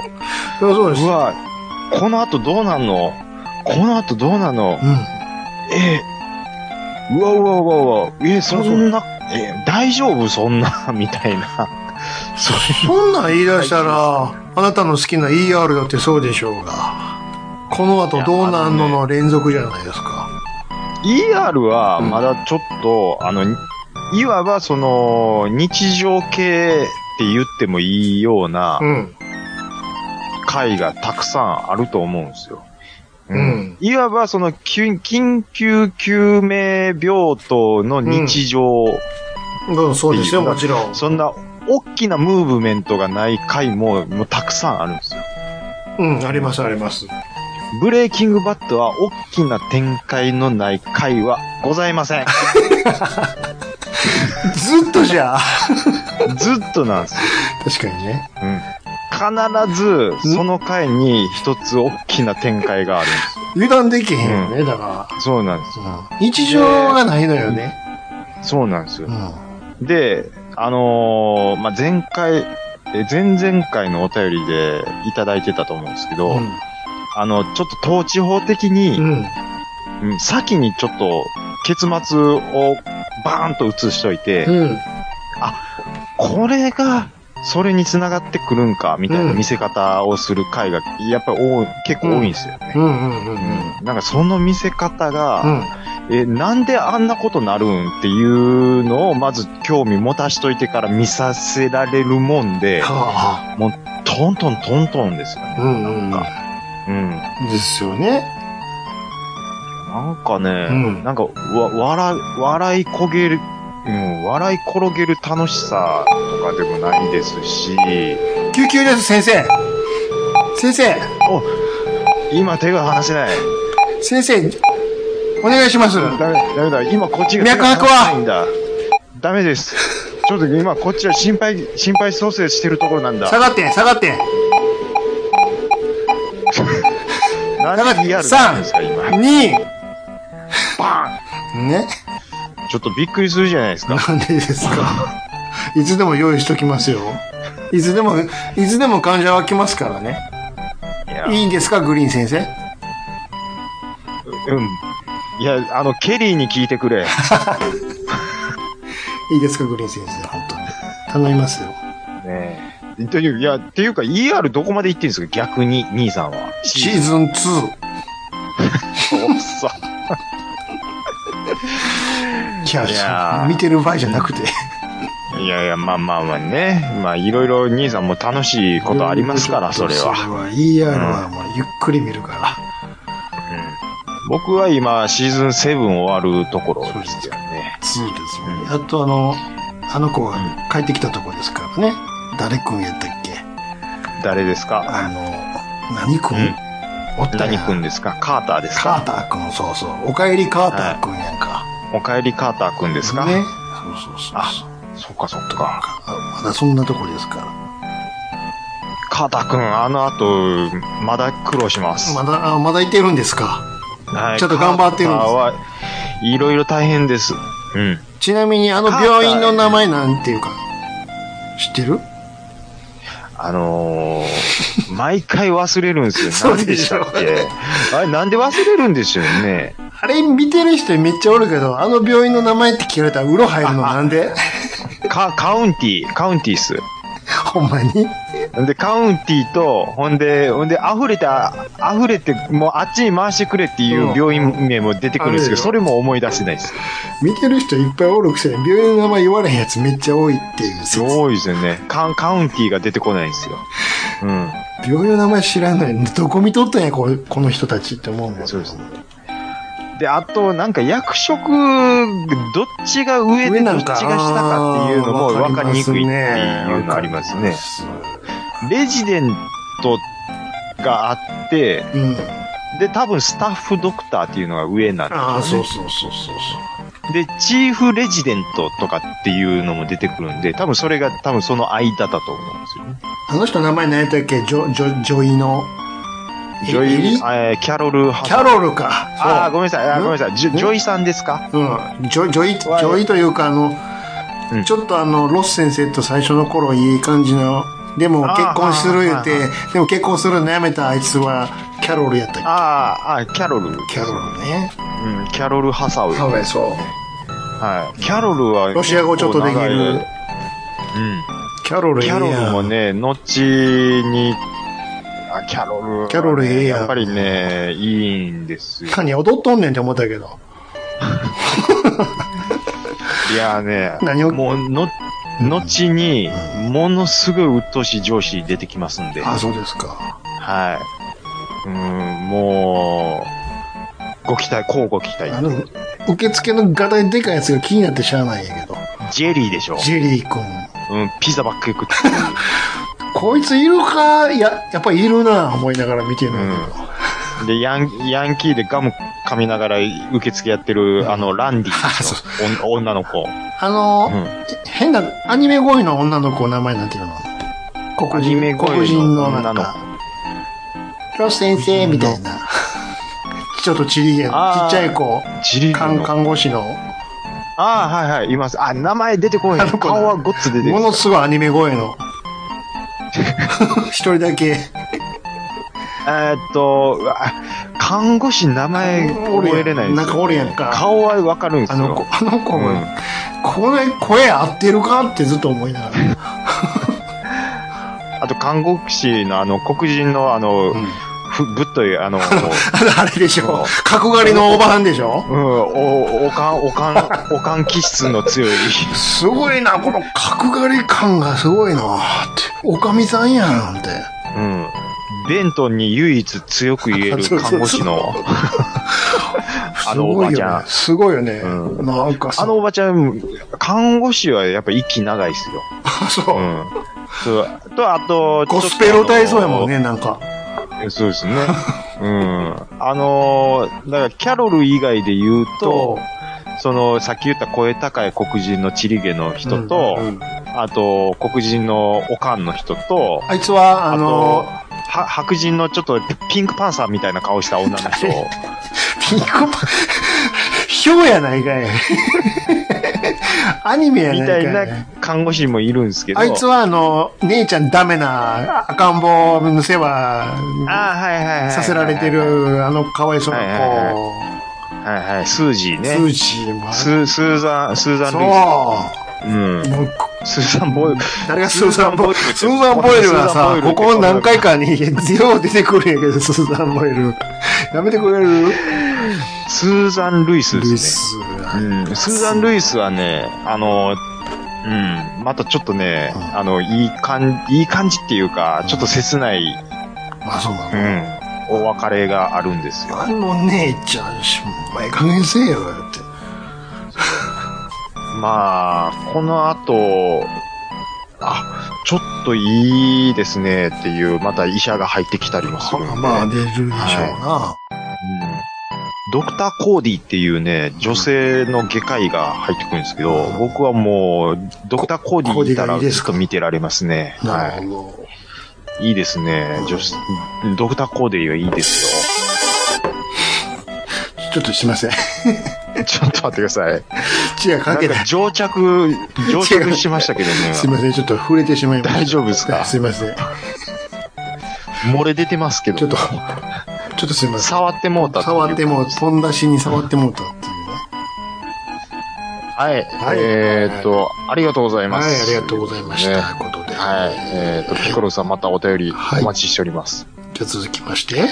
Speaker 3: そうそうです。
Speaker 2: うわ、この後どうなんのこの後どうなの
Speaker 3: うん。
Speaker 2: えーうわうわうわうわ、えーそ
Speaker 3: そうそうん
Speaker 2: な、えー大丈夫そんな、 *laughs* みたいな。
Speaker 3: そんなん言い出したら、あなたの好きな ER だってそうでしょうが、この後どうなんのの連続じゃないですか。
Speaker 2: ER はまだちょっと、あの、いわばその、日常系って言ってもいいような、
Speaker 3: うん。
Speaker 2: 回がたくさんあると思うんですよ。
Speaker 3: うん
Speaker 2: いわばその緊緊急救命病棟の日常、
Speaker 3: うん、そうですよ、
Speaker 2: っていう
Speaker 3: もちろん。
Speaker 2: そんな大きなムーブメントがない回ももうたくさんあるんですよ。
Speaker 3: うん、あります、あります。
Speaker 2: ブレイキングバットは大きな展開のない回はございま
Speaker 3: *laughs*
Speaker 2: せん。
Speaker 3: ずっとじゃあ。
Speaker 2: ずっとなんですよ。
Speaker 3: 確かにね。
Speaker 2: うん、必ずその回に一つ大きな展開があるんです
Speaker 3: 油断できへんよね、だか
Speaker 2: よ。そうなんですよ。
Speaker 3: ら。日常がないのよね。
Speaker 2: そうなんですよ
Speaker 3: う。ん。
Speaker 2: で、あのーまあ、前回、え前々回のお便りでいただいてたと思うんですけど、あの、ちょっと統治法的
Speaker 3: う
Speaker 2: に、
Speaker 3: ん。
Speaker 2: うん先にちょっと結末をバーンと移しといて、
Speaker 3: うん。
Speaker 2: これが、それに繋がってくるんか、みたいな
Speaker 3: うん
Speaker 2: 見せ方をする回が、やっぱり多い、結構多いんですよね。
Speaker 3: うん。うん。う
Speaker 2: う
Speaker 3: ん。
Speaker 2: んなんかその見せ方
Speaker 3: う
Speaker 2: が、
Speaker 3: ん。
Speaker 2: え、なんであんなことなるんっていうのを、まず興味持たしといてから見させられるもんで、
Speaker 3: はあ。
Speaker 2: トントントントンですよね。
Speaker 3: うん。うん。
Speaker 2: うん。
Speaker 3: ですよね。
Speaker 2: なんかね、
Speaker 3: うん
Speaker 2: なんか、わ、笑い、笑い焦げる、うん、笑い転げる楽しさとかでもないですし、
Speaker 3: 救急です、先生。先生、
Speaker 2: お今手が離せない。
Speaker 3: 先生、お願いします。
Speaker 2: ダメ、ダメだ。今こっちが
Speaker 3: 脈拍
Speaker 2: 手
Speaker 3: は
Speaker 2: が離せないんだ。ダメです。ちょっと今こっちは心配、心配蘇生してるところなんだ。
Speaker 3: 下がって、下がって。
Speaker 2: 何でリアルなんですか、今。
Speaker 3: 2、ンね。
Speaker 2: ちょっとびっくりするじゃないですか。
Speaker 3: なんでですか。 *laughs* いつでも用意しときますよ。いつでも、いつでも患者は来ますからね。
Speaker 2: いや、
Speaker 3: いいんですか、グリーン先生。
Speaker 2: うん。いや、あの、ケリーに聞いてくれ。
Speaker 3: いいですか、グリーン先生、本当に。頼みますよ。
Speaker 2: ねえ。という、いや、っていうか、ER どこまで行ってんですか逆に、兄さんは。
Speaker 3: シーズン
Speaker 2: お
Speaker 3: 2。
Speaker 2: っさ
Speaker 3: いや
Speaker 2: いやー
Speaker 3: 見てる場合じゃなくて。
Speaker 2: ん。いやいや、まあまあまあね。まあ、いろいろ兄さんも楽しいことあります
Speaker 3: *laughs*
Speaker 2: から、それ
Speaker 3: それ
Speaker 2: は。
Speaker 3: は ER はもうゆっくり見るから。
Speaker 2: 僕は今、シーズン7終わるところですよね。
Speaker 3: 2ですもんね。やっとあの、あの子が帰ってきたとこですからね。誰くんやったっけ
Speaker 2: 誰ですか
Speaker 3: あの、何くん
Speaker 2: うん
Speaker 3: おった
Speaker 2: 何
Speaker 3: や
Speaker 2: くんですかカーターです
Speaker 3: カ
Speaker 2: か
Speaker 3: ーターくん、そうそう。おかえりカーターくんやんか。
Speaker 2: おかえりカーターくんですか
Speaker 3: ね。そうそうそう。
Speaker 2: あそっかそっか。
Speaker 3: あまだそんなとこですから。
Speaker 2: カーターくん、あの後、まだ苦労します。
Speaker 3: まだ、あまだいてるんですか。
Speaker 2: はい
Speaker 3: ちょっと頑張ってるんで
Speaker 2: カータ
Speaker 3: す
Speaker 2: ーはいろいろ大変です。うん。
Speaker 3: ちなみにあの病院の名前なんていうか、知ってる
Speaker 2: あのー、毎回忘れるんですよ。
Speaker 3: *laughs* そう
Speaker 2: 何
Speaker 3: で
Speaker 2: で
Speaker 3: し
Speaker 2: し
Speaker 3: ょ
Speaker 2: たっけあれ、なんで忘れるんでしょうね。
Speaker 3: あれ見てる人めっちゃおるけど、あの病院の名前って聞かれたらうろ入るのなんで
Speaker 2: カ、カウンティー、カウンティーっす。
Speaker 3: ほんまに
Speaker 2: んで、カウンティーと、ほんで、ほんで、溢れた、溢れて、もうあっちに回してくれっていう病院名も出てくるんですけ
Speaker 3: うんあるでし
Speaker 2: ど、
Speaker 3: ょ
Speaker 2: それも思い出せないです。
Speaker 3: 見てる人いっぱいおるくせに病院の名前言われへんやつめっちゃ多いっていう説
Speaker 2: 多いですよね。カウン、カウンティーが出てこないんですよ。うん。
Speaker 3: 病院の名前知らない。どこ見とったんや、これこの人たちって思うんだよ
Speaker 2: そうですねで、あと、なんか役職、どっちが上で
Speaker 3: 上な
Speaker 2: ど
Speaker 3: ん
Speaker 2: っちが下かっていうのも分かりにくいっていうのありますね。レジデントがあって、
Speaker 3: うん。
Speaker 2: で、多分スタッフドクターっていうのが上なん
Speaker 3: ああ、
Speaker 2: です
Speaker 3: そ
Speaker 2: よ
Speaker 3: うそうそうそうそ
Speaker 2: ね。で、チーフレジデントとかっていうのも出てくるんで、多分それが多分その間だと思うんですよね。
Speaker 3: う。あの人名前何やったっけジョ、ジョ、ジョイの。
Speaker 2: ジョ
Speaker 3: エリ
Speaker 2: イ、えーキャロル・ハ
Speaker 3: キャロルか。そう
Speaker 2: ああ、ごめんなさい、あー
Speaker 3: ん
Speaker 2: ごめんなさい、ジョジョイさんですか
Speaker 3: うん、ジョジョイ、ジ
Speaker 2: わい
Speaker 3: ョイというか、あの、
Speaker 2: うん
Speaker 3: ちょっとあの、ロス先生と最初の頃いい感じの、でも
Speaker 2: あー
Speaker 3: 結婚する言っ
Speaker 2: はい
Speaker 3: て、でも結婚するのやめたあいつは、キャロルやったっけ
Speaker 2: あーあー、キャロル。
Speaker 3: キャロルね。
Speaker 2: うん、キャロル・ハサウェイ。
Speaker 3: ウェイ、そ
Speaker 2: はい。キャロルは、
Speaker 3: ロシア語ちょっとでき
Speaker 2: 結構長い
Speaker 3: る。キャ
Speaker 2: う
Speaker 3: ロ
Speaker 2: ん。
Speaker 3: ルえ
Speaker 2: キ
Speaker 3: えや
Speaker 2: ャ
Speaker 3: ん
Speaker 2: ロルも。ね、後に、あ、キャロルはね、
Speaker 3: キャロルええやん
Speaker 2: やっぱりね、いいんです
Speaker 3: *laughs*
Speaker 2: よ。
Speaker 3: 何踊っとんねんって思ったけど。
Speaker 2: いやね、
Speaker 3: 何を
Speaker 2: もう、の、後に、ものすごい鬱陶しい上司出てきますんで、
Speaker 3: あ、
Speaker 2: は
Speaker 3: そうですか。
Speaker 2: い。うん、もう、ご期待、こうご期待
Speaker 3: あ。の、受付のガタイでかいやつが気になってしゃあないんやけど。
Speaker 2: ジェリーでしょ。
Speaker 3: ジェリー君。
Speaker 2: うん、ピザばっかり食って。
Speaker 3: こいついるかいや、やっぱりいるな、思いながら見てるんだけど。
Speaker 2: で、ヤン、ヤンキーでガム噛みながら受付やってる、あの、ランディでしょお女の子。
Speaker 3: あの
Speaker 2: う
Speaker 3: ー、
Speaker 2: ん。
Speaker 3: 変な、アニメ声の女の子の名前なんていうの黒
Speaker 2: アニメ
Speaker 3: 人、
Speaker 2: 声の
Speaker 3: 黒人のなん
Speaker 2: 女の
Speaker 3: か、ロス先生みたいな。ちょっとちりげん、ちっ
Speaker 2: あー
Speaker 3: ちゃい子、
Speaker 2: ジリ
Speaker 3: 看
Speaker 2: あ
Speaker 3: 看護師の、
Speaker 2: あー、はいはい、います。あ、名前出てこへ
Speaker 3: あの
Speaker 2: ん。
Speaker 3: 子だ
Speaker 2: 顔はごっつ出てる
Speaker 3: ものすごいアニメ声
Speaker 2: *laughs*
Speaker 3: の、一人だけ、
Speaker 2: えーっと、うわ看護師名前
Speaker 3: おるや
Speaker 2: 覚
Speaker 3: ん
Speaker 2: えれないです
Speaker 3: なんかおるやんか
Speaker 2: 顔はわかるんです
Speaker 3: あ
Speaker 2: よ。
Speaker 3: の子、あの子
Speaker 2: うん
Speaker 3: が、これ、声合ってるかってずっと思いながら。
Speaker 2: あと、看護師のあの、黒人のあの、
Speaker 3: ん
Speaker 2: ふぶっという、 *laughs*
Speaker 3: *laughs*
Speaker 2: あの、
Speaker 3: あのあれでしょ角刈りのおばはんでしょ
Speaker 2: うん、お、おかん、おかん、おかん気質の強い。
Speaker 3: すごいな、この角刈り感がすごいなって。おかみさんやんって。
Speaker 2: うん。ベントンに唯一強く言える看護師の。あ
Speaker 3: す
Speaker 2: のおば
Speaker 3: ごい
Speaker 2: ちゃ
Speaker 3: よね
Speaker 2: ん。。
Speaker 3: すごいよね。
Speaker 2: う
Speaker 3: なんかさ
Speaker 2: あのおばちゃん、看護師はやっぱ息長いっすよ。
Speaker 3: *laughs* そうう。
Speaker 2: ん。そうと、あと、
Speaker 3: ゴスペロ体操やもんね、なんか。
Speaker 2: そうですね。うん。あのー、だから、キャロル以外で言うと、その、さっき言った声高い黒人のチリゲの人と、
Speaker 3: うんうん
Speaker 2: あと、黒人のおかんの人と、
Speaker 3: あいつは、あ
Speaker 2: あ
Speaker 3: の
Speaker 2: と、、は白人のちょっとピンクパンサーみたいな顔した女の人。
Speaker 3: *laughs* ピンク *laughs* パン、ひょうやない
Speaker 2: *laughs*
Speaker 3: かい。アニメや
Speaker 2: み
Speaker 3: な
Speaker 2: た
Speaker 3: い
Speaker 2: い
Speaker 3: かい。
Speaker 2: な看護師もいるんですけど。
Speaker 3: あいつは、あの、姉ちゃんダメな赤ん坊の世話
Speaker 2: あーはいはいはいはい。
Speaker 3: させられて。る、あの、かわいそうな
Speaker 2: はいはい
Speaker 3: 子、
Speaker 2: はいはい。スージー
Speaker 3: スー
Speaker 2: ね。
Speaker 3: ジーもある。
Speaker 2: スー、スーザン、スーザン・ルイ
Speaker 3: そ
Speaker 2: ス。うん
Speaker 3: う。。もう
Speaker 2: スーザン・ボイル。
Speaker 3: 誰がスーザン・ボイル
Speaker 2: ス
Speaker 3: ス
Speaker 2: ー
Speaker 3: ー
Speaker 2: ザ
Speaker 3: ザ
Speaker 2: ン
Speaker 3: ン・
Speaker 2: ボ
Speaker 3: ボ
Speaker 2: イ
Speaker 3: イ
Speaker 2: ル
Speaker 3: ルがさ、ここ何回かに、よう出てくるんやけど、スーザン・ボイル。やめてくれる
Speaker 2: スーザン・ルイスで
Speaker 3: リ
Speaker 2: す
Speaker 3: ス。
Speaker 2: ね。うん。スーザン・ルイスはね、あの、うん。またちょっとね、
Speaker 3: うん
Speaker 2: あの、いい感じ、いい感じっていうか、ちょっと切ない、
Speaker 3: あ、そうな
Speaker 2: う
Speaker 3: の
Speaker 2: ん。お別れがあるんですよ。
Speaker 3: あの姉ちゃん、お前加減せえよ、だって。
Speaker 2: まあ、この後、あ、ちょっといいですねっていう、また医者が入ってきたりもするんで。
Speaker 3: まあ、出るでしょうな。
Speaker 2: うんドクターコーディっていうね、女性の外科医が入ってくるんですけど、僕はもう、ドクターコーディいた
Speaker 3: コーディがい
Speaker 2: ら
Speaker 3: いです
Speaker 2: ずっ
Speaker 3: か
Speaker 2: と見てられますね。
Speaker 3: な
Speaker 2: は
Speaker 3: るほど。
Speaker 2: い。いいですね。女子ドクターコーディはいいです
Speaker 3: ちょっとすいません。 *laughs*
Speaker 2: よ。ちょっと待ってください。
Speaker 3: 血が
Speaker 2: な
Speaker 3: か
Speaker 2: ん
Speaker 3: けな
Speaker 2: か
Speaker 3: い。
Speaker 2: 定着、定着しましたけど
Speaker 3: すいま
Speaker 2: ね。
Speaker 3: せん、ちょっと触れてしまいました。
Speaker 2: 大丈夫ですか
Speaker 3: すいません。
Speaker 2: 漏れ出てますけど。
Speaker 3: ちょっと、ちょっとすいません。
Speaker 2: 触ってもうたいう
Speaker 3: 触ってもう、飛んだしに触ってもうたっていうね。
Speaker 2: はい。
Speaker 3: はい
Speaker 2: えーっと、ありがとうございます。
Speaker 3: はい、ありがとうございました。
Speaker 2: ね
Speaker 3: ことで。
Speaker 2: はい。えーっと、ピコロさんまたお便り
Speaker 3: はい
Speaker 2: お待ちしております。
Speaker 3: じゃあ続きまして。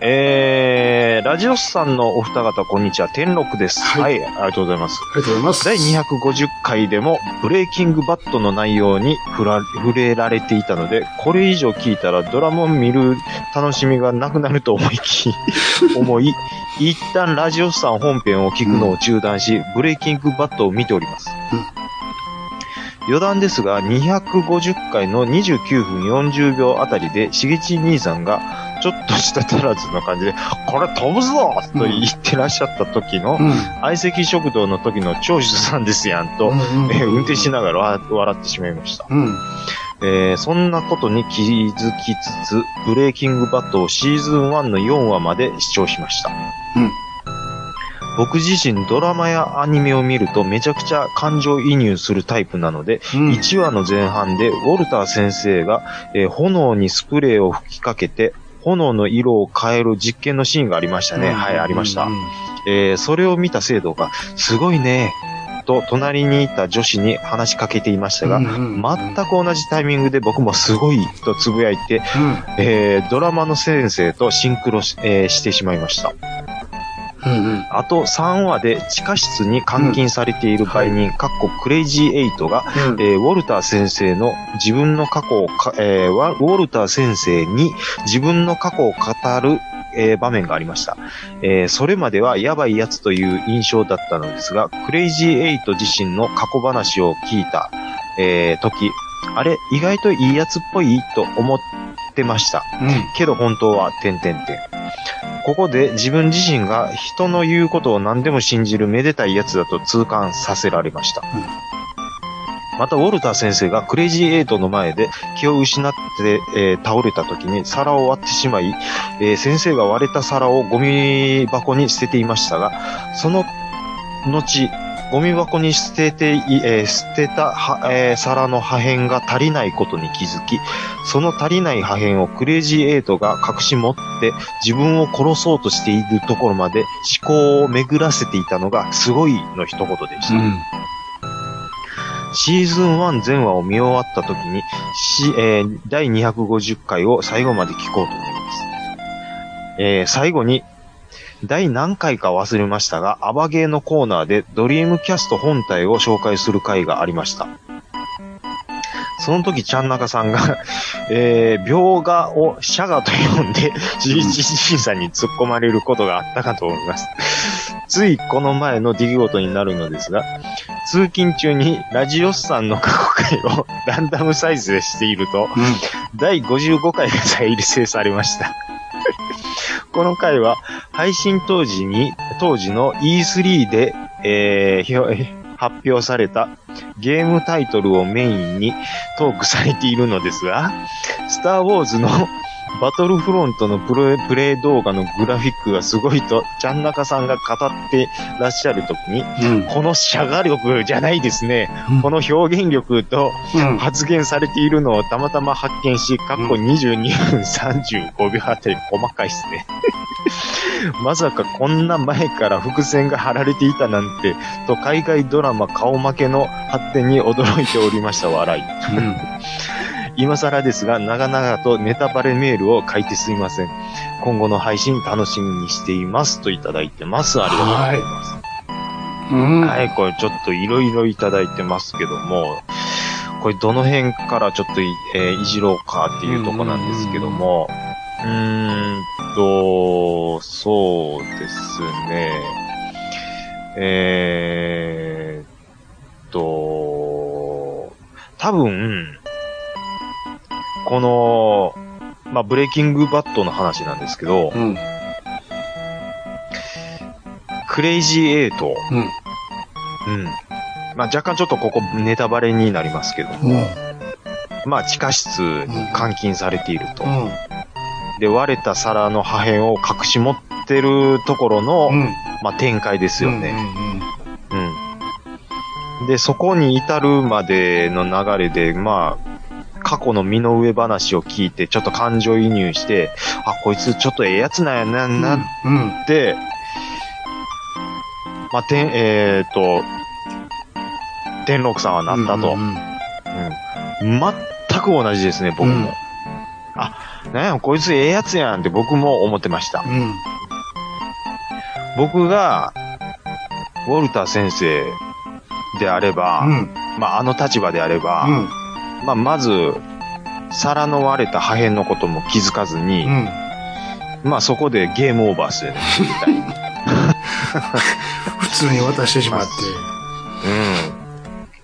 Speaker 2: えー、ラジオスさんのお二方、こんにちは。天禄です。は、
Speaker 3: はい
Speaker 2: ありがとうございます。
Speaker 3: ありがとうございます。
Speaker 2: 第250回でも、ブレイキングバットの内容に触ら触れられていたので、これ以上聞いたらドラマを見る楽しみがなくなると思いき、 *laughs* 思い、一旦ラジオスさん本編を聞くのを中断し、ブレイキングバットを見ております。
Speaker 3: うん
Speaker 2: 余談ですが、250回の29分40秒あたりで、しげち兄さんが、ちょっとした足らずの感じで、これ飛ぶぞと言ってらっしゃった時の、
Speaker 3: うん。
Speaker 2: 相席食堂の時の長州さんですやんと、
Speaker 3: うん
Speaker 2: *laughs* えー運転しながらわ笑ってしまいました。
Speaker 3: うん。
Speaker 2: えーそんなことに気づきつつ、ブレイキングバットをシーズン1の4話まで視聴しました。
Speaker 3: うん
Speaker 2: 僕自身ドラマやアニメを見るとめちゃくちゃ感情移入するタイプなので、
Speaker 3: うん。
Speaker 2: 1話の前半でウォルター先生が、えー炎にスプレーを吹きかけて、炎の色を変える実験のシーンがありましたね。はい、ありました。
Speaker 3: うん
Speaker 2: えーそれを見た生徒が、すごいね、と隣にいた女子に話しかけていましたが、
Speaker 3: うん
Speaker 2: 全く同じタイミングで僕もすごいとつぶやいて、
Speaker 3: うん。
Speaker 2: えードラマの先生とシンクロし,、えーしてしまいました。
Speaker 3: うんうん。
Speaker 2: あと3話で地下室に監禁されている売人、かっこクレイジーエイトが、
Speaker 3: うん
Speaker 2: えーウォルター先生の自分の過去をか、えーワウォルター先生に自分の過去を語る、えー場面がありました。えーそれまではやばいやつという印象だったのですが、クレイジーエイト自身の過去話を聞いた、えー時、あれ、意外といいやつっぽいと思ってました。けど本当は、点々点。ここで自分自身が人の言うことを何でも信じるめでたいやつだと痛感させられました。また、ウォルター先生がクレイジーエイトの前で気を失って、えー倒れた時に皿を割ってしまい、えー先生が割れた皿をゴミ箱に捨てていましたが、その後、ゴミ箱に捨ててい、えー捨てたは、えー皿の破片が足りないことに気づき、その足りない破片をクレイジーエイトが隠し持って自分を殺そうとしているところまで思考を巡らせていたのがすごいの一言でした。シーズン1全話を見終わった時に、しえー第250回を最後まで聞こうと思います。えー最後に、第何回か忘れましたが、アバゲーのコーナーでドリームキャスト本体を紹介する回がありました。その時、ちゃんなかさんが、えー、描画をシャガと呼んで、GGG さんに突っ込まれることがあったかと思います。ついこの前の出来事になるのですが、通勤中にラジオスさんの過去回を *laughs* ランダムサイズでしていると、第55回が再生されました。 *laughs* この回は、配信当時に、当時の E3 で、えーひょ発表されたゲームタイトルをメインにトークされているのですが、スター・ウォーズのバトルフロントのプロプレイ動画のグラフィックがすごいと、ちゃんなかさんが語ってらっしゃるときに、
Speaker 3: うん。
Speaker 2: この社画力じゃないですね
Speaker 3: うん。
Speaker 2: この表現力と
Speaker 3: うん。
Speaker 2: 発言されているのをたまたま発見し、過去22分35秒あたり細かいですね。 *laughs* まさかこんな前から伏線が張られていたなんて、と海外ドラマ顔負けの発展に驚いておりました笑い。今更ですが、長々とネタバレメールを書いてすいません。今後の配信楽しみにしていますといただいてます。ありがとうございます。
Speaker 3: うん。
Speaker 2: はい、これちょっといろいろいただいてますけども、これどの辺からちょっとい,、えーいじろうかっていうとこなんですけども、うーんと、そうですね、えーっと、多分、この、まあ、ブレイキングバットの話なんですけど、
Speaker 3: うん。
Speaker 2: クレイジーエイト、
Speaker 3: うん。
Speaker 2: うん。まあ、若干ちょっとここネタバレになりますけど、
Speaker 3: うん。
Speaker 2: まあ、地下室に監禁されていると。
Speaker 3: うん。
Speaker 2: で、割れた皿の破片を隠し持ってるところの、
Speaker 3: うん。
Speaker 2: まあ、展開ですよね。
Speaker 3: うん。
Speaker 2: うん。で、そこに至るまでの流れで、まあ、過去の身の上話を聞いて、ちょっと感情移入して、あ、こいつちょっとええやつなんやな、なっ
Speaker 3: うん。
Speaker 2: で、まあ、てん、えっ、と、天禄さんはなったと。うん全く同じですね、僕も。
Speaker 3: うん
Speaker 2: あ、なんや、こいつええやつやんって僕も思ってました。
Speaker 3: うん。
Speaker 2: 僕が、ウォルター先生であれば、
Speaker 3: うん。
Speaker 2: まあ、あの立場であれば、まあ、まず、皿の割れた破片のことも気づかずに、
Speaker 3: うん。うん。
Speaker 2: まあ、そこでゲームオーバーしてね。
Speaker 3: 普通に渡してしまって。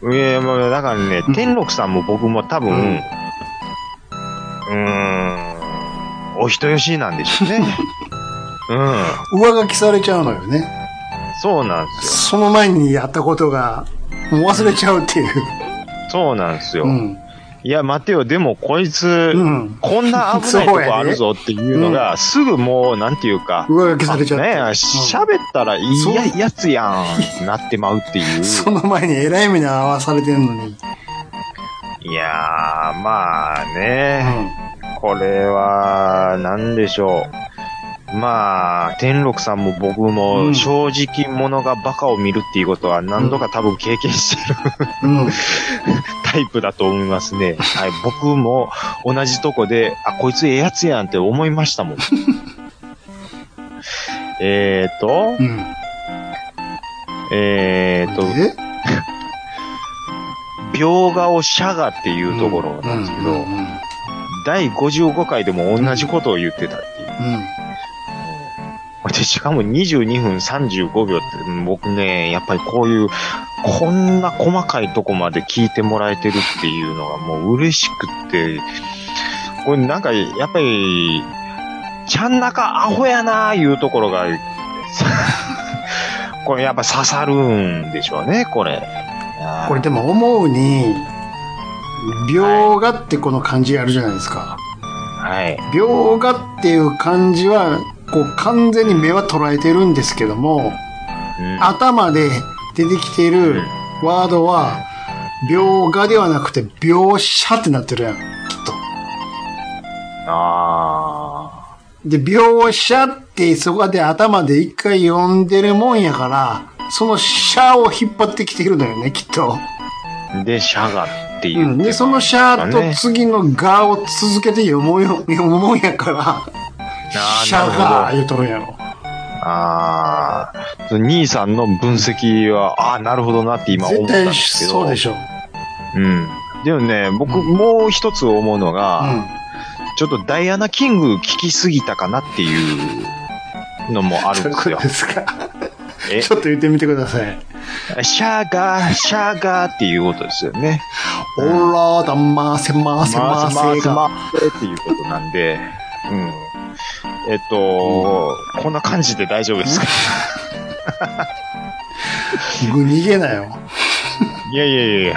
Speaker 2: うん。いや、まあ、だからね
Speaker 3: う、ん
Speaker 2: 天禄さんも僕も多分、
Speaker 3: う
Speaker 2: うんーん、お人よしなんでしょうね。
Speaker 3: *laughs*
Speaker 2: うん。
Speaker 3: 上書きされちゃうのよね。
Speaker 2: そうなんですよ。
Speaker 3: その前にやったことが、もう忘れちゃうっていう。
Speaker 2: そうなんですよ。
Speaker 3: うん。
Speaker 2: いや、待てよ、でもこいつ、
Speaker 3: うん。
Speaker 2: こんな危ないとこあるぞっていうのが、すぐもう、なんていうか、
Speaker 3: 上書きされちゃっ
Speaker 2: ねえ
Speaker 3: て。
Speaker 2: 喋ったらいいや
Speaker 3: そう
Speaker 2: やつやんってなってまうっていう。
Speaker 3: その前に偉い目に遭わされてんのに。
Speaker 2: いやー、まあね。これは、なんでしょう。まあ、天禄さんも僕
Speaker 3: う
Speaker 2: も
Speaker 3: ん
Speaker 2: 正直者がバカを見るっていうことは何度か多分経験してる
Speaker 3: うん。うん。
Speaker 2: タイプだと思います
Speaker 3: *laughs*
Speaker 2: ね。はい、僕も同じとこで、あ、こいつええやつやんって思いましたもん。 *laughs* えーと
Speaker 3: う、ん。
Speaker 2: えーと、
Speaker 3: え
Speaker 2: 描画をシャガっていうところなんですけ
Speaker 3: う
Speaker 2: ど、
Speaker 3: ん。うん
Speaker 2: 第55回でも同じことを言ってたっていう。で、しかも22分35秒って、僕ね、やっぱりこういう、こんな細かいとこまで聞いてもらえてるっていうのがもう嬉しくって、これなんか、やっぱり、ちゃんなかアホやなーいうところが、 *laughs* さこれやっぱ刺さるんでしょうね、これ。あー
Speaker 3: これでも思うに、描画ってこの漢字あるじゃないですか。
Speaker 2: はい。
Speaker 3: 描画っていう漢字は、こう完全に目は捉えてるんですけども、
Speaker 2: うん
Speaker 3: 頭で出てきてるワードは、描画ではなくて描写ってなってるやん、きっ
Speaker 2: あ
Speaker 3: と。で、描写ってそこで頭で一回読んでるもんやから、その写を引っ張ってきてるのよね、きっと。
Speaker 2: ー。で、シャガっていうう。
Speaker 3: ん、で、そのシャーと次のガーを続けて読もうよ、読むもんやから、
Speaker 2: あー
Speaker 3: シャ
Speaker 2: な
Speaker 3: ー
Speaker 2: るほ
Speaker 3: ガ
Speaker 2: ど
Speaker 3: ー言うとるんやろ。
Speaker 2: ああ、兄さんの分析は、ああー、なるほどなって今思
Speaker 3: 絶
Speaker 2: ったんで
Speaker 3: 対
Speaker 2: すけど。
Speaker 3: そうでしょう。
Speaker 2: うん。でもね、僕、
Speaker 3: うん
Speaker 2: もう一つ思うの
Speaker 3: う
Speaker 2: が、
Speaker 3: ん。
Speaker 2: ちょっとダイアナ・キング聞きすぎたかなっていうのもあるん
Speaker 3: どうい
Speaker 2: で
Speaker 3: うこ
Speaker 2: す
Speaker 3: と
Speaker 2: よ。
Speaker 3: ですか
Speaker 2: え
Speaker 3: ちょっと言ってみてください。
Speaker 2: シャーガー、シャーガーっていうことですよね。
Speaker 3: オラだませませませが。
Speaker 2: せっていうことなんで、うん。えっと、こんな感じで大丈夫ですか
Speaker 3: 逃げなよ。
Speaker 2: いやいやいや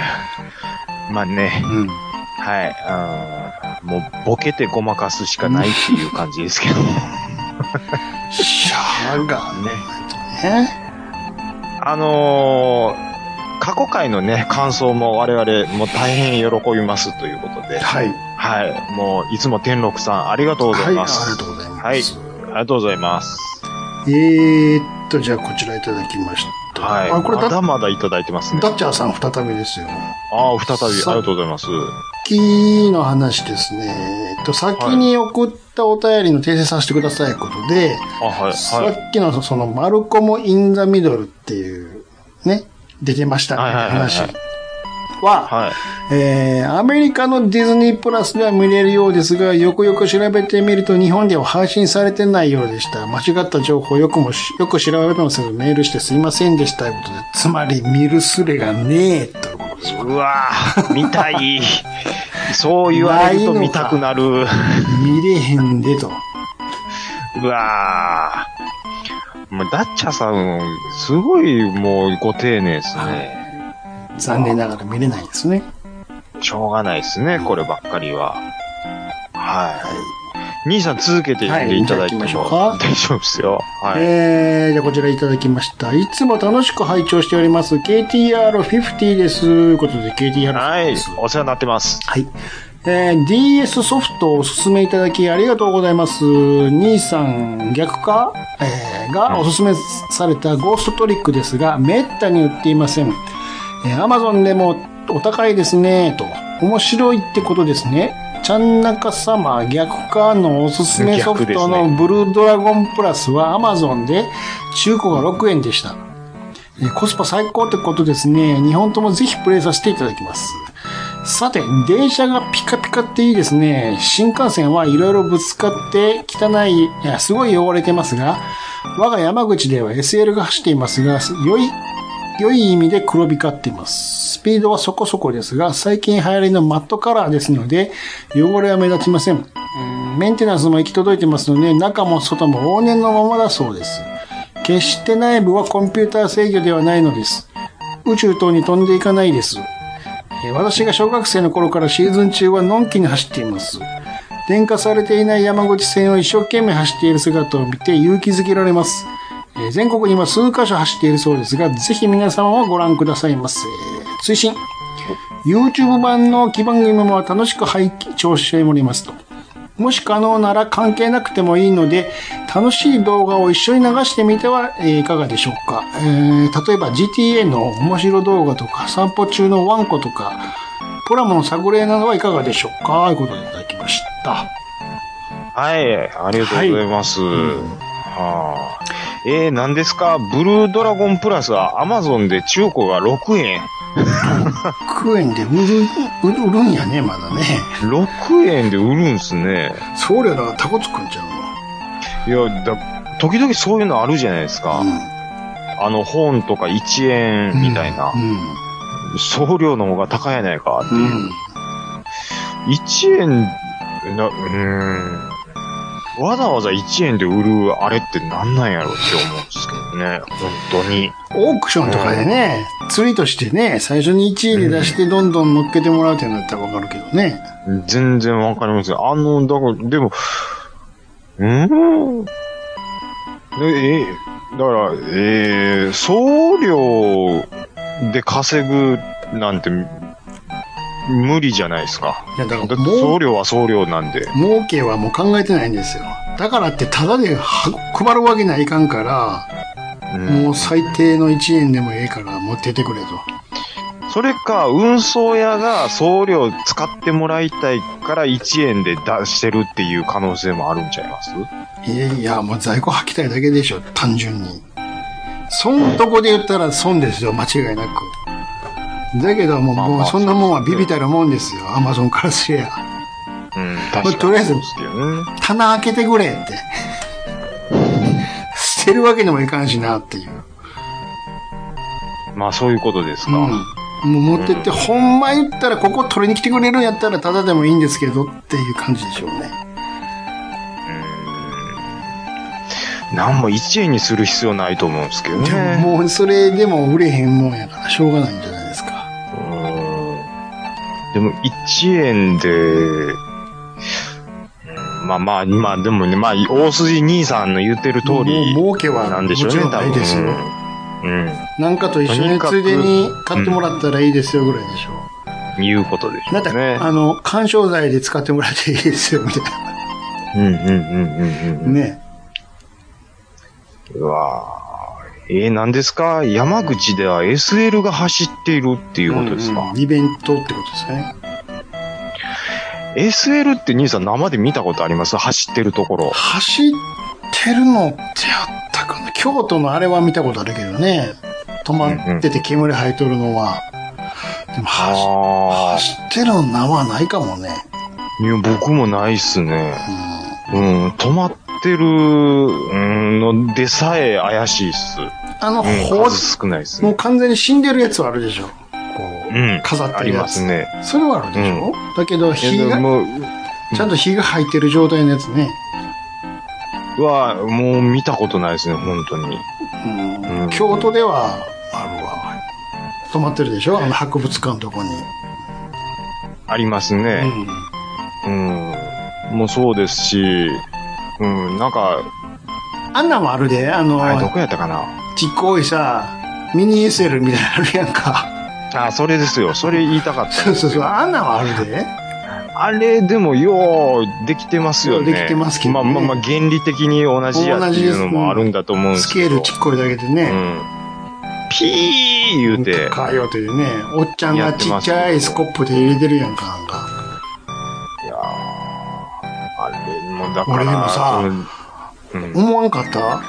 Speaker 2: まあね、
Speaker 3: うん。
Speaker 2: はい、あーもうボケてごまかすしかないっていう感じです *laughs* けど。
Speaker 3: シャーガー
Speaker 2: ね
Speaker 3: ね。
Speaker 2: あのー過去回のね、感想も我々もう大変喜びますということで、
Speaker 3: はい。
Speaker 2: はい、もういつも天禄さんありがとうござ
Speaker 3: はいい、あ
Speaker 2: ま
Speaker 3: りが
Speaker 2: す。
Speaker 3: とうございます。
Speaker 2: はいありがとうございます。
Speaker 3: えーっと、じゃあこちらいただきました。
Speaker 2: はい。
Speaker 3: あ、これ
Speaker 2: まだ
Speaker 3: ダ、
Speaker 2: まだいただいてますね。
Speaker 3: ダッチャーさん再びですよ。
Speaker 2: ああ、再び、あり
Speaker 3: さ
Speaker 2: がとうございます。
Speaker 3: きの話ですね。えっと、先に送ったお便りの訂正させてくださいことで、
Speaker 2: あ、はい、
Speaker 3: さ
Speaker 2: はい。
Speaker 3: っきのその、マルコモ・イン・ザ・ミドルっていう、ね、できましたっていう話
Speaker 2: はい
Speaker 3: は、
Speaker 2: はい。
Speaker 3: えー、アメリカのディズニープラスでは見れるようですが、よくよく調べてみると日本では配信されてないようでした。間違った情報よくもし、よく調べてもせずメールしてすいませんでしたということで、つまり見るすれがねえということですよ
Speaker 2: うわぁ、見た *laughs* い。そう言われると見たくなる。
Speaker 3: 見れへんでと。
Speaker 2: うわぁ。もう、ダッチャさん、すごい、もう、ご丁寧ですね。
Speaker 3: 残念ながら見れないですね。
Speaker 2: しょうがないですね、こればっかりは。はい。兄さん続けて読んでいただいても、
Speaker 3: はいじゃあ行きましょ
Speaker 2: 大
Speaker 3: うか
Speaker 2: 丈夫ですよ。はい。
Speaker 3: えー、じゃあこちらいただきました。いつも楽しく拝聴しております。KTR50 です。ということで KTR50
Speaker 2: はい
Speaker 3: です。。
Speaker 2: お世話になってます。
Speaker 3: はい。えー DS ソフトをおすすめいただきありがとうございます。兄さん逆か、えーがおすすめされたゴーストトリックですが、めったに売っていません。えー Amazon でもお高いですね、と。面白いってことですね。ちゃんなか様逆かのおすすめソフトのブルードラゴンプラスは Amazon で中古が6円でした。えーコスパ最高ってことですね。2本ともぜひプレイさせていただきます。さて、電車がピカピカっていいですね。新幹線はいろいろぶつかって汚い、いや、すごい汚れてますが、我が山口では SL が走っていますが、良い、良い意味で黒光っています。スピードはそこそこですが、最近流行りのマットカラーですので、汚れは目立ちません。うんメンテナンスも行き届いてますので、中も外も往年のままだそうです。決して内部はコンピューター制御ではないのです。宇宙等に飛んでいかないです。えー私が小学生の頃からシーズン中はのんきに走っています。電化されていない山口線を一生懸命走っている姿を見て勇気づけられます。えー全国に今数箇所走っているそうですが、ぜひ皆様もご覧くださいませ。推進。YouTube 版の基番組も楽しく拝聴しておりますと。もし可能なら関係なくてもいいので、楽しい動画を一緒に流してみては、えーいかがでしょうか、えー例えば GTA の面白動画とか、散歩中のワンコとか、プラモの作例などはいかがでしょうかということでいただきました。
Speaker 2: はい、ありがとうございます。はあ、えー、何ですかブルードラゴンプラスは Amazon で中古が6円。
Speaker 3: クエンで売る、売るんやね、まだね。
Speaker 2: 6円で売るんすね。
Speaker 3: 送料だからタコつくんちゃ
Speaker 2: いや、だ、時々そういうのあるじゃないですか。
Speaker 3: うの
Speaker 2: あの、本とか1円みたいな
Speaker 3: う。ん。
Speaker 2: 送料の方が高いやないかって
Speaker 3: うん。
Speaker 2: いうう。
Speaker 3: ん。
Speaker 2: 1円、な、うーん。わざわざ1円で売るあれってなんなんやろって思うんですけどね。本当に。
Speaker 3: オークションとかでね、釣りとしてね、最初に1位で出してどんどん乗っけてもらうっていうのだったらわかるけどね。
Speaker 2: 全然わかりません。あの、だから、でも、うーん。でえ、だから、えー、送料で稼ぐなんて、無理じゃないですか。
Speaker 3: いや、だ
Speaker 2: だ
Speaker 3: か
Speaker 2: って
Speaker 3: らもう
Speaker 2: 送料は送料なんで。
Speaker 3: 儲けはもう考えてないんですよ。だからって、ただでは配るわけにはいかんから、
Speaker 2: うん
Speaker 3: もう最低の1円でもええから持っててくれと。
Speaker 2: それか、運送屋が送料使ってもらいたいから1円で出してるっていう可能性もあるんちゃいます
Speaker 3: いやいや、もう在庫吐きたいだけでしょ、単純に。損とこで言ったら損ですよ、間違いなく。だけどもう、
Speaker 2: まあまあ
Speaker 3: もうそんなもんはビビたるもんですよ、アマゾンからすりゃ。
Speaker 2: うん、確かに。
Speaker 3: とりあえず
Speaker 2: そうですけどね。
Speaker 3: 棚 *laughs* 開けてくれって。捨てるわけにもいかんしなっていう。
Speaker 2: まあそういうことですか。
Speaker 3: うん。もう持ってって、ほんま言ったら、ここ取りに来てくれるんやったら、ただでもいいんですけどっていう感じでしょうね。
Speaker 2: なんも1円にする必要ないと思うんですけど
Speaker 3: で
Speaker 2: ね。
Speaker 3: も、もうそれでも売れへんもんやから、しょうがないんじゃないですか。
Speaker 2: うんでも1円で、うんまあまあ、まあでもね、まあ大筋兄さんの言ってる通り
Speaker 3: もう儲けは
Speaker 2: なんでしょうね、
Speaker 3: もちろ
Speaker 2: 多
Speaker 3: んない
Speaker 2: 分。
Speaker 3: ですよ
Speaker 2: うん。
Speaker 3: なんかと一緒
Speaker 2: とに
Speaker 3: に
Speaker 2: かく
Speaker 3: ついでに買ってもらったらいいですよぐらいでしょ
Speaker 2: う
Speaker 3: う。
Speaker 2: ん。いうことでしょ
Speaker 3: なん
Speaker 2: う
Speaker 3: だ、
Speaker 2: ね。
Speaker 3: あの、干渉剤で使ってもらっていいですよ、みたい
Speaker 2: うんうんうんうんう
Speaker 3: な。
Speaker 2: ん。
Speaker 3: ね。
Speaker 2: うわーえー、何ですか山口では SL が走っているっていうことですか、
Speaker 3: うんうんイベントってことですね。
Speaker 2: ?SL って兄さん生で見たことあります走ってるところ。
Speaker 3: 走ってるのってあったかな京都のあれは見たことあるけどね。止まってて煙吐いとるのは。でも走、
Speaker 2: ああ。
Speaker 3: 走ってるのはないかもね。
Speaker 2: いや、僕もないっすね。
Speaker 3: うん
Speaker 2: うん、止まってるうんのでさえ怪しいっす。
Speaker 3: あの、
Speaker 2: うん、
Speaker 3: ほう
Speaker 2: 数少ないっす
Speaker 3: もう
Speaker 2: ね。
Speaker 3: 完全に死んでるやつはあるでしょ。こう、
Speaker 2: うん、
Speaker 3: 飾っ
Speaker 2: あ
Speaker 3: て
Speaker 2: り
Speaker 3: るや
Speaker 2: ま
Speaker 3: つ。
Speaker 2: すね。
Speaker 3: それはあるでしょ、だけど、火
Speaker 2: いやで
Speaker 3: が、
Speaker 2: も
Speaker 3: ちゃんと火が入ってる状態のやつね。
Speaker 2: うは、もう見たことないですね、本当に。
Speaker 3: うん
Speaker 2: うん
Speaker 3: 京都ではあるわ。止まってるでしょあの博物館のとこに。
Speaker 2: ありますね。うん。もうそうですし、うん、なんか、
Speaker 3: うんあんなんもあるで、あの、
Speaker 2: あれどこやったかな。
Speaker 3: ちっこいさ、ミニ SL みたいなのあるやんか。
Speaker 2: あ、それですよ。それ言いたかった。
Speaker 3: そうそうそう、あんなんもあるで。
Speaker 2: あれ、でも、よう、できてますよね。
Speaker 3: ようできてますけどね
Speaker 2: まあまあまあ、原理的に同じやっていうのもあるんだと思うんです
Speaker 3: ス
Speaker 2: け
Speaker 3: ケ
Speaker 2: ど。
Speaker 3: ールちっこいだけでね。
Speaker 2: うん。ピー言うて、
Speaker 3: かよというね、おっちゃん
Speaker 2: や
Speaker 3: が
Speaker 2: って
Speaker 3: ち
Speaker 2: ま
Speaker 3: っ
Speaker 2: すけ
Speaker 3: ち
Speaker 2: ど
Speaker 3: ゃいスコップで入れてるやんか、なんか。
Speaker 2: いやーあれもだから、
Speaker 3: 俺でもさ
Speaker 2: うん、うん、
Speaker 3: 思わんかった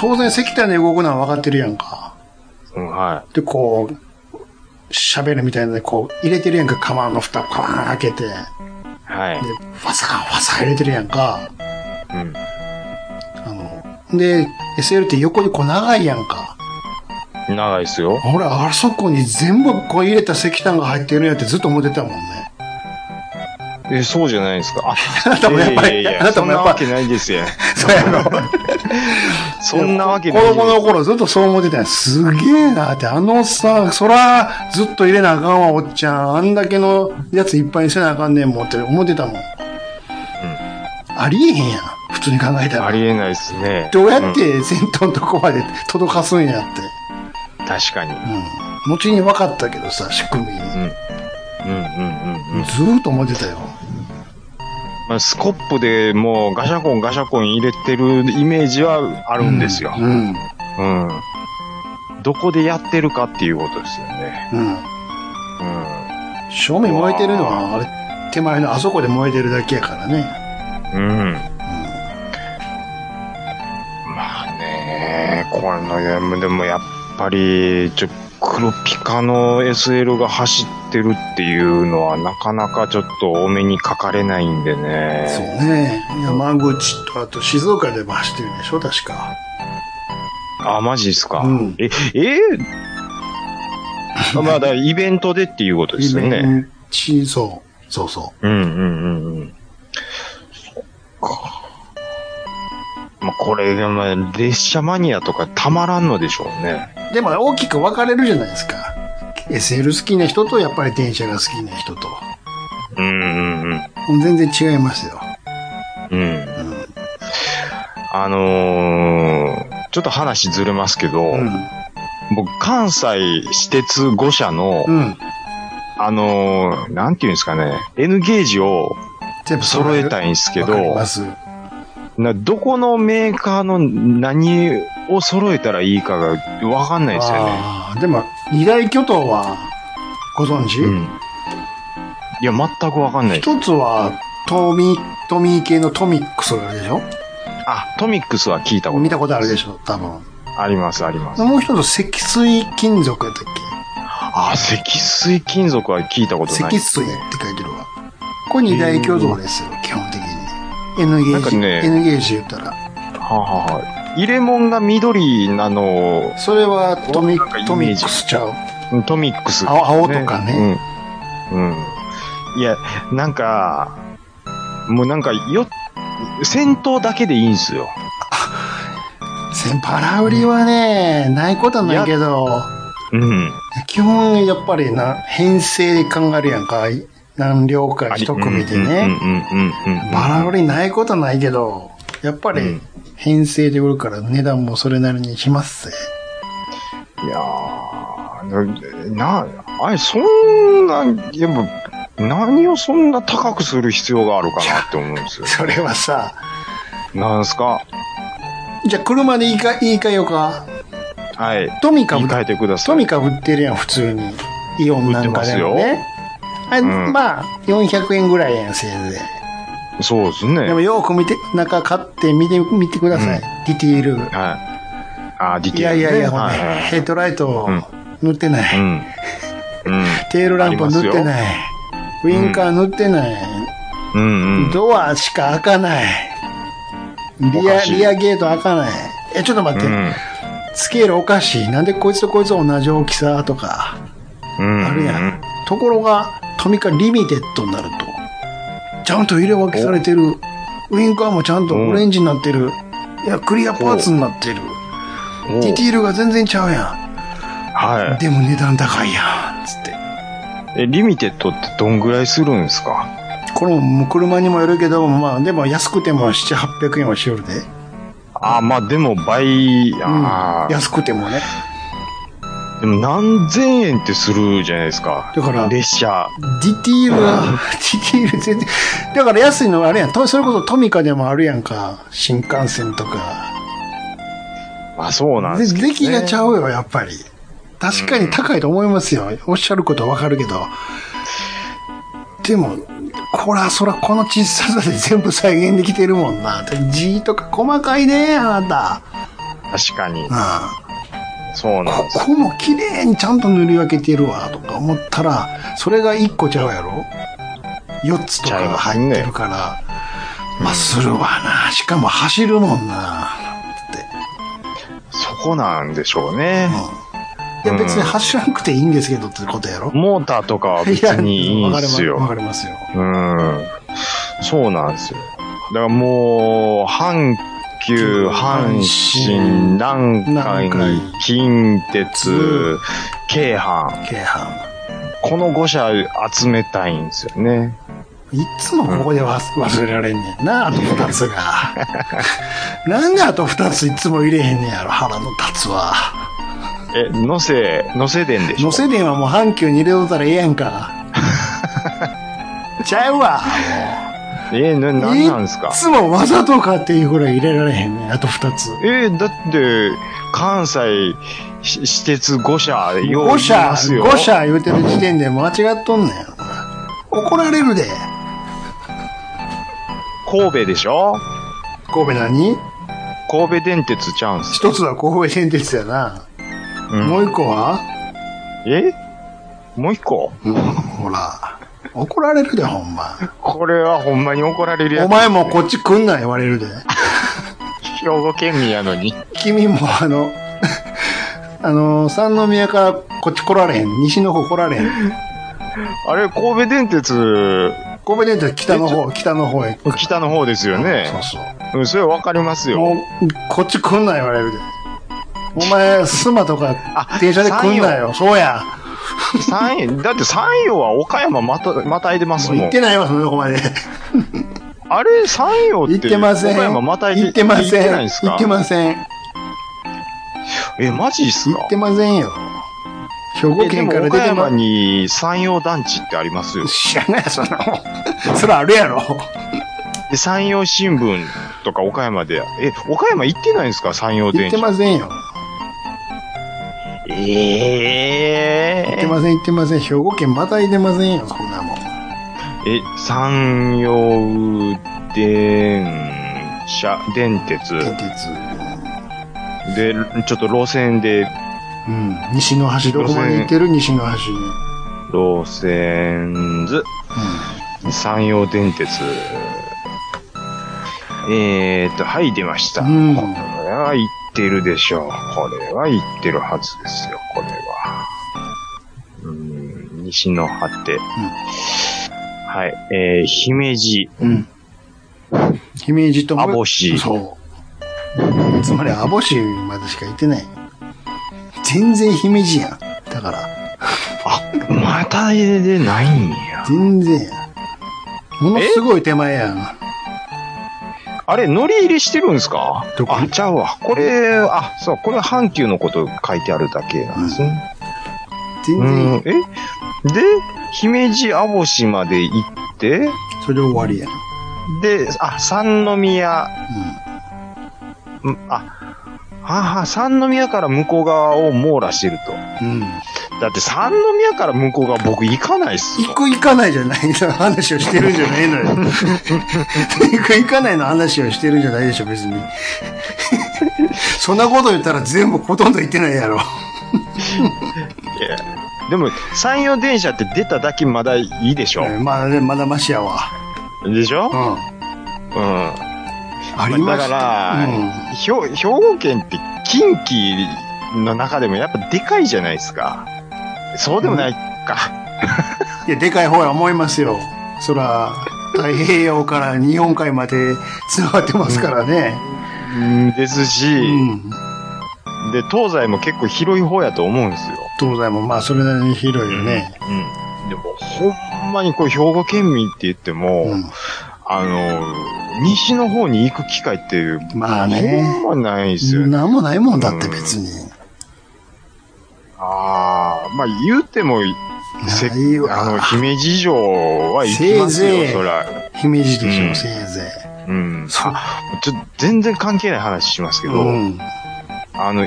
Speaker 3: 当然石炭で動くのは分かってるやんか。
Speaker 2: うんは
Speaker 3: で、こう、喋るみたいなので、こう、入れてるやんか、釜の蓋、パーン開けて。
Speaker 2: い。はい
Speaker 3: で、。ファサカンファサカン入れてるやんか。
Speaker 2: うん。
Speaker 3: あの、で、SL って横にこう長いやんか。
Speaker 2: 長いっすよ。
Speaker 3: 俺、あそこに全部こう入れた石炭が入ってるんやってずっと思ってたもんね。
Speaker 2: え、そうじゃないですか。あ、
Speaker 3: あ *laughs* なたもやっぱ
Speaker 2: いや
Speaker 3: り
Speaker 2: いやいや
Speaker 3: あなたもやっぱ
Speaker 2: そ
Speaker 3: り
Speaker 2: んなわけないですよ。
Speaker 3: そうやろ。
Speaker 2: そんなわけ
Speaker 3: 子
Speaker 2: ないです
Speaker 3: 供の頃ずっとそう思ってたんやすげえなって、あのさ、そら、ずっと入れなあかんわ、おっちゃん。あんだけのやついっぱいにせなあかんねんもんって思ってたもん。ありえへんやん。普通に考えたら。
Speaker 2: ありえないですね。
Speaker 3: どうやっ
Speaker 2: ん
Speaker 3: て先頭のとこまで届かすんやって。
Speaker 2: 確かに。
Speaker 3: うん。後に分かったけどさ、仕組み。
Speaker 2: うんうんうんうん。
Speaker 3: ずーっと思ってたよ。
Speaker 2: まあ、スコップでもうガシャコンガシャコン入れてるイメージはあるんですよ。
Speaker 3: うん。うん。
Speaker 2: うん。どこでやってるかっていうことですよね。うん。
Speaker 3: 正面燃えてるのは、あれ、手前のあそこで燃えてるだけやからね。
Speaker 2: うん。まあね、このゲームでもやっぱり、ちょ、黒ピカの SL が走ってるっていうのはなかなかちょっとお目にかかれないんで
Speaker 3: そう
Speaker 2: ね。
Speaker 3: ね。山口と、あと静岡でも走ってるでしょ、確か。
Speaker 2: あ、マジっすか。
Speaker 3: うん
Speaker 2: え、え *laughs* ーまあ、だからイベントでっていうことですよね。
Speaker 3: ンチそう。そうそ
Speaker 2: うんうんうんうん。そっか。まあ、これが、まあ、列車マニアとかたまらんのでしょうね。
Speaker 3: う。でも大きく分かれるじゃないですか。SL 好きな人と、やっぱり電車が好きな人と。
Speaker 2: うんうんうん。
Speaker 3: 全然違いますよ。
Speaker 2: うん。
Speaker 3: うん。
Speaker 2: あのー、ちょっと話ずれますけど、
Speaker 3: うん。
Speaker 2: 僕、関西私鉄5社の、
Speaker 3: うん。
Speaker 2: あのー、なんていうんですかね、N ゲージを
Speaker 3: 全部
Speaker 2: 揃え
Speaker 3: い
Speaker 2: たいんですけ
Speaker 3: わかり
Speaker 2: ど、
Speaker 3: ます。
Speaker 2: などこのメーカーの何を揃えたらいいかがわかんないですよね。
Speaker 3: ああ、でも、二大巨頭は、ご存知、
Speaker 2: うん。いや、全くわかんない。
Speaker 3: 一つは、トミ、トミー系のトミックスがあるでしょ
Speaker 2: あ、トミックスは聞いたこと
Speaker 3: 見たことあるでしょ多分。
Speaker 2: あります、あります。
Speaker 3: もう一つ、積水金属やったっ
Speaker 2: あ、積水金属は聞いたこと
Speaker 3: け
Speaker 2: ない。
Speaker 3: 積水って書いてるわ。これ二大巨頭ですよ、基本的に。N ゲ
Speaker 2: なん
Speaker 3: ー
Speaker 2: か
Speaker 3: ジ、
Speaker 2: ね
Speaker 3: N ゲージ言った
Speaker 2: は
Speaker 3: ら。
Speaker 2: あはあはあ入れ物が緑なの
Speaker 3: それはトミ
Speaker 2: なんかイメージ
Speaker 3: トミックスちゃう。
Speaker 2: を、トミックス、
Speaker 3: 青青とかね。
Speaker 2: うん。うん。いや、なんか、もうなんか、よ、戦闘だけでいいんすよ。
Speaker 3: 先パラ売りはね、ないことはないけど、
Speaker 2: うん。
Speaker 3: 基本やっぱりな、編成で考えるやんか。何両か一組で
Speaker 2: う
Speaker 3: ね。
Speaker 2: んうんうんうんうん。
Speaker 3: バラ売りないことはないけど、やっぱ
Speaker 2: う
Speaker 3: り
Speaker 2: ん
Speaker 3: 編成で売るから値段もそれなりにしますぜ。
Speaker 2: いやー、な、なあれ、そんな、やっぱ、何をそんな高くする必要があるかなって思うんですよ。
Speaker 3: それはさ、
Speaker 2: なんすか
Speaker 3: じゃあ車でいいか、いいかよか。
Speaker 2: はい。
Speaker 3: トミカ
Speaker 2: 言い
Speaker 3: ぶ
Speaker 2: 換えてくださ
Speaker 3: ト
Speaker 2: い。
Speaker 3: ミカ売ってるやん、普通に。イオンなんかでも
Speaker 2: 売って
Speaker 3: ね。あれ、
Speaker 2: うん
Speaker 3: まあ、400円ぐらいやん、せいぜ
Speaker 2: そうです
Speaker 3: い。
Speaker 2: ね。
Speaker 3: でも
Speaker 2: はい。
Speaker 3: よく見て、中買って見て、見てください。ディティール。
Speaker 2: あー、ディテー
Speaker 3: いや
Speaker 2: ル、
Speaker 3: い
Speaker 2: ね。
Speaker 3: やいや、ほら
Speaker 2: はいはい
Speaker 3: ヘッドライト
Speaker 2: うん
Speaker 3: 塗ってな
Speaker 2: う
Speaker 3: い。
Speaker 2: ん。うん。
Speaker 3: テールランプ塗って
Speaker 2: ありま
Speaker 3: ない。ウインカー塗ってない。
Speaker 2: うんうん。
Speaker 3: ドアしか開かない。リ
Speaker 2: お
Speaker 3: ア、
Speaker 2: かしい
Speaker 3: リアゲート開かない。え、ちょっと待っ
Speaker 2: う
Speaker 3: て。
Speaker 2: ん。
Speaker 3: スケールおかしい。なんでこいつとこいつ同じ大きさとか。
Speaker 2: うん。
Speaker 3: あるやん。ところが、トミカリミテッドになると、ちゃんと入れ分けされてる。ウインカーもちゃんとオレンジになってる。いや、クリアパーツになってる。
Speaker 2: お
Speaker 3: ディティールが全然ちゃうや
Speaker 2: は
Speaker 3: ん。でも値段高いやん。つって。
Speaker 2: い。え、リミテッドってどんぐらいするんですか
Speaker 3: これももう車にもよるけど、まあでも安くても7、800円はしよるで。
Speaker 2: あー、まあでも倍、
Speaker 3: うん
Speaker 2: ああ、
Speaker 3: 安くてもね。
Speaker 2: でも何千円ってするじゃないですか。
Speaker 3: だから
Speaker 2: 列車。
Speaker 3: ディティール *laughs* は、ディティール全然。だから安いのはあれやん。とそれこそトミカでもあるやんか。新幹線とか。
Speaker 2: まあそうなん
Speaker 3: で
Speaker 2: ですけど、ね。
Speaker 3: 出来がちゃうよ、やっぱり。確かに高いと思いますよ。おっしゃることはわかるけど。でも、こら、そら、この小ささで全部再現できてるもんな。字とか細かいね、あなた。
Speaker 2: 確かに。
Speaker 3: あ
Speaker 2: そうなん
Speaker 3: こ
Speaker 2: です。
Speaker 3: こも綺麗にちゃんと塗り分けてるわ、とか思ったら、それが1個ちゃうやろ ?4 つとかが入ってるから。まあ、するわな。しかも走るもんな。って。
Speaker 2: そこなんでしょうね。
Speaker 3: いや、別に走らなくていいんですけどってことやろ
Speaker 2: モーターとかは別にいいんです
Speaker 3: やわ
Speaker 2: よ。
Speaker 3: かりますわかり
Speaker 2: うん。そうなんですよ。だからもう、阪急、阪神、南海
Speaker 3: 南海、
Speaker 2: 近鉄、京阪。
Speaker 3: ますよ。京阪。
Speaker 2: この5社集めたいんですよね。
Speaker 3: いつもここでわ忘れられんねんな、あと二つが。 *laughs* なんであと二ついつも入れへんねんやろ、腹の立つは。
Speaker 2: え、のせ、のせでんでしょ
Speaker 3: 乗せ電はもう阪急に入れとったらええやん
Speaker 2: *laughs*
Speaker 3: か。ちゃうわ。
Speaker 2: え、な、なんなんですか
Speaker 3: いつもわざとかっていうぐらい入れられへんねん、あと二つ。
Speaker 2: えーだって、関西し、私鉄5社、よう言
Speaker 3: 5
Speaker 2: い
Speaker 3: 社、
Speaker 2: ますよ。
Speaker 3: 5社言うてる時点で間違っとんねん。怒られるで。
Speaker 2: 神戸でしょ
Speaker 3: 神戸何
Speaker 2: 神戸電鉄チャンス。
Speaker 3: 一つは神戸電鉄やな。
Speaker 2: うん
Speaker 3: もう一個は
Speaker 2: えもう一個
Speaker 3: うんほら。怒られるで、ほんま。
Speaker 2: これはほんまに怒られるやつ。
Speaker 3: お前もこっち来んな言われるで。
Speaker 2: 兵庫県民やのに。
Speaker 3: 君もあの、 *laughs* あの、三宮からこっち来られへん。西の方来られへん。
Speaker 2: あれ、神戸電鉄、
Speaker 3: 神戸電鉄北の方、北の方へ。
Speaker 2: 北の方ですよね。
Speaker 3: そうそう
Speaker 2: うん、それわかります。よ。
Speaker 3: もう、こっち来んな言われるで。お前、スマとか電車で来んなよ。そうや。
Speaker 2: 三位、だって三陽は岡山また、またいでます
Speaker 3: もう
Speaker 2: も
Speaker 3: 行っ
Speaker 2: ん。
Speaker 3: てないわ、そのとこまで。
Speaker 2: あれ、三陽って。
Speaker 3: 行ってません。
Speaker 2: 岡山またいで
Speaker 3: 行ってませ
Speaker 2: 行って
Speaker 3: ん。
Speaker 2: ないんすか
Speaker 3: 行ってません。
Speaker 2: え、マジっすか
Speaker 3: 行ってませんよ。兵庫
Speaker 2: えで
Speaker 3: 県
Speaker 2: も
Speaker 3: から出
Speaker 2: 岡
Speaker 3: てま
Speaker 2: 山に山陽団地ってありますよ。
Speaker 3: 知らないよ、そんなもん。 *laughs* それあるやろ。
Speaker 2: で、山陽新聞とか岡山で。え、岡山行ってないんですか山陽
Speaker 3: 行
Speaker 2: 電
Speaker 3: って
Speaker 2: 車。
Speaker 3: ませんよ。
Speaker 2: え
Speaker 3: 行っ
Speaker 2: え
Speaker 3: てません、行ってません。兵庫県またいでませんよ、そんなもん。
Speaker 2: え、山陽電車、電鉄。
Speaker 3: 電鉄。
Speaker 2: で、ちょっと路線で、
Speaker 3: うん。西の端、どこまで行ってる西の端。うん。
Speaker 2: 路線図、山陽電鉄。えーと、はい、出ました。
Speaker 3: うん
Speaker 2: これは言ってるでしょう。これは言ってるはずですよ、これは。うーん、西の果て。はい、えー、姫路、
Speaker 3: うん。姫路とも
Speaker 2: 網干
Speaker 3: そう。つまり、網干までしか行ってない。全然姫路やん。だから、
Speaker 2: また絵でないんや。
Speaker 3: 全然やん。ものすごい手前やん。
Speaker 2: あれ、乗り入れしてるんですか
Speaker 3: どこ
Speaker 2: あ、ちゃうわ。これ、あ、そう、これ阪急のこと書いてあるだけなんですね。
Speaker 3: 全然、
Speaker 2: うん、えで、姫路網干まで行って、
Speaker 3: それで終わりやん。
Speaker 2: で、あ、三宮、んあ、はは、三宮から向こう側を網羅してると。
Speaker 3: うん。うん。
Speaker 2: だって三宮から向こう側僕行かないっすよ
Speaker 3: 行。く行かないじゃないの話をしてるんじゃないのよ。行く行かないの話をしてるんじゃないでしょ、別に。そんなこと言ったら全部ほとんど行ってないやろ。
Speaker 2: でも、山陽電車って出ただけまだいいでしょ、
Speaker 3: まあね、まだましやわ。
Speaker 2: でしょ
Speaker 3: うん。あ
Speaker 2: うん。
Speaker 3: りまし
Speaker 2: だ
Speaker 3: た。
Speaker 2: から、
Speaker 3: うん
Speaker 2: ひょ兵庫県って近畿の中でもやっぱでかいじゃないですか。そうでもないか。
Speaker 3: いや、でかい方や思いますよ。そら、太平洋から日本海までつながってますからね。
Speaker 2: うん、ですし、
Speaker 3: うん。
Speaker 2: で、東西も結構広い方やと思うんですよ。
Speaker 3: 東西もまあ、それなりに広いよね。
Speaker 2: うん。でも、ほんまにこう、兵庫県民って言っても、
Speaker 3: う
Speaker 2: あの、西の方に行く機会って、
Speaker 3: ん。まあね。
Speaker 2: ほんまないですよね。
Speaker 3: なんもないもんだって別に。
Speaker 2: ああ、まあ言うても、せ
Speaker 3: ないわ
Speaker 2: あの、姫路城は行きます
Speaker 3: せい
Speaker 2: よ、
Speaker 3: ぜい
Speaker 2: そら。
Speaker 3: 姫路でし
Speaker 2: う
Speaker 3: ょ、
Speaker 2: ん
Speaker 3: せいぜ
Speaker 2: うん
Speaker 3: い。。そう。
Speaker 2: ちょ全然関係ない話しますけど、
Speaker 3: うん。
Speaker 2: あの、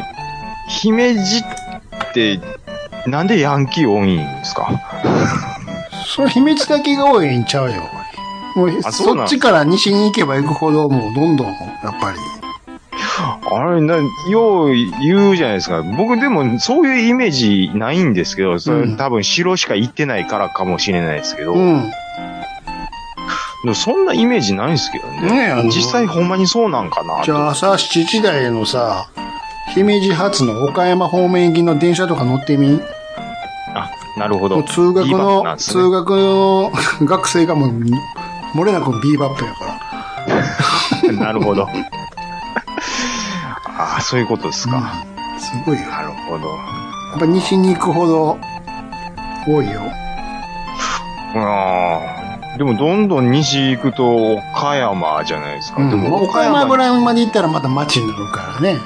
Speaker 2: 姫路って、なんでヤンキー多いんですか
Speaker 3: それ姫路だけが多いんちゃうよ。もう、
Speaker 2: あそう
Speaker 3: そ
Speaker 2: なん
Speaker 3: っちから西に行けば行くほど、もうどんどん、やっぱり。
Speaker 2: あれな、よう言うじゃないですか。僕でもそういうイメージないんですけど、それ、
Speaker 3: うん
Speaker 2: 多分城しか行ってないからかもしれないですけど、
Speaker 3: うん。
Speaker 2: でもそんなイメージないんですけど
Speaker 3: ね
Speaker 2: ね。
Speaker 3: えあの
Speaker 2: 実際ほんまにそうなんかなと。
Speaker 3: じゃあさ、7時台のさ、姫路発の岡山方面行きの電車とか乗ってみ
Speaker 2: あ、なるほ
Speaker 3: も
Speaker 2: ど。
Speaker 3: う通学
Speaker 2: いいバッグな
Speaker 3: の、
Speaker 2: んですね
Speaker 3: 通学の学生がもう、漏れなくビーバップやか
Speaker 2: *laughs*
Speaker 3: ら。
Speaker 2: なるほ
Speaker 3: *laughs*
Speaker 2: ど。ああ、そういうことですか。
Speaker 3: すごいよ。や
Speaker 2: なるほど。
Speaker 3: っぱ西に行くほど、多いよ。
Speaker 2: ああ。でも、どんどん西行くと、岡山じゃないですか。
Speaker 3: うん
Speaker 2: でも、
Speaker 3: 岡山ぐ
Speaker 2: い。
Speaker 3: らいまで行ったらまた町になるからね。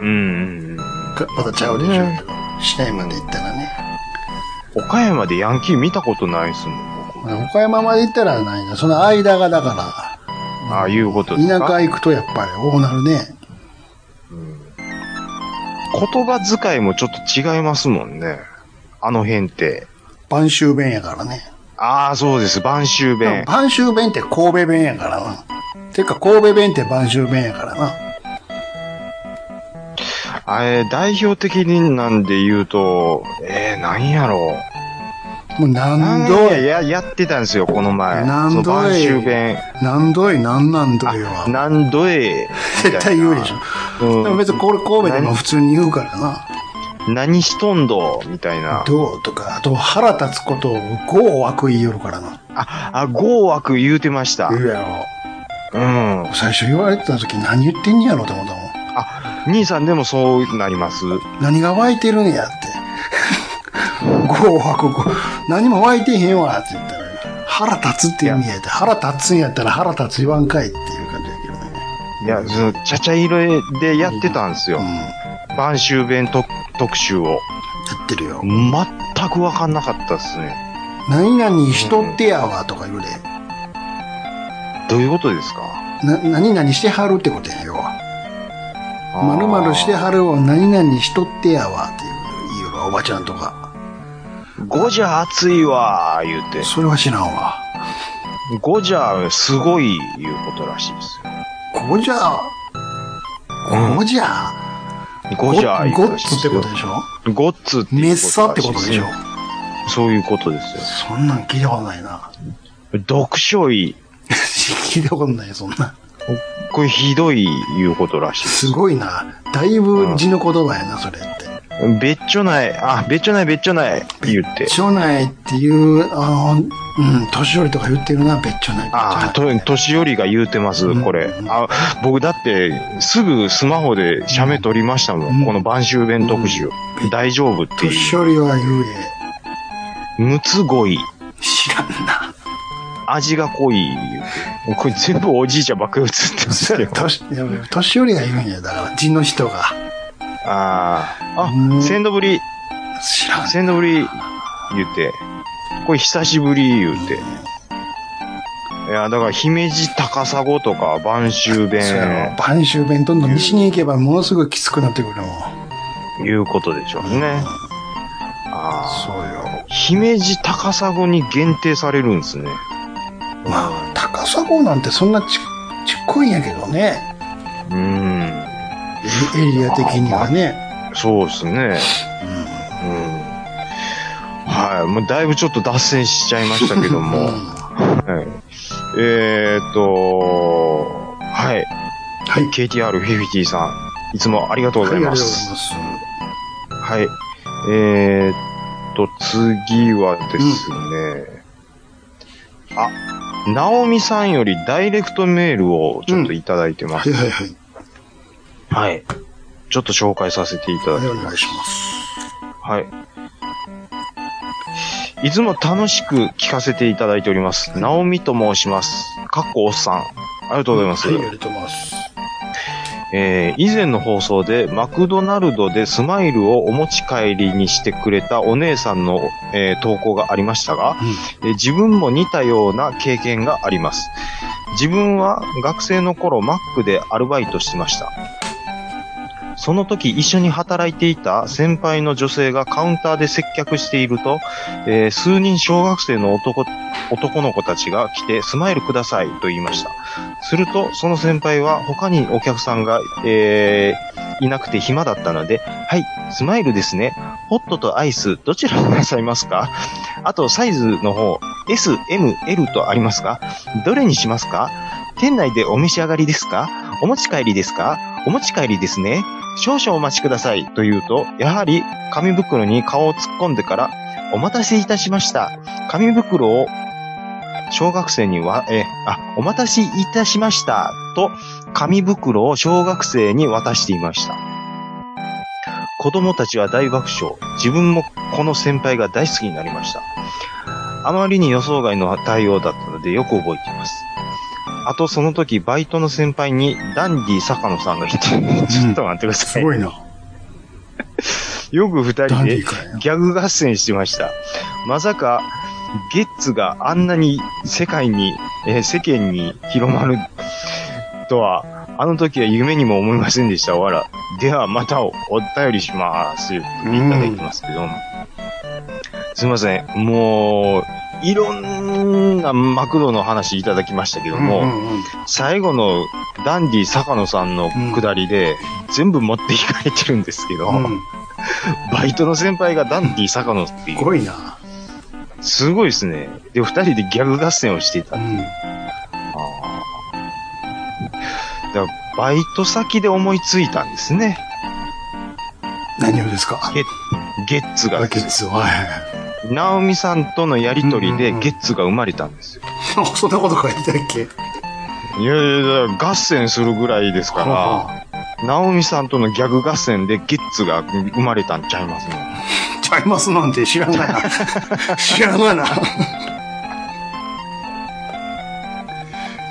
Speaker 2: うんうんうん。
Speaker 3: かまたちゃうでしょうけど。市内まで行ったらね。
Speaker 2: 岡山でヤンキー見たことないですもん、僕。
Speaker 3: まあ岡山まで行ったらないな。その間がだか
Speaker 2: ああいうこと
Speaker 3: ら、
Speaker 2: です
Speaker 3: 田
Speaker 2: か。
Speaker 3: 舎行くとやっぱり多なるね。
Speaker 2: 言葉遣いもちょっと違いますもんね。あの辺って。
Speaker 3: 晩秋弁やからね。
Speaker 2: ああ、そうです。晩秋弁。
Speaker 3: 晩秋弁って神戸弁やからな。てか神戸弁って晩秋弁やからな。
Speaker 2: あれ、代表的になんで言うと、えー、何やろう。
Speaker 3: もう何
Speaker 2: 何
Speaker 3: 度
Speaker 2: 度
Speaker 3: い、
Speaker 2: や、やってたんですよ、この前。
Speaker 3: 何度い
Speaker 2: その晩秋弁。
Speaker 3: 何度い、何何度いは。
Speaker 2: 何度え。
Speaker 3: 絶対言うでしょ。
Speaker 2: うん
Speaker 3: でも別にこれ神戸でも普通に言うからな。
Speaker 2: 何しとんどみたいな。
Speaker 3: どうとか、あと腹立つことを語を悪意言うからな。
Speaker 2: あ、あ、語枠言うてました。
Speaker 3: 言うや
Speaker 2: うん。
Speaker 3: ろ。最初言われてた時何言ってんやろって思ったもん。
Speaker 2: あ、兄さんでもそうなります。
Speaker 3: 何が湧いてるんやって。 *laughs* 語を悪語。何も湧いてへんわって言ったら、腹立つって意味やって、腹立つんやったら腹立つ言わんかいっていう感じだけどね。
Speaker 2: いや、その、ちゃちゃ色でやってたんですよ
Speaker 3: う。ん。
Speaker 2: 晩秋弁特特集を。
Speaker 3: やってるよ。
Speaker 2: 全くわかんなかったっすね。
Speaker 3: 何々しとってやわとか言うで。
Speaker 2: どういうことですか
Speaker 3: な、何々してはるってことやよ。まる
Speaker 2: る
Speaker 3: まるしてはるを何々しとってやわっていう、言うのおばちゃんとか。
Speaker 2: 5じゃ暑いわー、言うて。
Speaker 3: それは知らんわ。
Speaker 2: 5じゃすごい、いうことらしいです
Speaker 3: こじゃ、
Speaker 2: うん
Speaker 3: こじゃ、
Speaker 2: よ。5じゃ、
Speaker 3: ごごっつってことでしょ
Speaker 2: ょごっつっていう
Speaker 3: め
Speaker 2: ら
Speaker 3: っ
Speaker 2: しいす
Speaker 3: さってことでしょ
Speaker 2: そういうことですよ。
Speaker 3: *laughs* そんなん聞いたことないな。
Speaker 2: 読書位。
Speaker 3: 聞いたことない、そんな。
Speaker 2: これひどい言うことらしい。
Speaker 3: すごいな。だいぶ字の言葉やな、それって。
Speaker 2: べっちょない、あ、べっちょないべっちょないって言って。
Speaker 3: 町内っていう、あの、うん、年寄りとか言ってるな、別町内。
Speaker 2: ああ、
Speaker 3: 別
Speaker 2: と、年寄りが言うてます、
Speaker 3: うん
Speaker 2: これ。あ、僕だって、すぐスマホで写メ撮りましたもん。
Speaker 3: うん
Speaker 2: この晩秋弁特集。大丈夫っていう。
Speaker 3: 年寄りは言うえ。
Speaker 2: むつごい。
Speaker 3: 知らんな。
Speaker 2: 味が濃い。これ全部おじいちゃんばっかり映ってますけど。
Speaker 3: *laughs* 年いや年寄りが言うんや、だから、地の人が。
Speaker 2: ああ。
Speaker 3: う
Speaker 2: あ、
Speaker 3: ん
Speaker 2: 鮮度ぶり、
Speaker 3: 知らん。
Speaker 2: 鮮度ぶり、言って。これ久しぶり言って。いや、だから、姫路高砂とか、晩秋
Speaker 3: そうやろ
Speaker 2: 弁、
Speaker 3: 晩秋弁どんどん西に行けばものすごいきつくなってくるのも。
Speaker 2: いうことでしょうね。ああ。
Speaker 3: そうよ。
Speaker 2: 姫路高砂に限定されるんですね。
Speaker 3: まあ、高砂なんてそんなちちっこいんやけどね。
Speaker 2: うーん。
Speaker 3: エリエリア的にはね。
Speaker 2: そうですね。うん。はい。もうだいぶちょっと脱線しちゃいましたけども。 *laughs*
Speaker 3: うんは
Speaker 2: はい、えーっと、はい。
Speaker 3: い。
Speaker 2: KTR50 さん、いつもありがとうございます。
Speaker 3: す。
Speaker 2: はい。えーっと、次はですね。あ、ナオミさんよりダイレクトメールをちょっといただいてます。
Speaker 3: はいはいはい。
Speaker 2: はい。ちょっと紹介させていただ
Speaker 3: はい
Speaker 2: き
Speaker 3: お
Speaker 2: ま
Speaker 3: 願
Speaker 2: す。
Speaker 3: いします。
Speaker 2: はい。いつも楽しく聞かせていただいております。ナオミと申します。かっこおっさん。ありがとうございます。
Speaker 3: はい、ありがとうございます。
Speaker 2: えー以前の放送でマクドナルドでスマイルをお持ち帰りにしてくれたお姉さんの、えー投稿がありましたが、えー自分も似たような経験があります。自分は学生の頃マックでアルバイトしてました。その時一緒に働いていた先輩の女性がカウンターで接客していると、えー数人小学生の男、男の子たちが来てスマイルくださいと言いました。すると、その先輩は他にお客さんが、えーいなくて暇だったので、はい、スマイルですね。ホットとアイス、どちらになさいますかあと、サイズの方、S、M、L とありますかどれにしますか店内でお召し上がりですかお持ち帰りですかお持ち帰りですね。少々お待ちください。と言うと、やはり紙袋に顔を突っ込んでから、お待たせいたしました。紙袋を小学生には、え、あ、お待たせいたしました、と、紙袋を小学生に渡していました。子供たちは大爆笑。自分もこの先輩が大好きになりました。あまりに予想外の対応だったのでよく覚えています。あと、その時、バイトの先輩に、ダンディ坂野さんがいて、ちょっと待ってくださ
Speaker 3: す
Speaker 2: い。
Speaker 3: ごいな。
Speaker 2: よく二
Speaker 3: ダ
Speaker 2: 人
Speaker 3: ンデ
Speaker 2: で
Speaker 3: ィーかよ。
Speaker 2: ギャグ合戦してました。まさか、ゲッツがあんなに世界に、えー世間に広まるとは、あの時は夢にも思いませんでした。わら。では、またおお便りします。いただきますけども。すいません。もう、いろんなマクドの話いただきましたけども、
Speaker 3: うんうんうん
Speaker 2: 最後のダンディ坂野さんの下りで、全部持っていかれてるんですけど、
Speaker 3: うん、
Speaker 2: バイトの先輩がダンディ坂野ってい
Speaker 3: す
Speaker 2: う。
Speaker 3: ごいな。
Speaker 2: すごいですね。で、二人でギャグ合戦をしていた。
Speaker 3: う
Speaker 2: あ
Speaker 3: ん。
Speaker 2: ーだからバイト先で思いついたんですね。
Speaker 3: 何をですか
Speaker 2: ゲッツが
Speaker 3: バ。ケツを。はいはい
Speaker 2: ナオミさんとのやりとり
Speaker 3: うんうんう
Speaker 2: で
Speaker 3: ん
Speaker 2: ゲッツが生まれたんですよ。
Speaker 3: はい。そんなこと書いてたっけ
Speaker 2: いやいやいや、合戦するぐらいですか
Speaker 3: あ
Speaker 2: ら、ナオミさんとのギャグ合戦でゲッツが生まれたんちゃいますね。
Speaker 3: あ。ちゃいますなんて知らんが *laughs* な。知らんがな。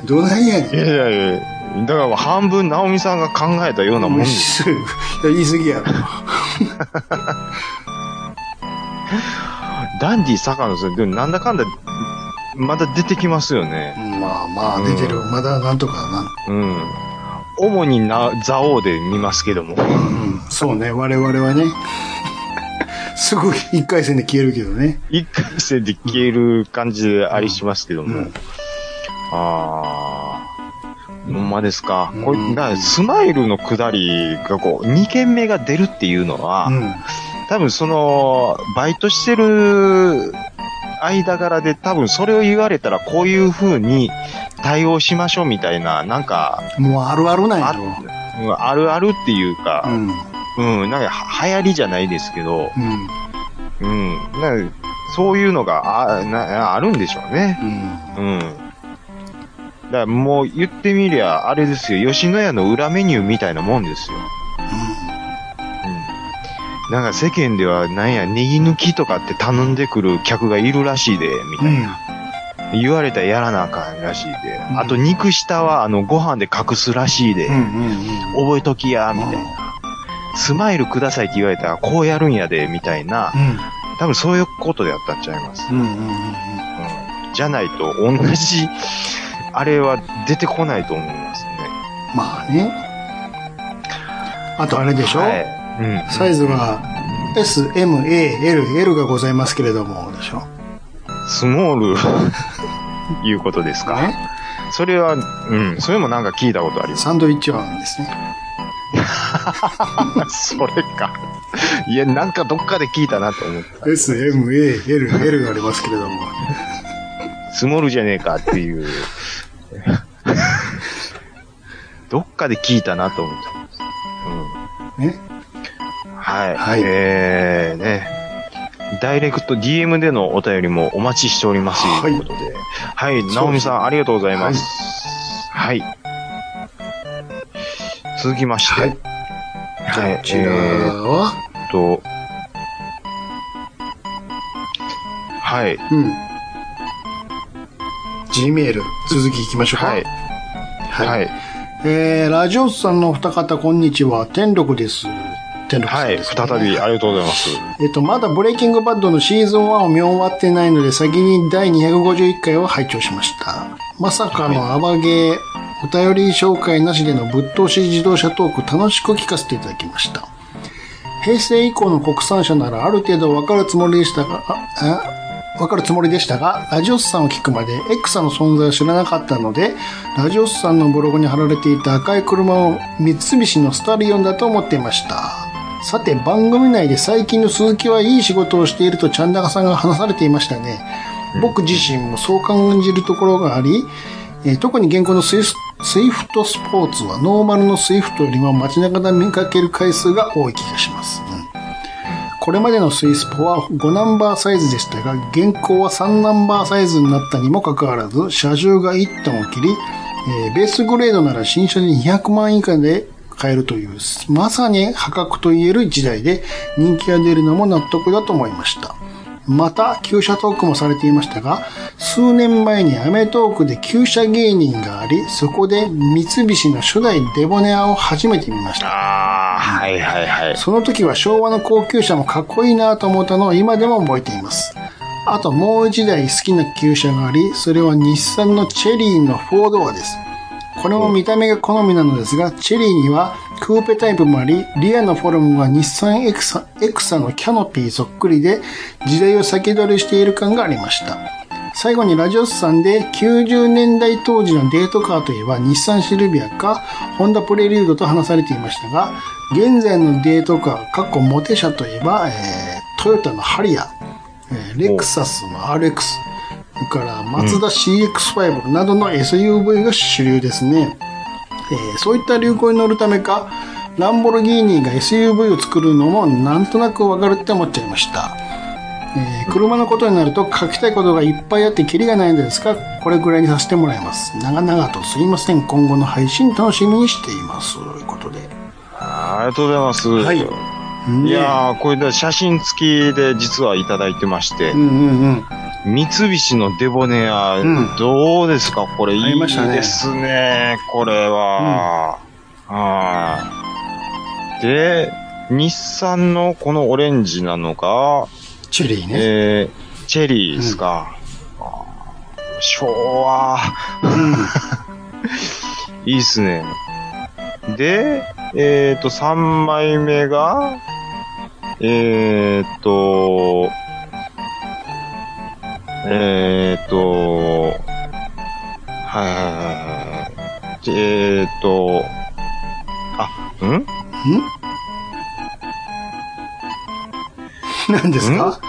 Speaker 3: どないやねん
Speaker 2: い。やいやいや、だから半分ナオミさんが考えたようなもん
Speaker 3: もう
Speaker 2: で
Speaker 3: 一
Speaker 2: す。
Speaker 3: 緒いや言い過ぎやろ。
Speaker 2: ダンディ坂野さん、でもなんだかんだ、まだ出てきますよね。
Speaker 3: まあまあ、出てる。まだなんとか
Speaker 2: うん。主にな、ザオで見ますけども。 *laughs*
Speaker 3: な。うん。そうね、我々はね。すぐ一回戦で消えるけどね。
Speaker 2: 一回戦で消える感じでありしますけども。
Speaker 3: うん
Speaker 2: あー。ほんまですか。こ
Speaker 3: うん
Speaker 2: れ、だからスマイルの下りがこう、二軒目が出るっていうのは、
Speaker 3: うん。
Speaker 2: 多分その、バイトしてる、間柄で多分それを言われたらこういう風に対応しましょうみたいな、なんか、
Speaker 3: もうあるあるなんや
Speaker 2: あ
Speaker 3: ろ。
Speaker 2: うんあるあるっていう
Speaker 3: う
Speaker 2: か、
Speaker 3: ん。うん。
Speaker 2: うん、なんかは流行りじゃないですけど、うん、なんかそういうのがあなあるんでしょうね。
Speaker 3: うん。
Speaker 2: うん。だからもう言ってみりゃ、あれですよ、吉野家の裏メニューみたいなもんですよ。うん。なんか世間では、なんや、ネギ抜きとかって頼んでくる客がいるらしいで、みた
Speaker 3: う
Speaker 2: い
Speaker 3: ん
Speaker 2: な。。言われたらやらなあかんらしいで。
Speaker 3: ん
Speaker 2: あと、肉下は、あの、ご飯で隠すらしいで。
Speaker 3: うん。うん。
Speaker 2: 覚えときや、みたいな。スマイルくださいって言われたら、こうやるんやで、みたいな。多分そういうことでやったんちゃいます。
Speaker 3: うん。うん。うん。
Speaker 2: うんじゃないと同じ、あれは出てこないと思いますね。
Speaker 3: まあね。あとあれでしょ
Speaker 2: はい。うん。
Speaker 3: サイズが S、M、A、L、L がございますけれども、でしょ。
Speaker 2: スモ *laughs* ール、いうことですか、
Speaker 3: ね。
Speaker 2: それは、うん、それもなんか聞いたことあります。
Speaker 3: サンドイッチはですね。
Speaker 2: それか。いや、なんかどっかで聞いたなと思っ
Speaker 3: S、M、A、L、L がありますけれども。
Speaker 2: た。スモールじゃねえかって *laughs* いう。どっかで聞いたなと思ってます。うん
Speaker 3: ね。
Speaker 2: はい。
Speaker 3: はい
Speaker 2: えー、ね。ダイレクト DM でのお便りもお待ちしておりますということで。はい。
Speaker 3: す
Speaker 2: ナオミさん、ありがとうございます。はい。続きまして。
Speaker 3: は
Speaker 2: はいい。
Speaker 3: こちら
Speaker 2: えーっ
Speaker 3: は、
Speaker 2: と。はい。
Speaker 3: うん。Gmail、続きいきましょうか。
Speaker 2: はい。
Speaker 3: はい。
Speaker 2: はい。
Speaker 3: えー、ラジオスさんのお二方、こんにちは。天禄です。天禄さん
Speaker 2: はい。
Speaker 3: です、
Speaker 2: 再び、ありがとうございます。
Speaker 3: えっと、まだブレイキングバッドのシーズン1を見終わってないので、先に第251回を拝聴しました。まさかのアバゲー、お便り紹介なしでのぶっ通し自動車トーク楽しく聞かせていただきました。平成以降の国産車ならある程度わかるつもりでしたが、ああわかるつもりでしたが、ラジオスさんを聞くまで X さんの存在を知らなかったので、ラジオスさんのブログに貼られていた赤い車を三菱のスタリオンだと思っていました。さて、番組内で最近の鈴木はいい仕事をしているとチャンナガさんが話されていましたね。僕自身もそう感じるところがあり、えー特に現行のスイススイフトスポーツはノーマルのスイフトよりも街中で見かける回数が多い気がします。うんこれまでのスイスポは5ナンバーサイズでしたが、現行は3ナンバーサイズになったにもかかわらず、車重が1トンを切り、えーベースグレードなら新車で200万円以下で買えるという、まさに破格と言える時代で、人気が出るのも納得だと思いました。また、旧車トークもされていましたが、数年前にアメトークで旧車芸人があり、そこで三菱の初代デボネアを初めて見ました。
Speaker 2: あー、はいはいはい。
Speaker 3: その時は昭和の高級車もかっこいいなと思ったのを今でも覚えています。あともう一台好きな旧車があり、それは日産のチェリーの4ドアです。これも見た目が好みなのですが、チェリーにはクーペタイプもあり、リアのフォルムが日産エクサエクサのキャノピーそっくりで、時代を先取りしている感がありました。最後にラジオスさんで90年代当時のデートカーといえば日産シルビアかホンダプレリュードと話されていましたが、現在のデートカー、かっこモテ車といえば、えートヨタのハリア、えーレクサスの RX、それからマツダ CX5 などの SUV が主流ですね。えーそういった流行に乗るためか、ランボルギーニが SUV を作るのもなんとなくわかるって思っちゃいました。えー車のことになると書きたいことがいっぱいあってキリがないんですが、これぐらいにさせてもらいます。長々とすいません。今後の配信楽しみにしています。ということで。
Speaker 2: あーありがとうございます。
Speaker 1: はい
Speaker 2: いやー、これで写真付きで実はいただいてまして
Speaker 3: う。んうんうん。
Speaker 2: 三菱のデボネア、
Speaker 3: うん
Speaker 2: どうですかこれ、
Speaker 3: 合
Speaker 2: い
Speaker 3: いま
Speaker 2: い
Speaker 3: したね
Speaker 2: ですね、これは。はい。で、日産のこのオレンジなのが、
Speaker 3: チェリーね。
Speaker 2: えー、チェリーですか。あー昭和。 *laughs* いいっすね。で、えっ、と、3枚目が、えっ、と、えっ、と、はいはいはいはい。えっ、と、あ、ん
Speaker 3: ん何ですか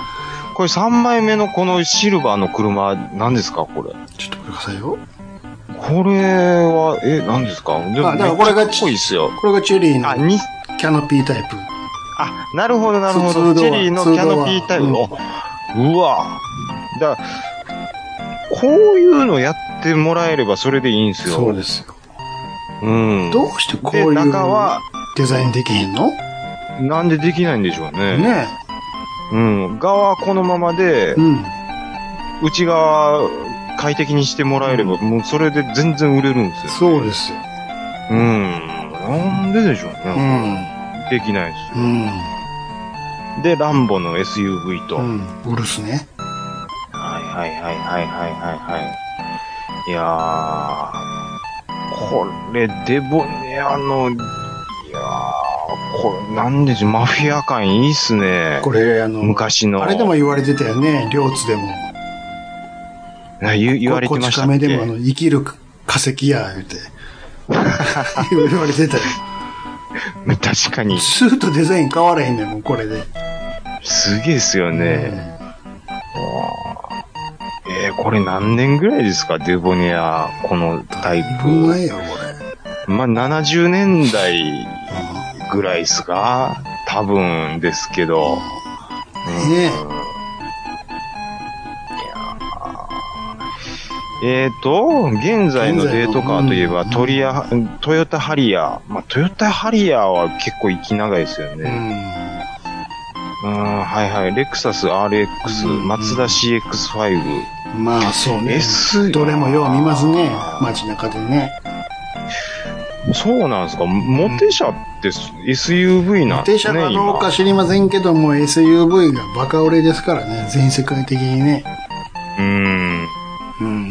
Speaker 2: これ3枚目のこのシルバーの車、何ですかこれ。
Speaker 3: ちょっとこれくださいよ。
Speaker 2: これは、え、何ですかで
Speaker 3: あだからこれが
Speaker 2: めっちゃかっこいいっすよ。
Speaker 3: これがチェリー
Speaker 2: あ、
Speaker 3: の
Speaker 2: に、
Speaker 3: キャノピータイプ。
Speaker 2: あ、なるほど、なるほ
Speaker 3: ツー
Speaker 2: ど。
Speaker 3: ドア
Speaker 2: チェリーの
Speaker 3: ツ
Speaker 2: キ
Speaker 3: ー
Speaker 2: ャ
Speaker 3: ド
Speaker 2: ノ
Speaker 3: ア
Speaker 2: ピータイ
Speaker 3: う
Speaker 2: プ。
Speaker 3: ん
Speaker 2: おうわだこういうのやってもらえればそれでいいんですよ。
Speaker 3: そうですよ。
Speaker 2: うん。
Speaker 3: どうしてこう
Speaker 2: で、
Speaker 3: いう
Speaker 2: 中は、
Speaker 3: デザインできへんの
Speaker 2: なんでできないんでしょうね。
Speaker 3: ね
Speaker 2: うん。側はこのままで
Speaker 3: え。う、ん。
Speaker 2: 内側快適にしてもらえれば、もうそれで全然売れるんですよ。
Speaker 3: そうですよ。
Speaker 2: うん。なんででしょう
Speaker 3: う
Speaker 2: ね。
Speaker 3: ん。
Speaker 2: できないです
Speaker 3: うん。
Speaker 2: よ。で、ランボの SUV と。
Speaker 3: うん。ウルスね。
Speaker 2: はいはいはいはいはいはいはい。いやー、これ、デボネアの、いやー、これ、なんでしょう、マフィア感いいっすね。
Speaker 3: これ、あの、
Speaker 2: 昔の。
Speaker 3: あれでも言われてたよね。両津でも。
Speaker 2: な言う言われてました
Speaker 3: ここ
Speaker 2: っ
Speaker 3: っ
Speaker 2: け
Speaker 3: ち亀でもあの、生きる化石や、
Speaker 2: *laughs*
Speaker 3: 言うて。言われてたよ。
Speaker 2: 確かに、
Speaker 3: スーとデザイン変わらへんねん、もうこれで。
Speaker 2: すげえっすよね。えー、これ何年ぐらいですかデボネア、このタイ
Speaker 3: う
Speaker 2: プ。
Speaker 3: まいよ、これ。
Speaker 2: まあ、70年代ぐらいですか多分ですけど。
Speaker 3: ね
Speaker 2: えーと、現在のデートカーといえば、
Speaker 3: 現在のうん
Speaker 2: トリア、トヨタハリアー。まあ、トヨタハリアーは結構息長いですよ
Speaker 3: え。う
Speaker 2: ね。う
Speaker 3: ん。
Speaker 2: ん、はいはい。レクサス RX、
Speaker 3: うん
Speaker 2: マツダ CX5、
Speaker 3: まあ、そうね。
Speaker 2: S
Speaker 3: どれもよう見ますね。街中でね。
Speaker 2: そうなんですかモテ車って SUV なんで
Speaker 3: 停
Speaker 2: す
Speaker 3: 車
Speaker 2: ね、
Speaker 3: かどう
Speaker 2: 今
Speaker 3: か。知りませんけども、SUV がバカ売れですからね。全世界的にね。
Speaker 2: うん。
Speaker 3: うん。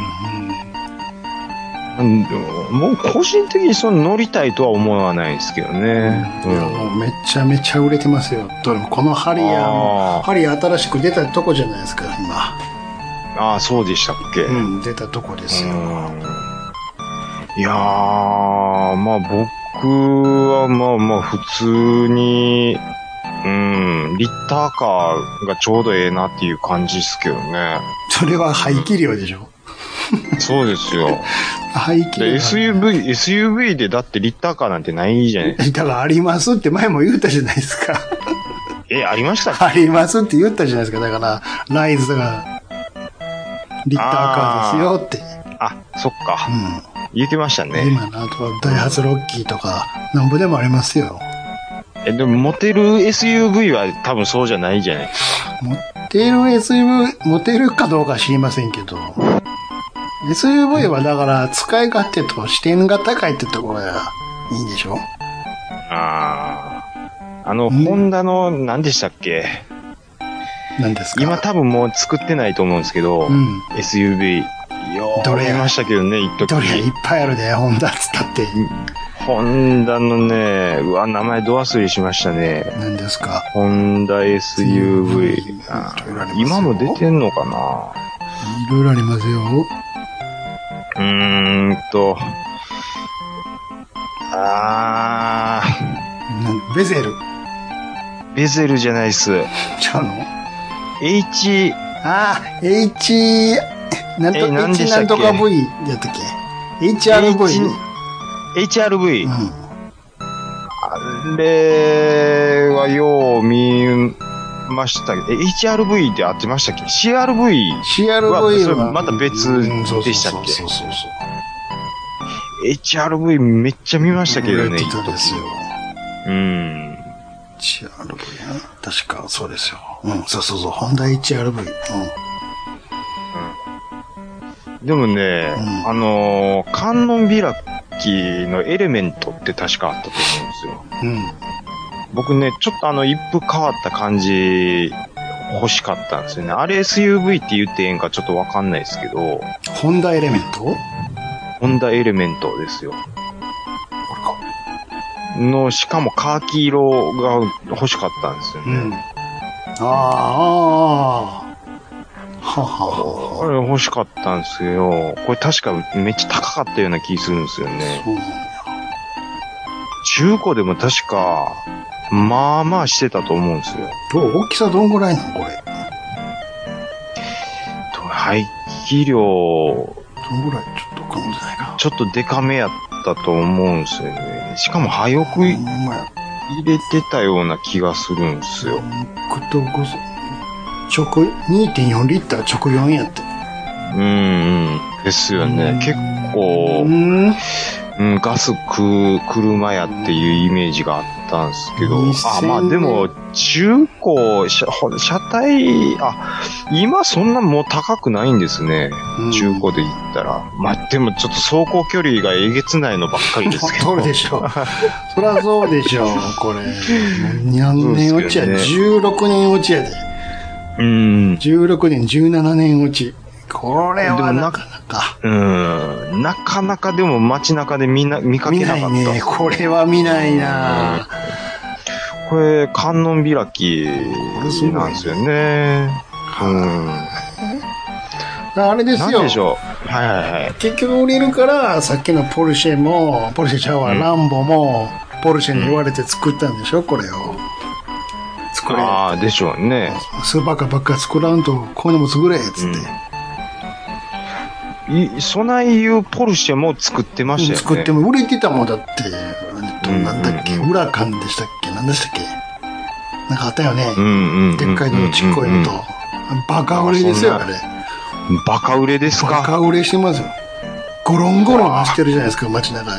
Speaker 2: もう個人的にその乗りたいとは思わないですけどね。
Speaker 3: いや、もうめちゃめちゃ売れてますよ。どれも。このハリアー
Speaker 2: あー
Speaker 3: も、ハリアー新しく出たとこじゃないですか、今。
Speaker 2: ああ、そうでしたっけ、
Speaker 3: うん、出たとこですよ。
Speaker 2: いやー、まあ僕はまあまあ普通に、うん、リッターカーがちょうどええなっていう感じですけどね。
Speaker 3: それは排気量でしょ
Speaker 2: そうです *laughs* よ。
Speaker 3: 排気量
Speaker 2: で
Speaker 3: が。
Speaker 2: SUV、SUV でだってリッターカーなんてないじゃない。
Speaker 3: だからありますって前も言ったじゃないですか。
Speaker 2: え、ありましたっけ
Speaker 3: ありますって言ったじゃないですか。だから、ライズが、リッターカーですよって。
Speaker 2: あ、そっか。言ってました
Speaker 3: うん。
Speaker 2: ね。
Speaker 3: 今のあとはダイハツロッキーとか、なんぼでもありますよ。
Speaker 2: え、でもモテる SUV は多分そうじゃないじゃない。
Speaker 3: 持っている SUV、持てるかどうか知りませんけど。SUV はだから、使い勝手と視点が高いってところがいいんでしょ
Speaker 2: ああ。あの、ホンダの何でしたっけ
Speaker 3: なんですか
Speaker 2: 今多分もう作ってないと思うんですけど、
Speaker 3: うん。
Speaker 2: SUV。よ
Speaker 3: ど
Speaker 2: う
Speaker 3: れや
Speaker 2: 見ましたけどね、一時
Speaker 3: どれいっぱいあるで、ホンダっつったって。
Speaker 2: ホンダのね、うわ、名前ド忘れしましたね。
Speaker 3: なんですか
Speaker 2: ホンダ SUV あ
Speaker 3: いろいろありますよ
Speaker 2: ー。今も出てんのかない
Speaker 3: ろいろありますよ。
Speaker 2: うーんと。あ
Speaker 3: なんベゼル。
Speaker 2: ー、ベゼルじゃないっす。
Speaker 3: ちゃうの
Speaker 2: H、
Speaker 3: ああ、H、なんと、
Speaker 2: え何で
Speaker 3: H
Speaker 2: したっけ
Speaker 3: なんとか V やったっけ ?HRV。
Speaker 2: HRV。
Speaker 3: うん。
Speaker 2: あれはよう見ましたけど、え HRV で合ってましたっけ ?CRV、うわそ
Speaker 3: CRV
Speaker 2: れ
Speaker 3: は。
Speaker 2: また別
Speaker 3: うんそうそうそう
Speaker 2: でしたっけ
Speaker 3: そうそうそう。
Speaker 2: HRV めっちゃ見ましたけど
Speaker 3: 売
Speaker 2: ね、
Speaker 3: れ
Speaker 2: 一
Speaker 3: てたんです
Speaker 2: 時
Speaker 3: よ。
Speaker 2: うん。
Speaker 3: HRV な。確か、そうですよ。うん、そうそうそう。ホンダ HRV。うん。
Speaker 2: でもね、
Speaker 3: うん
Speaker 2: あのー観音開きのエレメントって確かあったと思うんですよ。
Speaker 3: うん。
Speaker 2: 僕ね、ちょっとあの、一風変わった感じ、欲しかったんですよね。あれ SUV って言ってええんかちょっとわかんないですけど、
Speaker 3: ホンダエレメントこ
Speaker 2: ホンダエレメントですよ。の、しかもカーキ色が欲しかったんですよ
Speaker 3: れか。う
Speaker 2: ね。
Speaker 3: ん。ああ、ああ、ああ。はあは
Speaker 2: これ欲しかったんですよ。これ確かめっちゃ高かったような気するんですよ
Speaker 3: あ。
Speaker 2: ね。
Speaker 3: そうなん
Speaker 2: 中古でも確か、まあまあしてたと思うんですよ。
Speaker 3: どう大きさどんぐらいなのこれ。
Speaker 2: 排気量、
Speaker 3: どんぐらいちょっと混んでないか
Speaker 2: ちょっとデカめやったと思うんすよね。しかも早く
Speaker 3: な。
Speaker 2: 入
Speaker 3: ほんまや。
Speaker 2: れてたような気がするんすよ。
Speaker 3: グッドゴス。直、2.4リッター直4やって。
Speaker 2: うん、うん。ですよね。結
Speaker 3: う
Speaker 2: 構、
Speaker 3: ーん。
Speaker 2: うん、ガス食う車やっていうイメージがあったんですけど
Speaker 3: うん、
Speaker 2: あ、まあでも、中古、車ほ車体、あ、今そんなもう高くないんですね。
Speaker 3: うん
Speaker 2: 中古で言ったら。まあでもちょっと走行距離がえげつないのばっかりですけど。
Speaker 3: *laughs* そうでしょう。そらそうでしょう、これ。もう何年落ちや、
Speaker 2: そうです
Speaker 3: 16年落ちやで。
Speaker 2: うん。
Speaker 3: 16年、17年落ち。これ
Speaker 2: でも
Speaker 3: は
Speaker 2: な
Speaker 3: なかなか。
Speaker 2: うん。なかなかでも街中でみんな見かけ
Speaker 3: 見
Speaker 2: なか
Speaker 3: な
Speaker 2: った。
Speaker 3: いね。これは見ないな
Speaker 2: これ、観音開きなんですよね。うん。
Speaker 3: あれです
Speaker 2: なん
Speaker 3: よ
Speaker 2: で。しょう。はいはいはい。
Speaker 3: 結局売れるから、さっきのポルシェも、ポルシェちゃうわ、
Speaker 2: うん
Speaker 3: ランボも、ポルシェに言われて作ったんでしょ、これを。作れ。
Speaker 2: ああ、でしょうね。
Speaker 3: スーパーカーばっか作らんと、こういうのも作れ、つって。
Speaker 2: い、そないいうポルシェも作ってましたよね。
Speaker 3: 作っても売れてたもんだって、どんなんだっけ、
Speaker 2: うんうんうん
Speaker 3: ウラカンでしたっけ何でしたっけなんかあったよね。
Speaker 2: うんうんうんうんうん。
Speaker 3: でっかいのとちっこいのと。バカ売れですよ、あれ。
Speaker 2: バカ売れです
Speaker 3: バカ
Speaker 2: か
Speaker 3: 売れしてますよ。ゴロンゴロン走ってるじゃないですか、街中で。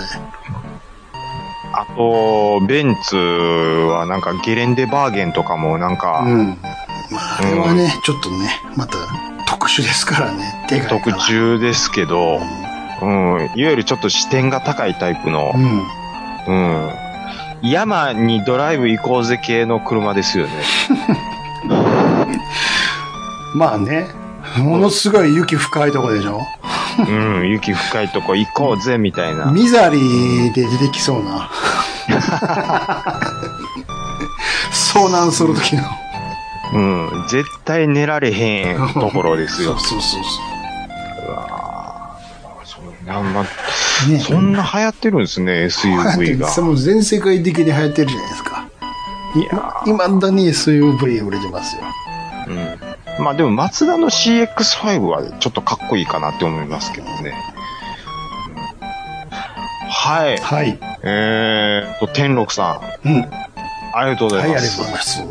Speaker 2: あと、ベンツはなんかゲレンデバーゲンとかもなん
Speaker 3: う
Speaker 2: か、
Speaker 3: ん。まあ、あれはね、ちょっとね、また特殊ですからね。でかいから。
Speaker 2: 特注ですけど、うん、いわゆるちょっと視点が高いタイプの
Speaker 3: う、ん。
Speaker 2: うん。山にドライブ行こうぜ系の車ですよね。
Speaker 3: まあね、ものすごい雪深いとこでしょ。
Speaker 2: *laughs* うん、雪深いとこ行こうぜみたいな。
Speaker 3: ミザリーで出てきそう *laughs* な。遭難するときの。
Speaker 2: うん、絶対寝られへんところです
Speaker 3: そ
Speaker 2: よ
Speaker 3: う。そうそうそ
Speaker 2: そうなんま
Speaker 3: う。ね
Speaker 2: そんな流行ってるんですね、SUV が。
Speaker 3: もう全世界的に流行ってるじゃないですか。
Speaker 2: いや
Speaker 3: いまだに SUV 売れてますよ。
Speaker 2: うん。まあでも、マツダの CX5 はちょっとかっこいいかなって思いますけどね。はい。
Speaker 3: はい。
Speaker 2: えーっと、天禄さん、
Speaker 3: うん。はい、
Speaker 2: ありがとうご
Speaker 3: あ
Speaker 2: ざい
Speaker 3: り
Speaker 2: ま
Speaker 3: がとう
Speaker 2: す。
Speaker 3: ございます。
Speaker 2: え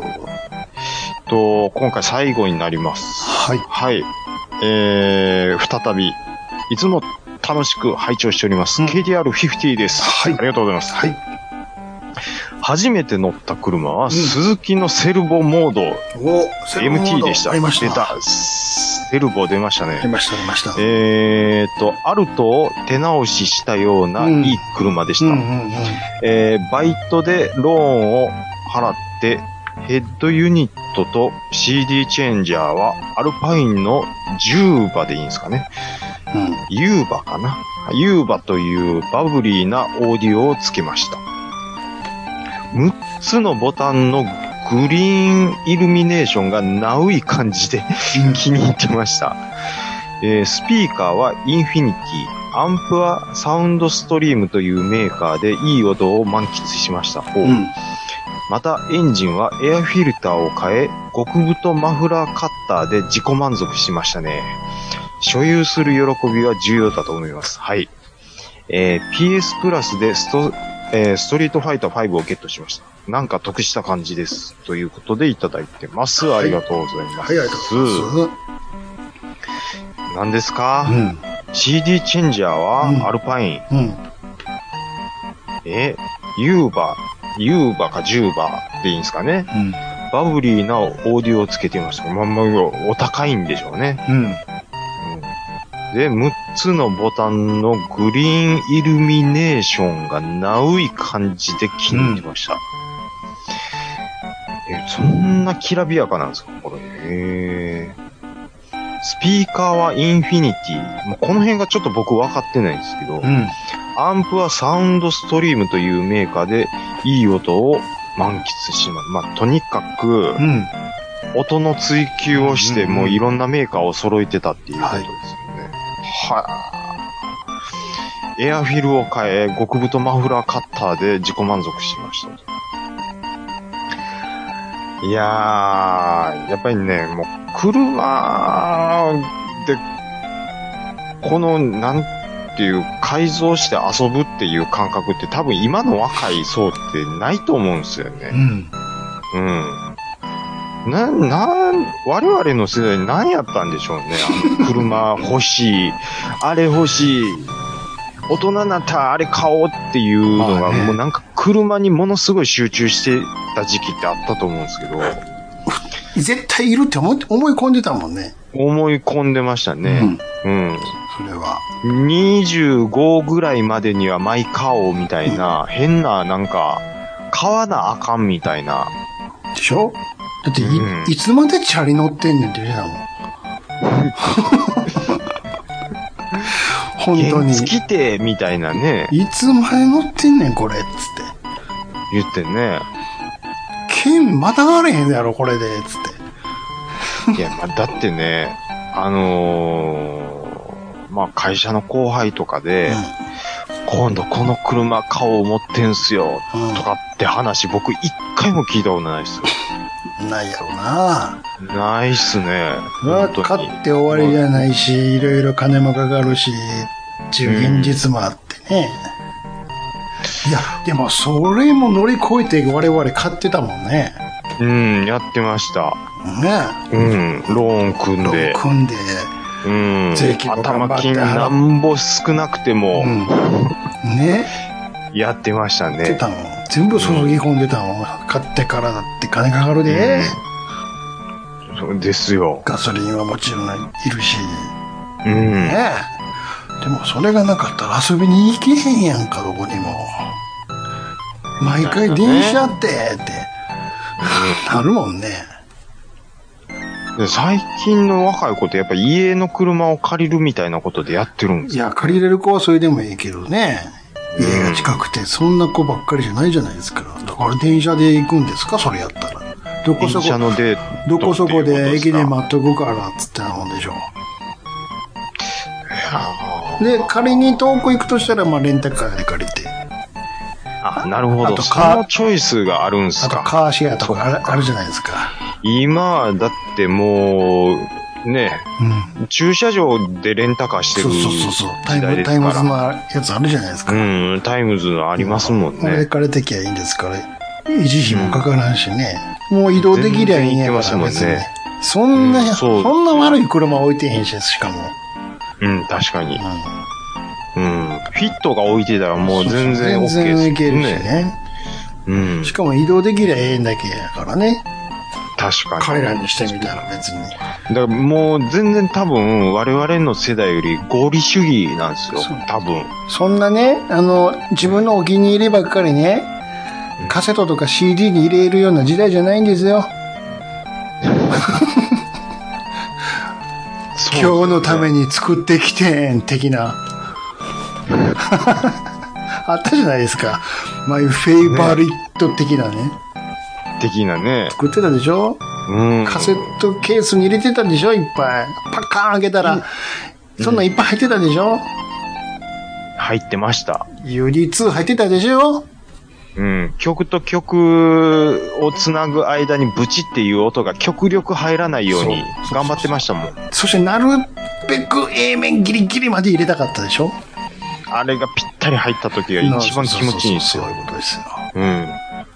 Speaker 2: っと、今回最後になります。
Speaker 3: はい。
Speaker 2: はい。えー、再び、いつも楽しく拝聴しております。
Speaker 3: うん
Speaker 2: KDR50 です。
Speaker 3: はい
Speaker 2: ありがとうございます。
Speaker 3: はい。
Speaker 2: 初めて乗った車は、鈴木のセルボモード、
Speaker 3: お、
Speaker 2: MT でした。
Speaker 3: ありました。
Speaker 2: 出た。セルボ出ました
Speaker 3: 出
Speaker 2: ね。
Speaker 3: ました、出ました。
Speaker 2: えーと、アルトを手直ししたような
Speaker 3: うん
Speaker 2: いい車でし
Speaker 3: う
Speaker 2: た。
Speaker 3: んうんうん。
Speaker 2: えーバイトでローンを払って、ヘッドユニットと CD チェンジャーはアルパインの10馬でいいんですかね。
Speaker 3: うん。
Speaker 2: ユーバかな。ユーバというバブリーなオーディオをつけました。6つのボタンのグリーンイルミネーションがナウい感じで気に入ってました。えースピーカーはインフィニティ、アンプはサウンドストリームというメーカーでいい音を満喫しました。
Speaker 3: うん。
Speaker 2: またエンジンはエアフィルターを変え、極太マフラーカッターで自己満足しましたね。所有する喜びは重要だと思います。はい。えー PS プラスでスト、えーストリートファイター5をゲットしました。なんか得した感じです。ということでいただいてます。
Speaker 3: はい
Speaker 2: ありがとうございます。
Speaker 3: はい、ありがとうございま
Speaker 2: 何ですか、
Speaker 3: す。
Speaker 2: ?CD チェンジャー
Speaker 3: うん
Speaker 2: はアルパイン、
Speaker 3: うん。うん。
Speaker 2: え、ユーバ、ユーバかジューバでいいんですかね
Speaker 3: うん。
Speaker 2: バブリーなオーディオをつけていました。まあまあ、お高いんでしょうね。
Speaker 3: うん。
Speaker 2: で、6つのボタンのグリーンイルミネーションがナウい感じで気に入りました。え、そんなきらびやかなんですかこれ。へースピーカーはインフィニティ。もうこの辺がちょっと僕分かってないんですけど。
Speaker 3: うん。
Speaker 2: アンプはサウンドストリームというメーカーでいい音を満喫します。まあ、とにかく
Speaker 3: う、ん。
Speaker 2: 音の追求をして、
Speaker 3: うんうん
Speaker 2: もういろんなメーカーを揃えてたっていうことですよね。はい。エアフィルを変え、極太マフラーカッターで自己満足しました。いやー、やっぱりね、もう、車でこの、なんていう、改造して遊ぶっていう感覚って多分今の若い層ってないと思うんですよ
Speaker 3: う
Speaker 2: ね。
Speaker 3: ん。
Speaker 2: うん。なん、なん、我々の世代何やったんでしょうね。あの、車欲しい、 *laughs* あれ欲しい、大人になったらあれ買おうっていうの
Speaker 3: ま
Speaker 2: が、
Speaker 3: あね
Speaker 2: もうなんか車にものすごい集中してた時期ってあったと思うんですけど、
Speaker 3: 絶対いるって思って思い込んでたもんね。
Speaker 2: 思い込んでましたね。うん
Speaker 3: それは。
Speaker 2: 25ぐらいまでにはマイ買おうみたいな、変な、なんか、買わなあかんみたいな。
Speaker 3: でしょだってい、
Speaker 2: うん
Speaker 3: いつまでチャリ乗ってんねんって言う
Speaker 2: *laughs*
Speaker 3: てたもん。本当
Speaker 2: 原
Speaker 3: に。
Speaker 2: 付きて、みたいなね、
Speaker 3: いつまで乗ってんねん、これ、つって。
Speaker 2: 言ってね。
Speaker 3: 剣またがれへんやろ、これで、つって。
Speaker 2: いや、まあ、だってね、あのーまあ、会社の後輩とかで、今度この車顔を持ってんすよ、
Speaker 3: うん。
Speaker 2: とかって話、僕一回も聞いたことないっすよ。
Speaker 3: うん。ないやろな。
Speaker 2: ないっすね。本当に
Speaker 3: 買って終わりじゃないし、いろいろ金もかかるし、っていう現実もあってね。いや、でもそれも乗り越えて我々買ってたもんね。
Speaker 2: うん、やってました。
Speaker 3: ね。
Speaker 2: うん、ローン組ん
Speaker 3: ロ
Speaker 2: で
Speaker 3: ッ。クンで。
Speaker 2: うん。
Speaker 3: 税金も頑張
Speaker 2: 頭
Speaker 3: って
Speaker 2: 金なんぼ少なくても
Speaker 3: う、ん。ね。
Speaker 2: やってました
Speaker 3: やって
Speaker 2: ね。
Speaker 3: たもん。全部注ぎ込んでたもん。買ってからだって金かかるで。
Speaker 2: そうですよ。
Speaker 3: ガソリンはもちろんいるし。
Speaker 2: うん。
Speaker 3: ねでもそれがなかったら遊びに行けへんやんか、どこにも。毎回電車って、って、なるもんね。
Speaker 2: で最近の若い子ってやっぱ家の車を借りるみたいなことでやってるんです
Speaker 3: いや、借りれる子はそれでもいいけどね。家が近くて、そんな子ばっかりじゃないじゃないですか。だから電車で行くんですか、それやったら。どこ
Speaker 2: 電
Speaker 3: そこ
Speaker 2: 車、のデート
Speaker 3: どこそこ
Speaker 2: っていう
Speaker 3: で
Speaker 2: とす
Speaker 3: 駅
Speaker 2: か
Speaker 3: で待っとくから、つってなもんでしょ
Speaker 2: あ
Speaker 3: う。で、仮に遠く行くとしたら、まあ、レンタカーで借りて。
Speaker 2: あ、なるほ
Speaker 3: あ
Speaker 2: ど。
Speaker 3: と
Speaker 2: そ
Speaker 3: か
Speaker 2: のチョイスがあるんで
Speaker 3: あ
Speaker 2: す
Speaker 3: と、
Speaker 2: か。
Speaker 3: カーシェアとかあるあるじゃないですか。
Speaker 2: 今はだってもう、ね、
Speaker 3: うん。
Speaker 2: 駐車場でレンタカーして
Speaker 3: そ
Speaker 2: る
Speaker 3: うそうそうそう。タイ
Speaker 2: 時代
Speaker 3: ム、
Speaker 2: です
Speaker 3: タイムズの
Speaker 2: か
Speaker 3: やつあるじゃないですか。
Speaker 2: ら。うん、タイムズのありますもん
Speaker 3: これ
Speaker 2: ね。
Speaker 3: からできゃいいんですから、維持費もかからんしね。もう移動できりゃいいんやから別
Speaker 2: 全然行けま
Speaker 3: に。
Speaker 2: すもんね
Speaker 3: そんな、
Speaker 2: うんそう
Speaker 3: そんな悪い車置いてへんし、しかも。
Speaker 2: うん、確かに。
Speaker 3: うん
Speaker 2: うん。フィットが置いてたらもう全然 OK
Speaker 3: 全
Speaker 2: ですよ
Speaker 3: 然いけるしね。
Speaker 2: うん
Speaker 3: し。かも移動できりゃええんだけやからね。
Speaker 2: 確かに。
Speaker 3: 彼らにしてみたら別に。
Speaker 2: だからもう全然多分我々の世代より合理主義なんですよ
Speaker 3: そう。
Speaker 2: 多分。
Speaker 3: そんなね、あの、自分のお気に入りばっかりね、カセットとか CD に入れるような時代じゃないんですよ。今日のため
Speaker 2: に。
Speaker 3: に作ってきてん的な。 *laughs* あったじゃないですか。マイフェイバリット的なね。
Speaker 2: 的なね。
Speaker 3: 作ってたでしょ
Speaker 2: うん。
Speaker 3: カセットケースに入れてたでしょいっぱい。パッカーン開けたら、そんなんいっぱい入ってたでしょ
Speaker 2: 入ってました。
Speaker 3: ?UD2 入ってたでしょ
Speaker 2: うん。曲と曲をつなぐ間にブチっていう音が極力入らないように
Speaker 3: そう
Speaker 2: 頑張ってましたもん。
Speaker 3: そしてなるべく A 面ギリギリまで入れたかったでしょ
Speaker 2: あれがぴったり入った時が一番気持ちいいんですよ
Speaker 3: そう。いうことですよ。
Speaker 2: うん。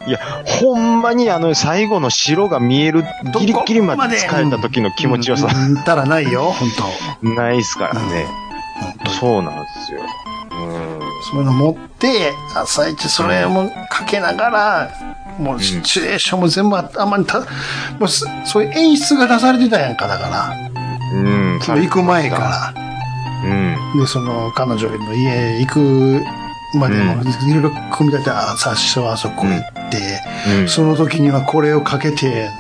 Speaker 2: いや、ほんまにあの最後の白が見えるギリギリまで使えた時の気持ちよさ、
Speaker 3: うんうんたらないよ、 *laughs* 本当
Speaker 2: ないっすからね。
Speaker 3: 本当に
Speaker 2: そうなんですよ。うん。
Speaker 3: そういうの持って、朝一それもかけながら、もうシチュエーションも全部ああんまりた、もうすそういう演出が出されてたやんか、だから。
Speaker 2: うん。
Speaker 3: その行く前から。
Speaker 2: ら。うん。
Speaker 3: で、その彼女の家行くまでも、
Speaker 2: う
Speaker 3: いろいろ組み立てて、あ最初はあそこ行って、
Speaker 2: うん
Speaker 3: その時にはこれをかけて、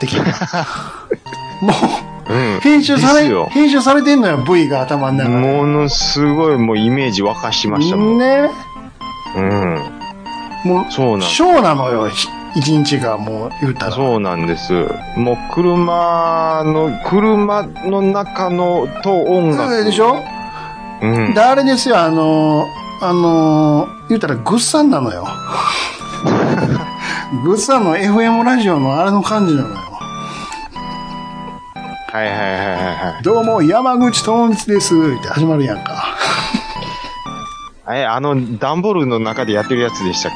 Speaker 3: 的な。
Speaker 2: *laughs*
Speaker 3: も
Speaker 2: うん
Speaker 3: う、編集さ
Speaker 2: です
Speaker 3: れ、
Speaker 2: よ
Speaker 3: 編集されてんのよ、V が頭の中で。
Speaker 2: ものすごいもうイメージ沸かしましたもん。
Speaker 3: ね。
Speaker 2: うん。
Speaker 3: もう、
Speaker 2: そうなん
Speaker 3: ショーなのよ、ひ一日がもう言うたら。
Speaker 2: そうなんです。もう車の、車の中のと音楽。
Speaker 3: でしょ、
Speaker 2: うん。
Speaker 3: で、あれですよ、あのー、あのー、言うたらグッサンなのよ。 *laughs* グッサンの FM ラジオのあれの感じなのよ。
Speaker 2: はいはいはいはいは
Speaker 3: どうも、山口智光です。って始まるやんか。
Speaker 2: い。え、あの、段ボールの中でやってるやつでしたっ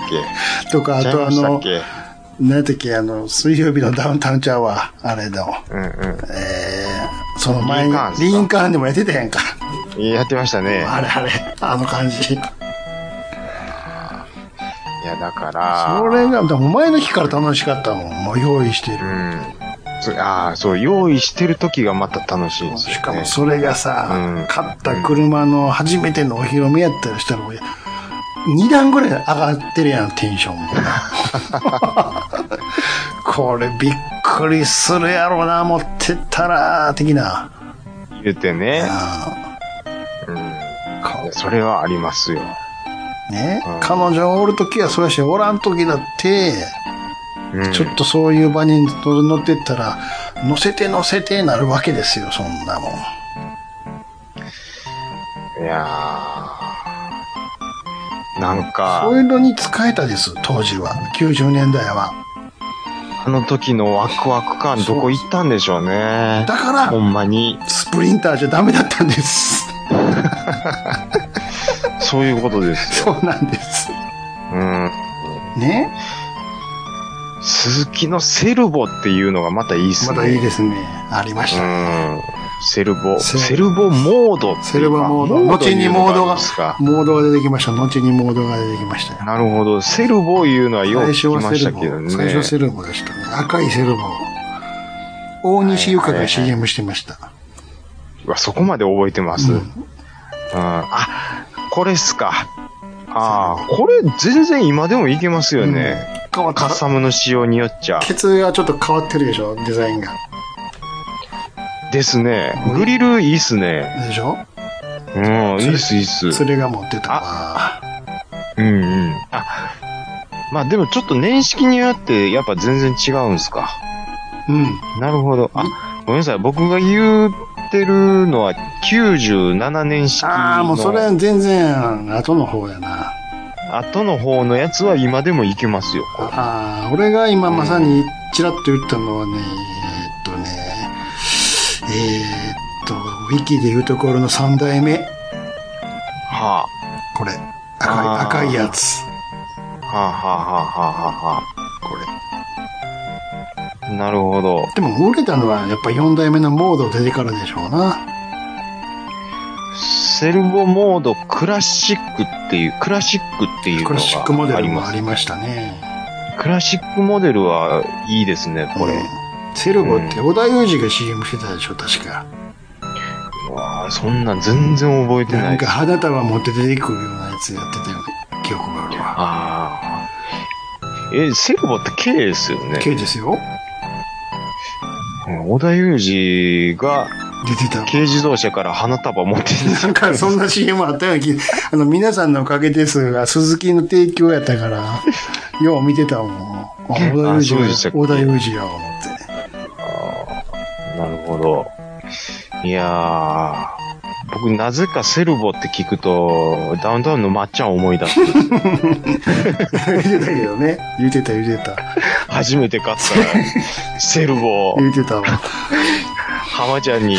Speaker 2: け
Speaker 3: とか、あ
Speaker 2: ちゃい
Speaker 3: とあ
Speaker 2: ました
Speaker 3: の
Speaker 2: っ、け
Speaker 3: 何やったっけ、あの、水曜日のダウンタウンチャーは、あれの、
Speaker 2: うんう
Speaker 3: えー、その前に
Speaker 2: リンカーンで、すか
Speaker 3: リンカーンでもやってたやんか。
Speaker 2: ん。やってましたね。
Speaker 3: あれあれ、あの感じ。
Speaker 2: いや、だから。
Speaker 3: それが、でも前の日から楽しかったもん。もう用意して
Speaker 2: う
Speaker 3: る。
Speaker 2: ん。そああ、そう、用意してる時がまた楽しいんですよ、ね。
Speaker 3: しかもそれが
Speaker 2: う
Speaker 3: さ
Speaker 2: ん、
Speaker 3: 買った車の初めてのお披露目やったりしたら、もう2段ぐらい上がってるやん、テンションも。
Speaker 2: *laughs*
Speaker 3: これびっくりするやろな、持ってったら、的な。
Speaker 2: 言うてね。
Speaker 3: あ
Speaker 2: うん。い
Speaker 3: ーか
Speaker 2: やそれはありますよ。
Speaker 3: ね
Speaker 2: うん、
Speaker 3: 彼女がおるときはそうやし、おらんときだって、
Speaker 2: うん、
Speaker 3: ちょっとそういう場に乗ってったら、乗せて乗せてなるわけですよ、そんなもん。
Speaker 2: いやーなんか
Speaker 3: そう、いうのに使えたです、当時は。90年代は。
Speaker 2: あの時のワクワク感どこ行ったんでしょうね。
Speaker 3: だから
Speaker 2: ほんまに、
Speaker 3: スプリンターじゃダメだったんです。 *laughs*
Speaker 2: そういうことですよ。
Speaker 3: そうなんです。
Speaker 2: うん。
Speaker 3: ね。
Speaker 2: 鈴木のセルボっていうのがまたいいっす
Speaker 3: ま
Speaker 2: ね。
Speaker 3: だいいですね。ありまし
Speaker 2: う
Speaker 3: た。
Speaker 2: ん。セルボ、
Speaker 3: セル
Speaker 2: セルボモードっていうか
Speaker 3: セルバモード。後にモード
Speaker 2: いうのあるん
Speaker 3: が
Speaker 2: ですか、
Speaker 3: モードが出てきました。後にモードが出てきましたよ。
Speaker 2: なるほど。セルボいうのはよく
Speaker 3: 最初
Speaker 2: 聞
Speaker 3: は
Speaker 2: きまし
Speaker 3: セ
Speaker 2: た
Speaker 3: ルボ
Speaker 2: けどね。
Speaker 3: 最初はセルボでしたね。赤いセルボ大西ゆかが CM してました。
Speaker 2: うわそこまで覚えてます。
Speaker 3: う
Speaker 2: うんん、あ、これっすか。ああ、これ全然今でもいけますよね。
Speaker 3: 変わった
Speaker 2: カッサムの仕様によっちゃ。
Speaker 3: ケツがちょっと変わってるでしょデザインが。
Speaker 2: ですね。グリルいいっすね。
Speaker 3: でしょ
Speaker 2: うん、いいっすいいっす。
Speaker 3: それが持ってたわ。
Speaker 2: うんうん。あ、まあでもちょっと年式によってやっぱ全然違うんすか。
Speaker 3: うん。
Speaker 2: なるほど。あ、ごめんなさい。僕が言ってるのは97年式の。
Speaker 3: ああ、もうそれは全然後の方やな。
Speaker 2: 後の方のやつは今でもいけますよ。
Speaker 3: ああ、俺が今まさにちらっと言ったのはね、えーっとね、えーっと、ウィキで言うところの三代目。
Speaker 2: は
Speaker 3: これ。
Speaker 2: あー
Speaker 3: 赤い、赤いやつ。
Speaker 2: あ、はあ、はあ、はあ、はあ、は
Speaker 3: こ
Speaker 2: あ。
Speaker 3: れ。
Speaker 2: なるほど。
Speaker 3: でも売れたのはやっぱ四代目のモード出てからでしょうな。
Speaker 2: セルボモードクラシックっていう、クラシックっていう
Speaker 3: クラシック
Speaker 2: の
Speaker 3: モ
Speaker 2: が
Speaker 3: デ
Speaker 2: あ
Speaker 3: ル
Speaker 2: り
Speaker 3: も
Speaker 2: ま
Speaker 3: あ
Speaker 2: す。
Speaker 3: りましたね。
Speaker 2: クラシックモデルはいいですね、これ。
Speaker 3: うんセルボって織田裕二が CM してたでしょ、確か。
Speaker 2: うわあそんなん全然覚えてな
Speaker 3: ないん
Speaker 2: で
Speaker 3: か
Speaker 2: す。
Speaker 3: 花束持って出てくるようなやつやってたよね。記憶があるわ。
Speaker 2: ああ。え、セルボって K ですよね。
Speaker 3: K ですよ。
Speaker 2: うん小田裕二が
Speaker 3: 出てた。
Speaker 2: 軽自動車から花束持ってきた
Speaker 3: なんかそんな CM あったような気、あの、皆さんのおかげですが、鈴木の提供やったから、よう見てたもん。あ小田
Speaker 2: *laughs* あ
Speaker 3: 裕
Speaker 2: そう
Speaker 3: 二
Speaker 2: で
Speaker 3: や
Speaker 2: したっけ
Speaker 3: 小田裕二や、思って。
Speaker 2: *laughs* なるほど。いやー、僕なぜかセルボって聞くと、ダウンタウンのまっちゃんを思い *laughs* 出す。
Speaker 3: 言ってたけどね。言ってた、言ってた。
Speaker 2: 初めて買った、セルボ、
Speaker 3: 言ってたわ。
Speaker 2: 浜ちゃんに、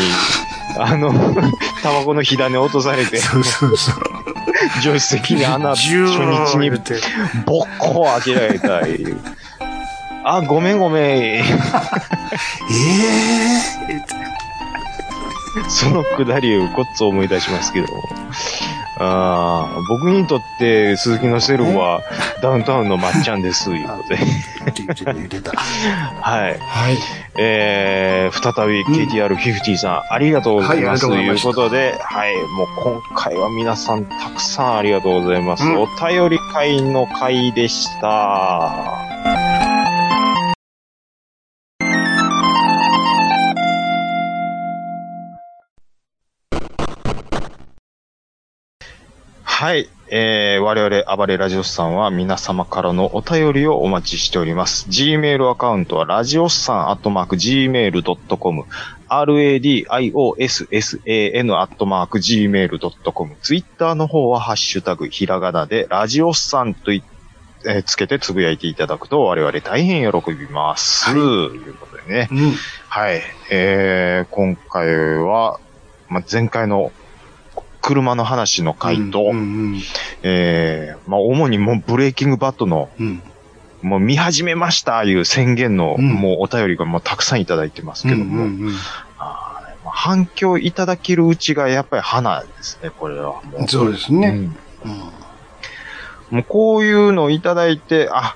Speaker 2: あの、 *laughs* タバコの火種落とされて、
Speaker 3: そうそうそう。
Speaker 2: 助手席に穴、初日に
Speaker 3: 言って。
Speaker 2: ボッコを開けられたいう。あ、ごめんごめん。 *laughs*
Speaker 3: ええ
Speaker 2: そのくだりをごっつ思い出しますけど。あー僕にとって鈴木のセルはダウンタウンのまっちゃんです、いうことで。
Speaker 3: ーって言ってた、言ってた。
Speaker 2: はい。
Speaker 3: はい。
Speaker 2: えー、再び KTR50 さん、ありがとうございます、
Speaker 3: はい
Speaker 2: と
Speaker 3: あり
Speaker 2: い
Speaker 3: が
Speaker 2: う
Speaker 3: とう
Speaker 2: こ
Speaker 3: ご
Speaker 2: とで、はい。もう今回は皆さんたくさんありがとうございます。
Speaker 3: うん
Speaker 2: お便り会の会でした。はい。えー、我々、暴れラジオスさんは皆様からのお便りをお待ちしております。Gmail アカウントは、ラジオスさんアットマーク Gmail.com、radiossan アットマーク Gmail.com、Twitter の方は、ハッシュタグ、ひらがなで、ラジオスさんといえーつけてつぶやいていただくと我々大変喜びます。
Speaker 3: はい
Speaker 2: ということでね。
Speaker 3: うん。
Speaker 2: はい。えー、今回は、まあ、前回の車の話の回と、
Speaker 3: うんうん
Speaker 2: えー、まあ、主にもうブレイキングバットの、
Speaker 3: うん。
Speaker 2: もう見始めましたいう宣言の、
Speaker 3: うん
Speaker 2: もうお便りがもうたくさんいただいてますけども、
Speaker 3: うんうんう
Speaker 2: ま
Speaker 3: ん
Speaker 2: あ反響いただけるうちがやっぱり花ですね、これはもう。
Speaker 3: そうです
Speaker 2: う
Speaker 3: ね。
Speaker 2: ん
Speaker 3: うん
Speaker 2: もうこういうのをいただいて、あ、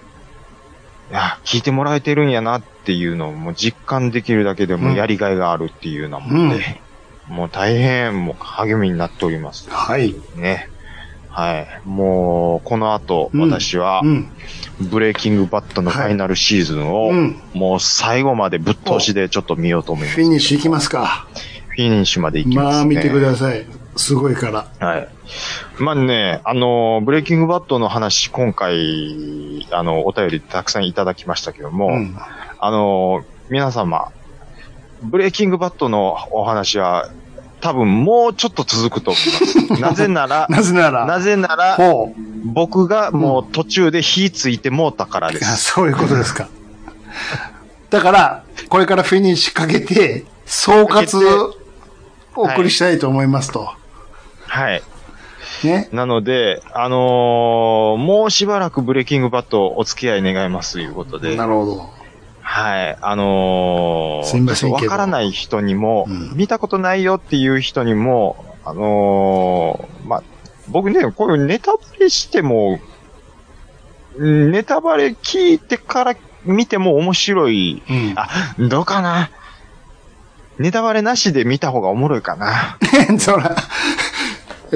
Speaker 2: いや、聞いてもらえてるんやなっていうのをもう実感できるだけで
Speaker 3: う
Speaker 2: も
Speaker 3: ん
Speaker 2: やりがいがあるっていうようなもんで、もう大変もう励みになっております
Speaker 3: はい。
Speaker 2: ね。はい。もう、この後、
Speaker 3: うん
Speaker 2: 私は
Speaker 3: う、ん。
Speaker 2: ブレイキングバットのファイナルシーズンを、
Speaker 3: うん。
Speaker 2: もう最後までぶっ通しでちょっと見ようと思います。
Speaker 3: フィニッシュいきますか。
Speaker 2: フィニッシュまで行きます、ね。
Speaker 3: まあ見てください。すごいから。
Speaker 2: はい。まあね、あの、ブレイキングバットの話、今回、あの、お便りたくさんいただきましたけども、
Speaker 3: うん。
Speaker 2: あの、皆様、ブレイキングバットのお話は、多分もうちょっと続くと思い
Speaker 3: *laughs*
Speaker 2: ます。なぜなら、
Speaker 3: なぜなら、
Speaker 2: なぜなら、
Speaker 3: ほう。
Speaker 2: 僕がもう途中で火ついてもうたからで
Speaker 3: あ
Speaker 2: す。
Speaker 3: そういうことですか。だから、これからフィニッシュかけて、総括をお送りしたいと思いますと。
Speaker 2: はい。
Speaker 3: ね。
Speaker 2: なので、あのーもうしばらくブレイキングバットお付き合い願いますということで。
Speaker 3: なるほど。
Speaker 2: はい。あのー
Speaker 3: すいませんけど
Speaker 2: わからない人にも、
Speaker 3: うん
Speaker 2: 見たことないよっていう人にも、あのーまあ、僕ね、こういうネタバレしても、うんネタバレ聞いてから見ても面白い。
Speaker 3: うん。
Speaker 2: あ、どうかなネタバレなしで見た方がおもろいか
Speaker 3: *laughs*
Speaker 2: な。
Speaker 3: *laughs* そら、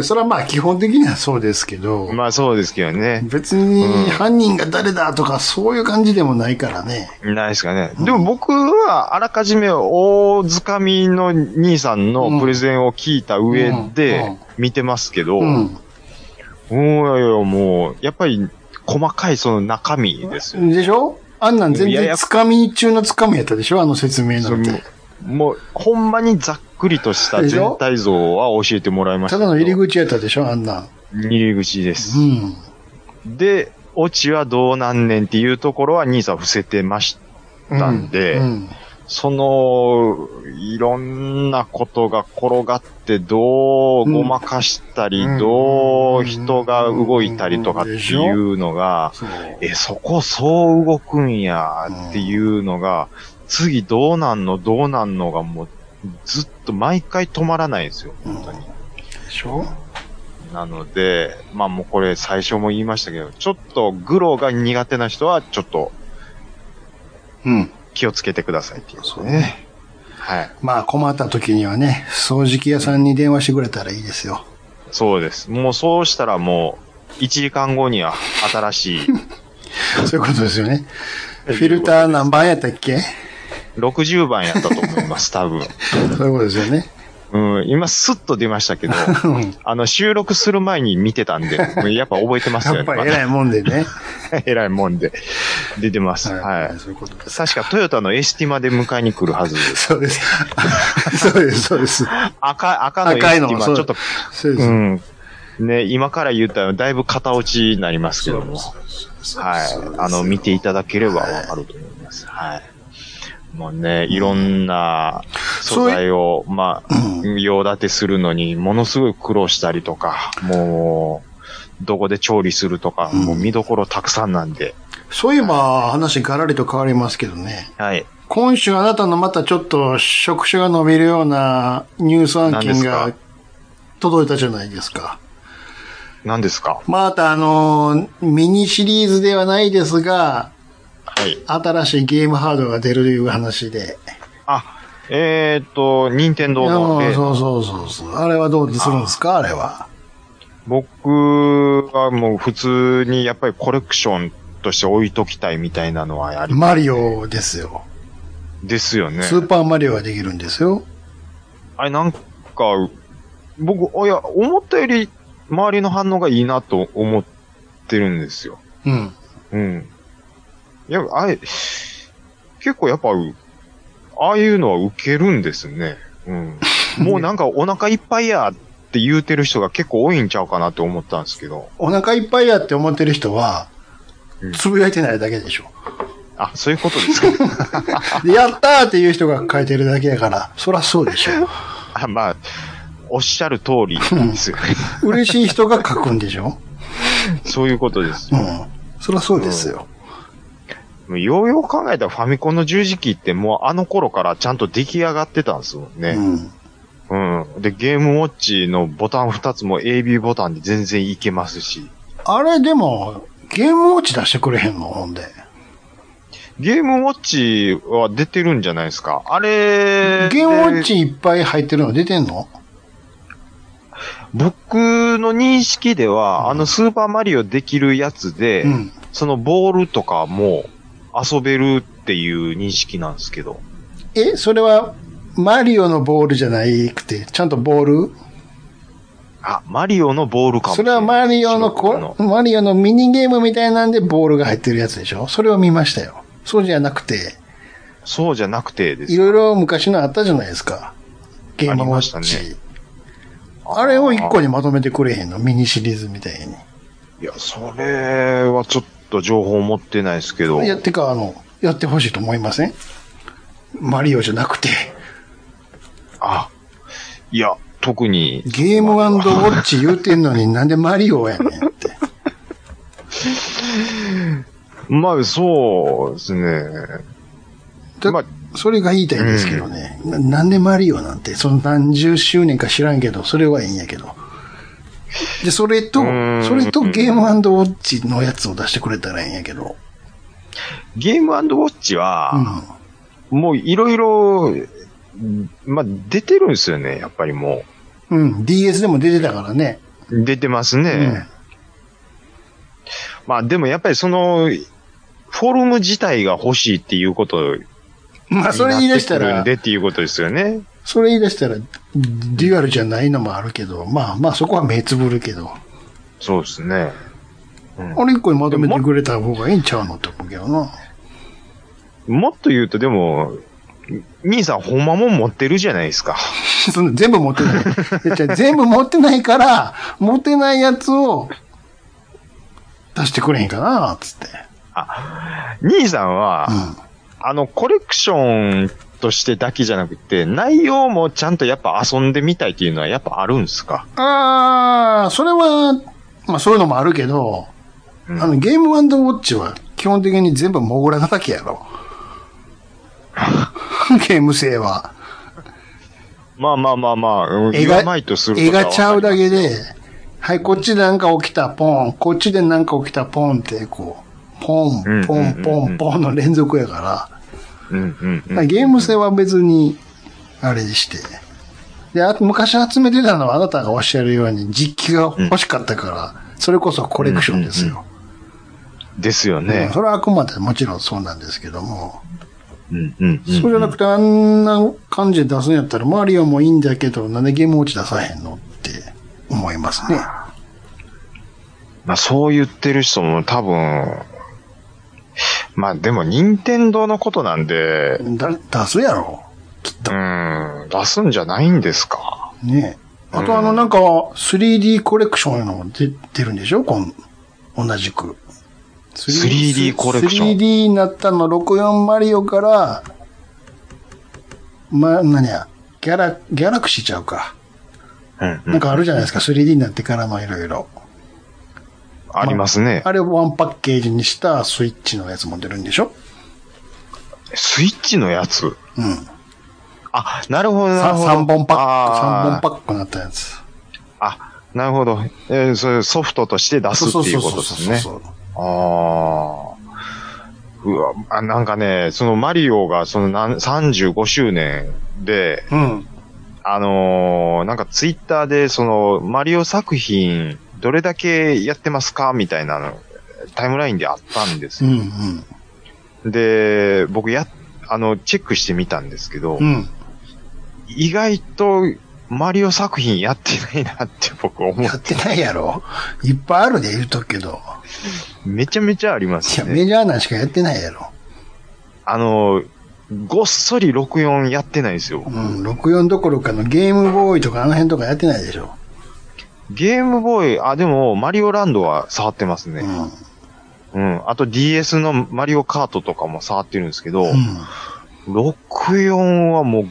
Speaker 3: そらまあ基本的にはそうですけど、
Speaker 2: まあそうですけどね。
Speaker 3: 別に
Speaker 2: うん
Speaker 3: 犯人が誰だとかそういう感じでもないからね。
Speaker 2: ないですかね。
Speaker 3: うん
Speaker 2: でも僕はあらかじめ大づかみの兄さんのプレゼンを聞いた上
Speaker 3: うんう
Speaker 2: で
Speaker 3: ん
Speaker 2: 見てますけど、
Speaker 3: うん。
Speaker 2: うん、いやいや、もう、やっぱり、細かいその中身ですよ。
Speaker 3: でしょあんなん全
Speaker 2: いやい
Speaker 3: 然
Speaker 2: や
Speaker 3: つかみ中のつかみやったでしょあの説明
Speaker 2: そ
Speaker 3: な
Speaker 2: の
Speaker 3: んて。
Speaker 2: もう、ほんまにざっくりとした
Speaker 3: でしょ
Speaker 2: 全体像は教えてもらいましたた。
Speaker 3: だの入り。口やったでしょあんなん。
Speaker 2: 入り口で
Speaker 3: う
Speaker 2: す。
Speaker 3: ん。
Speaker 2: で、オチはどうなんねんっていうところは兄さん伏せてました。なんで
Speaker 3: うん。
Speaker 2: その、いろんなことが転がって、どうごまかしたり、
Speaker 3: うん
Speaker 2: どう人が動いたりとかっていうのが、
Speaker 3: そう。
Speaker 2: え、そこそう動くんやっていうのが、次どうなんのどうなんのがもうずっと毎回止まらないんですよ、本当に。
Speaker 3: でしょ
Speaker 2: なので、まあもうこれ最初も言いましたけど、ちょっとグロが苦手な人はちょっと
Speaker 3: うん。
Speaker 2: 気をつけてくださいっていうこと
Speaker 3: そう
Speaker 2: ね。はい。
Speaker 3: まあ困った時にはね、掃除機屋さんに電話してくれたらいいですよ。
Speaker 2: そうです。もうそうしたらもう1時間後には新し
Speaker 3: *laughs*
Speaker 2: い
Speaker 3: そういうことですよね。フィルター何番やったっけ
Speaker 2: 60番やったと思います、多分。
Speaker 3: そういうことですよね。
Speaker 2: うん、今スッと出ましたけど、
Speaker 3: *laughs* うん。
Speaker 2: あの、収録する前に見てたんで、もうやっぱ覚えてますよね。
Speaker 3: やっぱり偉いもんでね。
Speaker 2: えらいもんで、出てます。 *laughs* はい。
Speaker 3: そういうことです。
Speaker 2: 確かトヨタのエスティマで迎えに来るはずです。
Speaker 3: そうです。 *laughs* そうです、そうです。
Speaker 2: 赤い、赤のエ
Speaker 3: 赤い
Speaker 2: ス
Speaker 3: の
Speaker 2: ティマ、ち
Speaker 3: そう
Speaker 2: ょっと、
Speaker 3: そうです。
Speaker 2: うん。ね、今から言ったらだいぶ片落ちになりますけども。はい。あの、見ていただければわかると思います。はい。もうね、いろんな素材を、まあ、用立てするのに、ものすごい苦労したりとか、もう、どこで調理するとか、もう見どころたくさんなんで、
Speaker 3: そういえば、話ガラリと変わりますけどね。
Speaker 2: はい。
Speaker 3: 今週あなたのまたちょっと触手が伸びるようなニュース案件
Speaker 2: 何
Speaker 3: が
Speaker 2: です
Speaker 3: 届いたじゃないですか。
Speaker 2: 何ですか
Speaker 3: またあの、ミニシリーズではないですが、
Speaker 2: はい。
Speaker 3: 新しいゲームハードが出るという話で。
Speaker 2: あ、えーっと、任天堂の、
Speaker 3: う
Speaker 2: え
Speaker 3: ん
Speaker 2: ー
Speaker 3: そうそうそうそう。あれはどうするんですかあれは。
Speaker 2: 僕はもう普通にやっぱりコレクションとして置いときたいみたいなのはあり、
Speaker 3: マリオですよ。
Speaker 2: ですよね。
Speaker 3: スーパーマリオができるんですよ。
Speaker 2: あれなんか、僕、あいや、思ったより周りの反応がいいなと思ってるんですよ。
Speaker 3: うん。
Speaker 2: うん。いや、あれ、結構やっぱ、ああいうのは受けるんですね。うん。もうなんかお腹いっぱいやって言うてる人が結構多いんちゃうかなって思ったんですけど。
Speaker 3: お腹いっぱいやって思ってる人は、つぶやいてないだけでしょ。
Speaker 2: あ、そういうことです
Speaker 3: *laughs*
Speaker 2: か。
Speaker 3: で、やったーっていう人が書いてるだけやから、そらそうでしょ。
Speaker 2: あまあ、おっしゃる通りですよね。
Speaker 3: 嬉しい人が書くんでしょ。
Speaker 2: そういうことです
Speaker 3: う
Speaker 2: よ。
Speaker 3: ん。そらそうですよ。
Speaker 2: もうようよう考えたらファミコンの十字キーってもうあの頃からちゃんと出来上がってたんですもん
Speaker 3: う
Speaker 2: ね。
Speaker 3: ん。
Speaker 2: うん。で、ゲームウォッチのボタン二つも AB ボタンで全然いけますし。
Speaker 3: あれでも、ゲームウォッチ出してくれへんのほんで。
Speaker 2: ゲームウォッチは出てるんじゃないですか。あれ、
Speaker 3: ゲームウォッチいっぱい入ってるの出てんの
Speaker 2: 僕の認識では、あのスーパーマリオできるやつで、
Speaker 3: うん。
Speaker 2: そのボールとかも遊べるっていう認識なんですけど。
Speaker 3: え、それは、マリオのボールじゃないくて、ちゃんとボール
Speaker 2: あ、マリオのボールかもし
Speaker 3: そ
Speaker 2: れ
Speaker 3: れ
Speaker 2: ない。
Speaker 3: はマリオの
Speaker 2: 白
Speaker 3: こ、マリオのミニゲームみたいなんでボールが入ってるやつでしょそれを見ましたよ。そうじゃなくて、
Speaker 2: そうじゃなくてです。
Speaker 3: いろいろ昔のあったじゃないですか。ゲームウォ
Speaker 2: あ
Speaker 3: ッ
Speaker 2: りま
Speaker 3: チ。
Speaker 2: し
Speaker 3: あれを一個にまとめてくれへんのミニシリーズみたいに。
Speaker 2: いや、それはちょっと情報持ってないですけど。
Speaker 3: いや、てか、あの、やってほしいと思いませんマリオじゃなくて、
Speaker 2: あ、いや、特に。
Speaker 3: ゲームウォッチ言うてんのになんでマリオやねんって。
Speaker 2: まあ、そうですね。
Speaker 3: だ
Speaker 2: まあ
Speaker 3: それが言いたいんですけどね、な。なんでマリオなんて、その何十周年か知らんけど、それはいいんやけど。で、それと
Speaker 2: うー、ん
Speaker 3: それとゲームウォッチのやつを出してくれたらいいんやけど。
Speaker 2: ゲームウォッチ
Speaker 3: う
Speaker 2: は、
Speaker 3: ん。
Speaker 2: もういろいろ、まあ、出てるんですよね、やっぱりも
Speaker 3: うん。DS でも出てたからね。
Speaker 2: う。出てますね。
Speaker 3: うん。
Speaker 2: まあ、でもやっぱりその、フォルム自体が欲しいっていうことに
Speaker 3: まあ、それ言い
Speaker 2: なって
Speaker 3: 出し
Speaker 2: く
Speaker 3: た
Speaker 2: るん
Speaker 3: ら
Speaker 2: で、っていうことですよね。
Speaker 3: それ言い出したら、デュアルじゃないのもあるけど、まあまあそこは目つぶるけど、
Speaker 2: そうですね。
Speaker 3: あれ一個にまとめてくれた方がいいんちゃうのって思うけどな。
Speaker 2: もっと言うと、でも、兄さん、ほんまもん持ってるじゃないですか。
Speaker 3: その全部持ってない。いやじゃあ全部持ってないから、持ってないやつを出してくれへんかな、つって。
Speaker 2: 兄さんは、あの、コレクションとしてだけじゃなくて、内容もちゃんとやっぱ遊んでみたいっていうのはやっぱあるんですか
Speaker 3: うん。ああ、それは、まあそういうのもあるけど、
Speaker 2: うん
Speaker 3: あのゲームウォッチは基本的に全部モグラ叩きや
Speaker 2: *laughs*
Speaker 3: ろ。ゲーム性は。
Speaker 2: まあまあまあまあ、うん
Speaker 3: 絵
Speaker 2: 言
Speaker 3: が
Speaker 2: わないとすること
Speaker 3: 絵
Speaker 2: は
Speaker 3: がちゃうだけ
Speaker 2: わか
Speaker 3: で、はい、こっちでなんか起きたポン、こっちでなんか起きたポンって、こう、ポ
Speaker 2: うん
Speaker 3: ン、ポン、ポ
Speaker 2: うん
Speaker 3: ン、ポンの連続やから、
Speaker 2: ります。うんうんうん。
Speaker 3: ゲーム性は別に、あれでして。で、あと昔集めてたのはあなたがおっしゃるように実機が欲しかったから、それこそコレクションですよ。
Speaker 2: ですよ
Speaker 3: ね
Speaker 2: ね。
Speaker 3: それはあくまでもちろんそうなんですけども、
Speaker 2: うんうんうん。
Speaker 3: そうじゃなくてあんな感じで出すんやったら、マリオもいいんだけど、なんでゲームウォッチ出さへんのって思いますね。
Speaker 2: まあそう言ってる人も多分、まあでも任天堂のことなんで、
Speaker 3: だ出すやろ。
Speaker 2: うん、出すんじゃないんですか。
Speaker 3: ねあとあのなんか 3D コレクションいうのも出出るんでしょこん同じく。
Speaker 2: 3D コレクション
Speaker 3: 3D になったの64マリオから、ま、何や、ギャラ、ギャラクシーちゃうか。
Speaker 2: うんう
Speaker 3: なん
Speaker 2: ん。
Speaker 3: かあるじゃないですか、3D になってからのいろいろ。
Speaker 2: ありますね。
Speaker 3: あれをワンパッケージにしたスイッチのやつも出るんでしょ
Speaker 2: スイッチのやつ。
Speaker 3: うん。
Speaker 2: あ、なるほど、なるほど。
Speaker 3: 3本パック、
Speaker 2: あー
Speaker 3: 三本パックになったやつ。
Speaker 2: あ、なるほど。えーそういうソフトとして出すっていうことですね。
Speaker 3: う。
Speaker 2: ああ。うわ、あなんかね、そのマリオがそのなん35周年で、
Speaker 3: うん。
Speaker 2: あのーなんかツイッターでそのマリオ作品どれだけやってますかみたいなの、タイムラインであったんです
Speaker 3: う
Speaker 2: よ。
Speaker 3: ん、
Speaker 2: で、僕や、あの、チェックしてみたんですけど、
Speaker 3: うん。うん。
Speaker 2: 意外とマリオ作品やってないなって僕思
Speaker 3: *laughs* や
Speaker 2: う。
Speaker 3: ってないやろ。いっぱいあるで言うとくけど。
Speaker 2: めちゃめちゃありま
Speaker 3: いや、
Speaker 2: すね。
Speaker 3: メジャーなんしかやってないやろ。
Speaker 2: あの、ごっそり64やってないんですよ
Speaker 3: う。ん、64どころかのゲームボーイとかあの辺とかやってないでしょ。
Speaker 2: ゲームボーイ、あ、でも、マリオランドは触ってます
Speaker 3: う
Speaker 2: ね。
Speaker 3: ん。
Speaker 2: うん。あと DS のマリオカートとかも触ってるんですけど、
Speaker 3: うん。
Speaker 2: 64はもう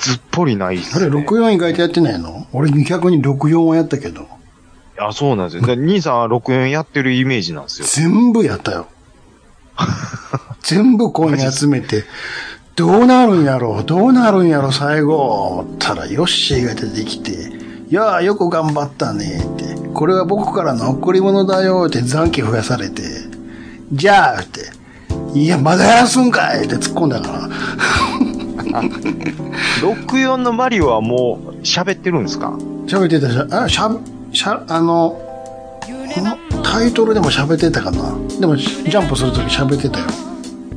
Speaker 2: ずっぽりないっ
Speaker 3: あれ、
Speaker 2: す、ね。
Speaker 3: 64意外とやってないの俺逆に64はやったけど。
Speaker 2: あ、そうなんですよ。だから兄さんは64やってるイメージなんですよ。
Speaker 3: 全部やったよ。 *laughs* 全部コイン集めて、どうなるんやろう、どうなるんやろ、最後、思ったら、ヨッシーが出てきて、いやあ、よく頑張ったね、って。これは僕からの贈り物だよ、って残機増やされて、じゃあ、って。いや、まだやらすんかいって突っ込んだから。
Speaker 2: 64のマリオはもう喋ってるんですか
Speaker 3: 喋ってたしゃ、あ、しゃ、しゃ、あの、このタイトルでも喋ってたかな。でも、ジャンプするとき喋ってたよ。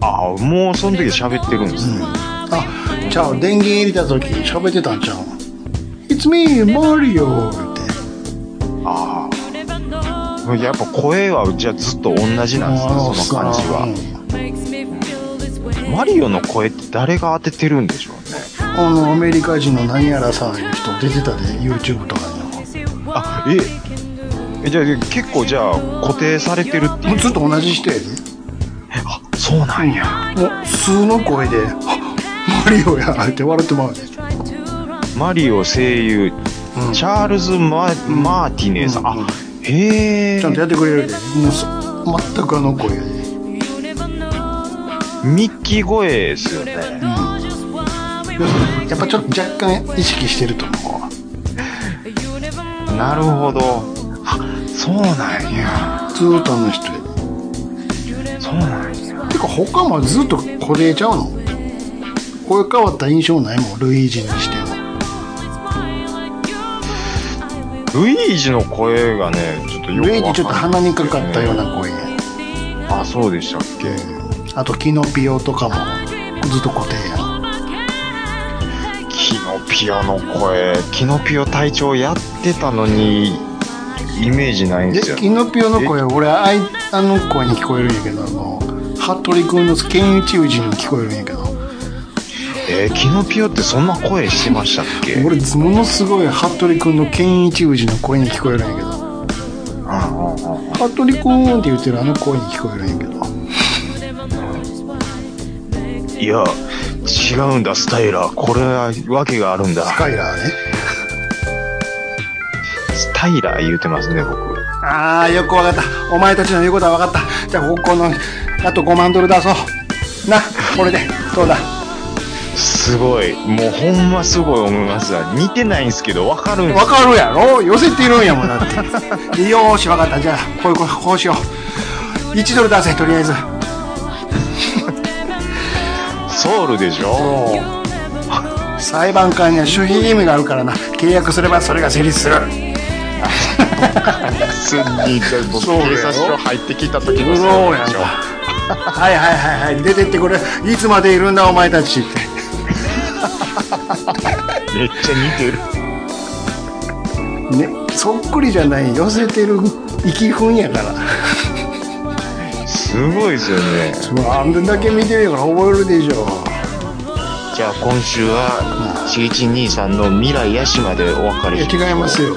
Speaker 2: ああ、もうその時喋ってるんですね。
Speaker 3: あ、じゃあ電源入れた時喋ってたんちゃう ?It's me, Mario! って。
Speaker 2: ああ。やっぱ声は、じゃあずっと同じなんですね、
Speaker 3: あー
Speaker 2: その感じは。
Speaker 3: うん
Speaker 2: マリオの声って誰が当ててるんでしょうね。
Speaker 3: あの、アメリカ人の何やらさんいう人出てたで、YouTube とかにも。
Speaker 2: あ、え、えじゃあ結構じゃあ固定されてるってい
Speaker 3: も
Speaker 2: う
Speaker 3: う。ずっと同じ人やで。
Speaker 2: あ、そうなんや。
Speaker 3: もう、素の声で、 *laughs* あマリオやって笑ってまうで。
Speaker 2: マリオ声優、
Speaker 3: うん
Speaker 2: チャールズ・ママーティネさん。あ
Speaker 3: うん、
Speaker 2: へえ
Speaker 3: ちゃ。んとやってくれるで。もうそ、全くあの声やで。
Speaker 2: ミッキー声ですよね。
Speaker 3: やっぱちょっと若干意識してると思うわ。
Speaker 2: なるほど。あ、そうなんや。
Speaker 3: ずーっとあの人やで。
Speaker 2: そうなんや。
Speaker 3: てか他もずっとこれちゃうの声変わった印象ないもんルイージにしても
Speaker 2: ルイージの声がね、ちょっとよく
Speaker 3: ルイ
Speaker 2: わ
Speaker 3: ージちょっと
Speaker 2: かんない。
Speaker 3: 鼻にかかったような声や
Speaker 2: あ、そうでしたっけ。
Speaker 3: あとキノピオとかもずっと固定やん
Speaker 2: キノピオの声。キノピオ隊長やってたのに、イメージないんで
Speaker 3: です
Speaker 2: よ。
Speaker 3: キノピオの声俺あいあの声に聞こえるんやけどあの服部君の剣一宇治に聞こえるんやけど
Speaker 2: えーキノピオってそんな声してましたっけ
Speaker 3: 俺ものすごい服部君の剣一宇治の声に聞こえるんやけど
Speaker 2: うんうんうん
Speaker 3: 服部君って言ってるあの声に聞こえるんやけ
Speaker 2: い
Speaker 3: ど
Speaker 2: や、違うんだ、スタイラー。これは、わけがあるん
Speaker 3: ス
Speaker 2: だ。
Speaker 3: カイラーね
Speaker 2: スタイラー言うてますね、僕。
Speaker 3: ああ、よくわかった。お前たちの言うことはわかった。じゃあ、ここの、あと5万ドル出そう。な、これで、どうだ。
Speaker 2: すごい。もうほんますごい思いますわ。似てないんすけど、わかるん
Speaker 3: わかるやろ寄せているんやもん、だって。よーし、わかった。じゃあ、こういう、こうしよう。1ドル出せ、とりあえず。
Speaker 2: ソウルでしょ
Speaker 3: 裁判官には守秘義務があるからな。契約すればそれが成立する。
Speaker 2: すに、僕
Speaker 3: そうやろ
Speaker 2: 警察署入ってきた時の
Speaker 3: そうや
Speaker 2: で
Speaker 3: ん
Speaker 2: しょ
Speaker 3: か。はいはいはいはい。出てってくれ。いつまでいるんだ、お前たちって。
Speaker 2: めっちゃ似てる。
Speaker 3: ね、そっくりじゃない。寄せてる、息ふんやから。
Speaker 2: すごいですよね。
Speaker 3: あんだけ見てみようから覚えるでしょ
Speaker 2: じゃあ今週は、しげち兄さんの未来やしまでお別
Speaker 3: い
Speaker 2: れしましょう
Speaker 3: や違います。よ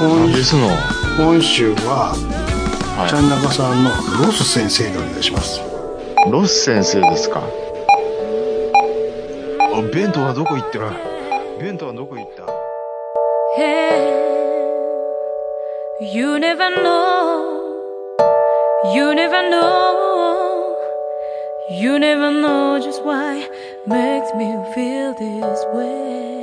Speaker 2: 何
Speaker 3: 今
Speaker 2: ですの
Speaker 3: 今週は
Speaker 2: はい
Speaker 3: ちゃんなかさんのロス先生でお願いします
Speaker 2: ロス先生ですかあベントはどこ行ってるベントはどこ行った
Speaker 5: Hey, you never know, you never know, you never know just why makes me feel this way.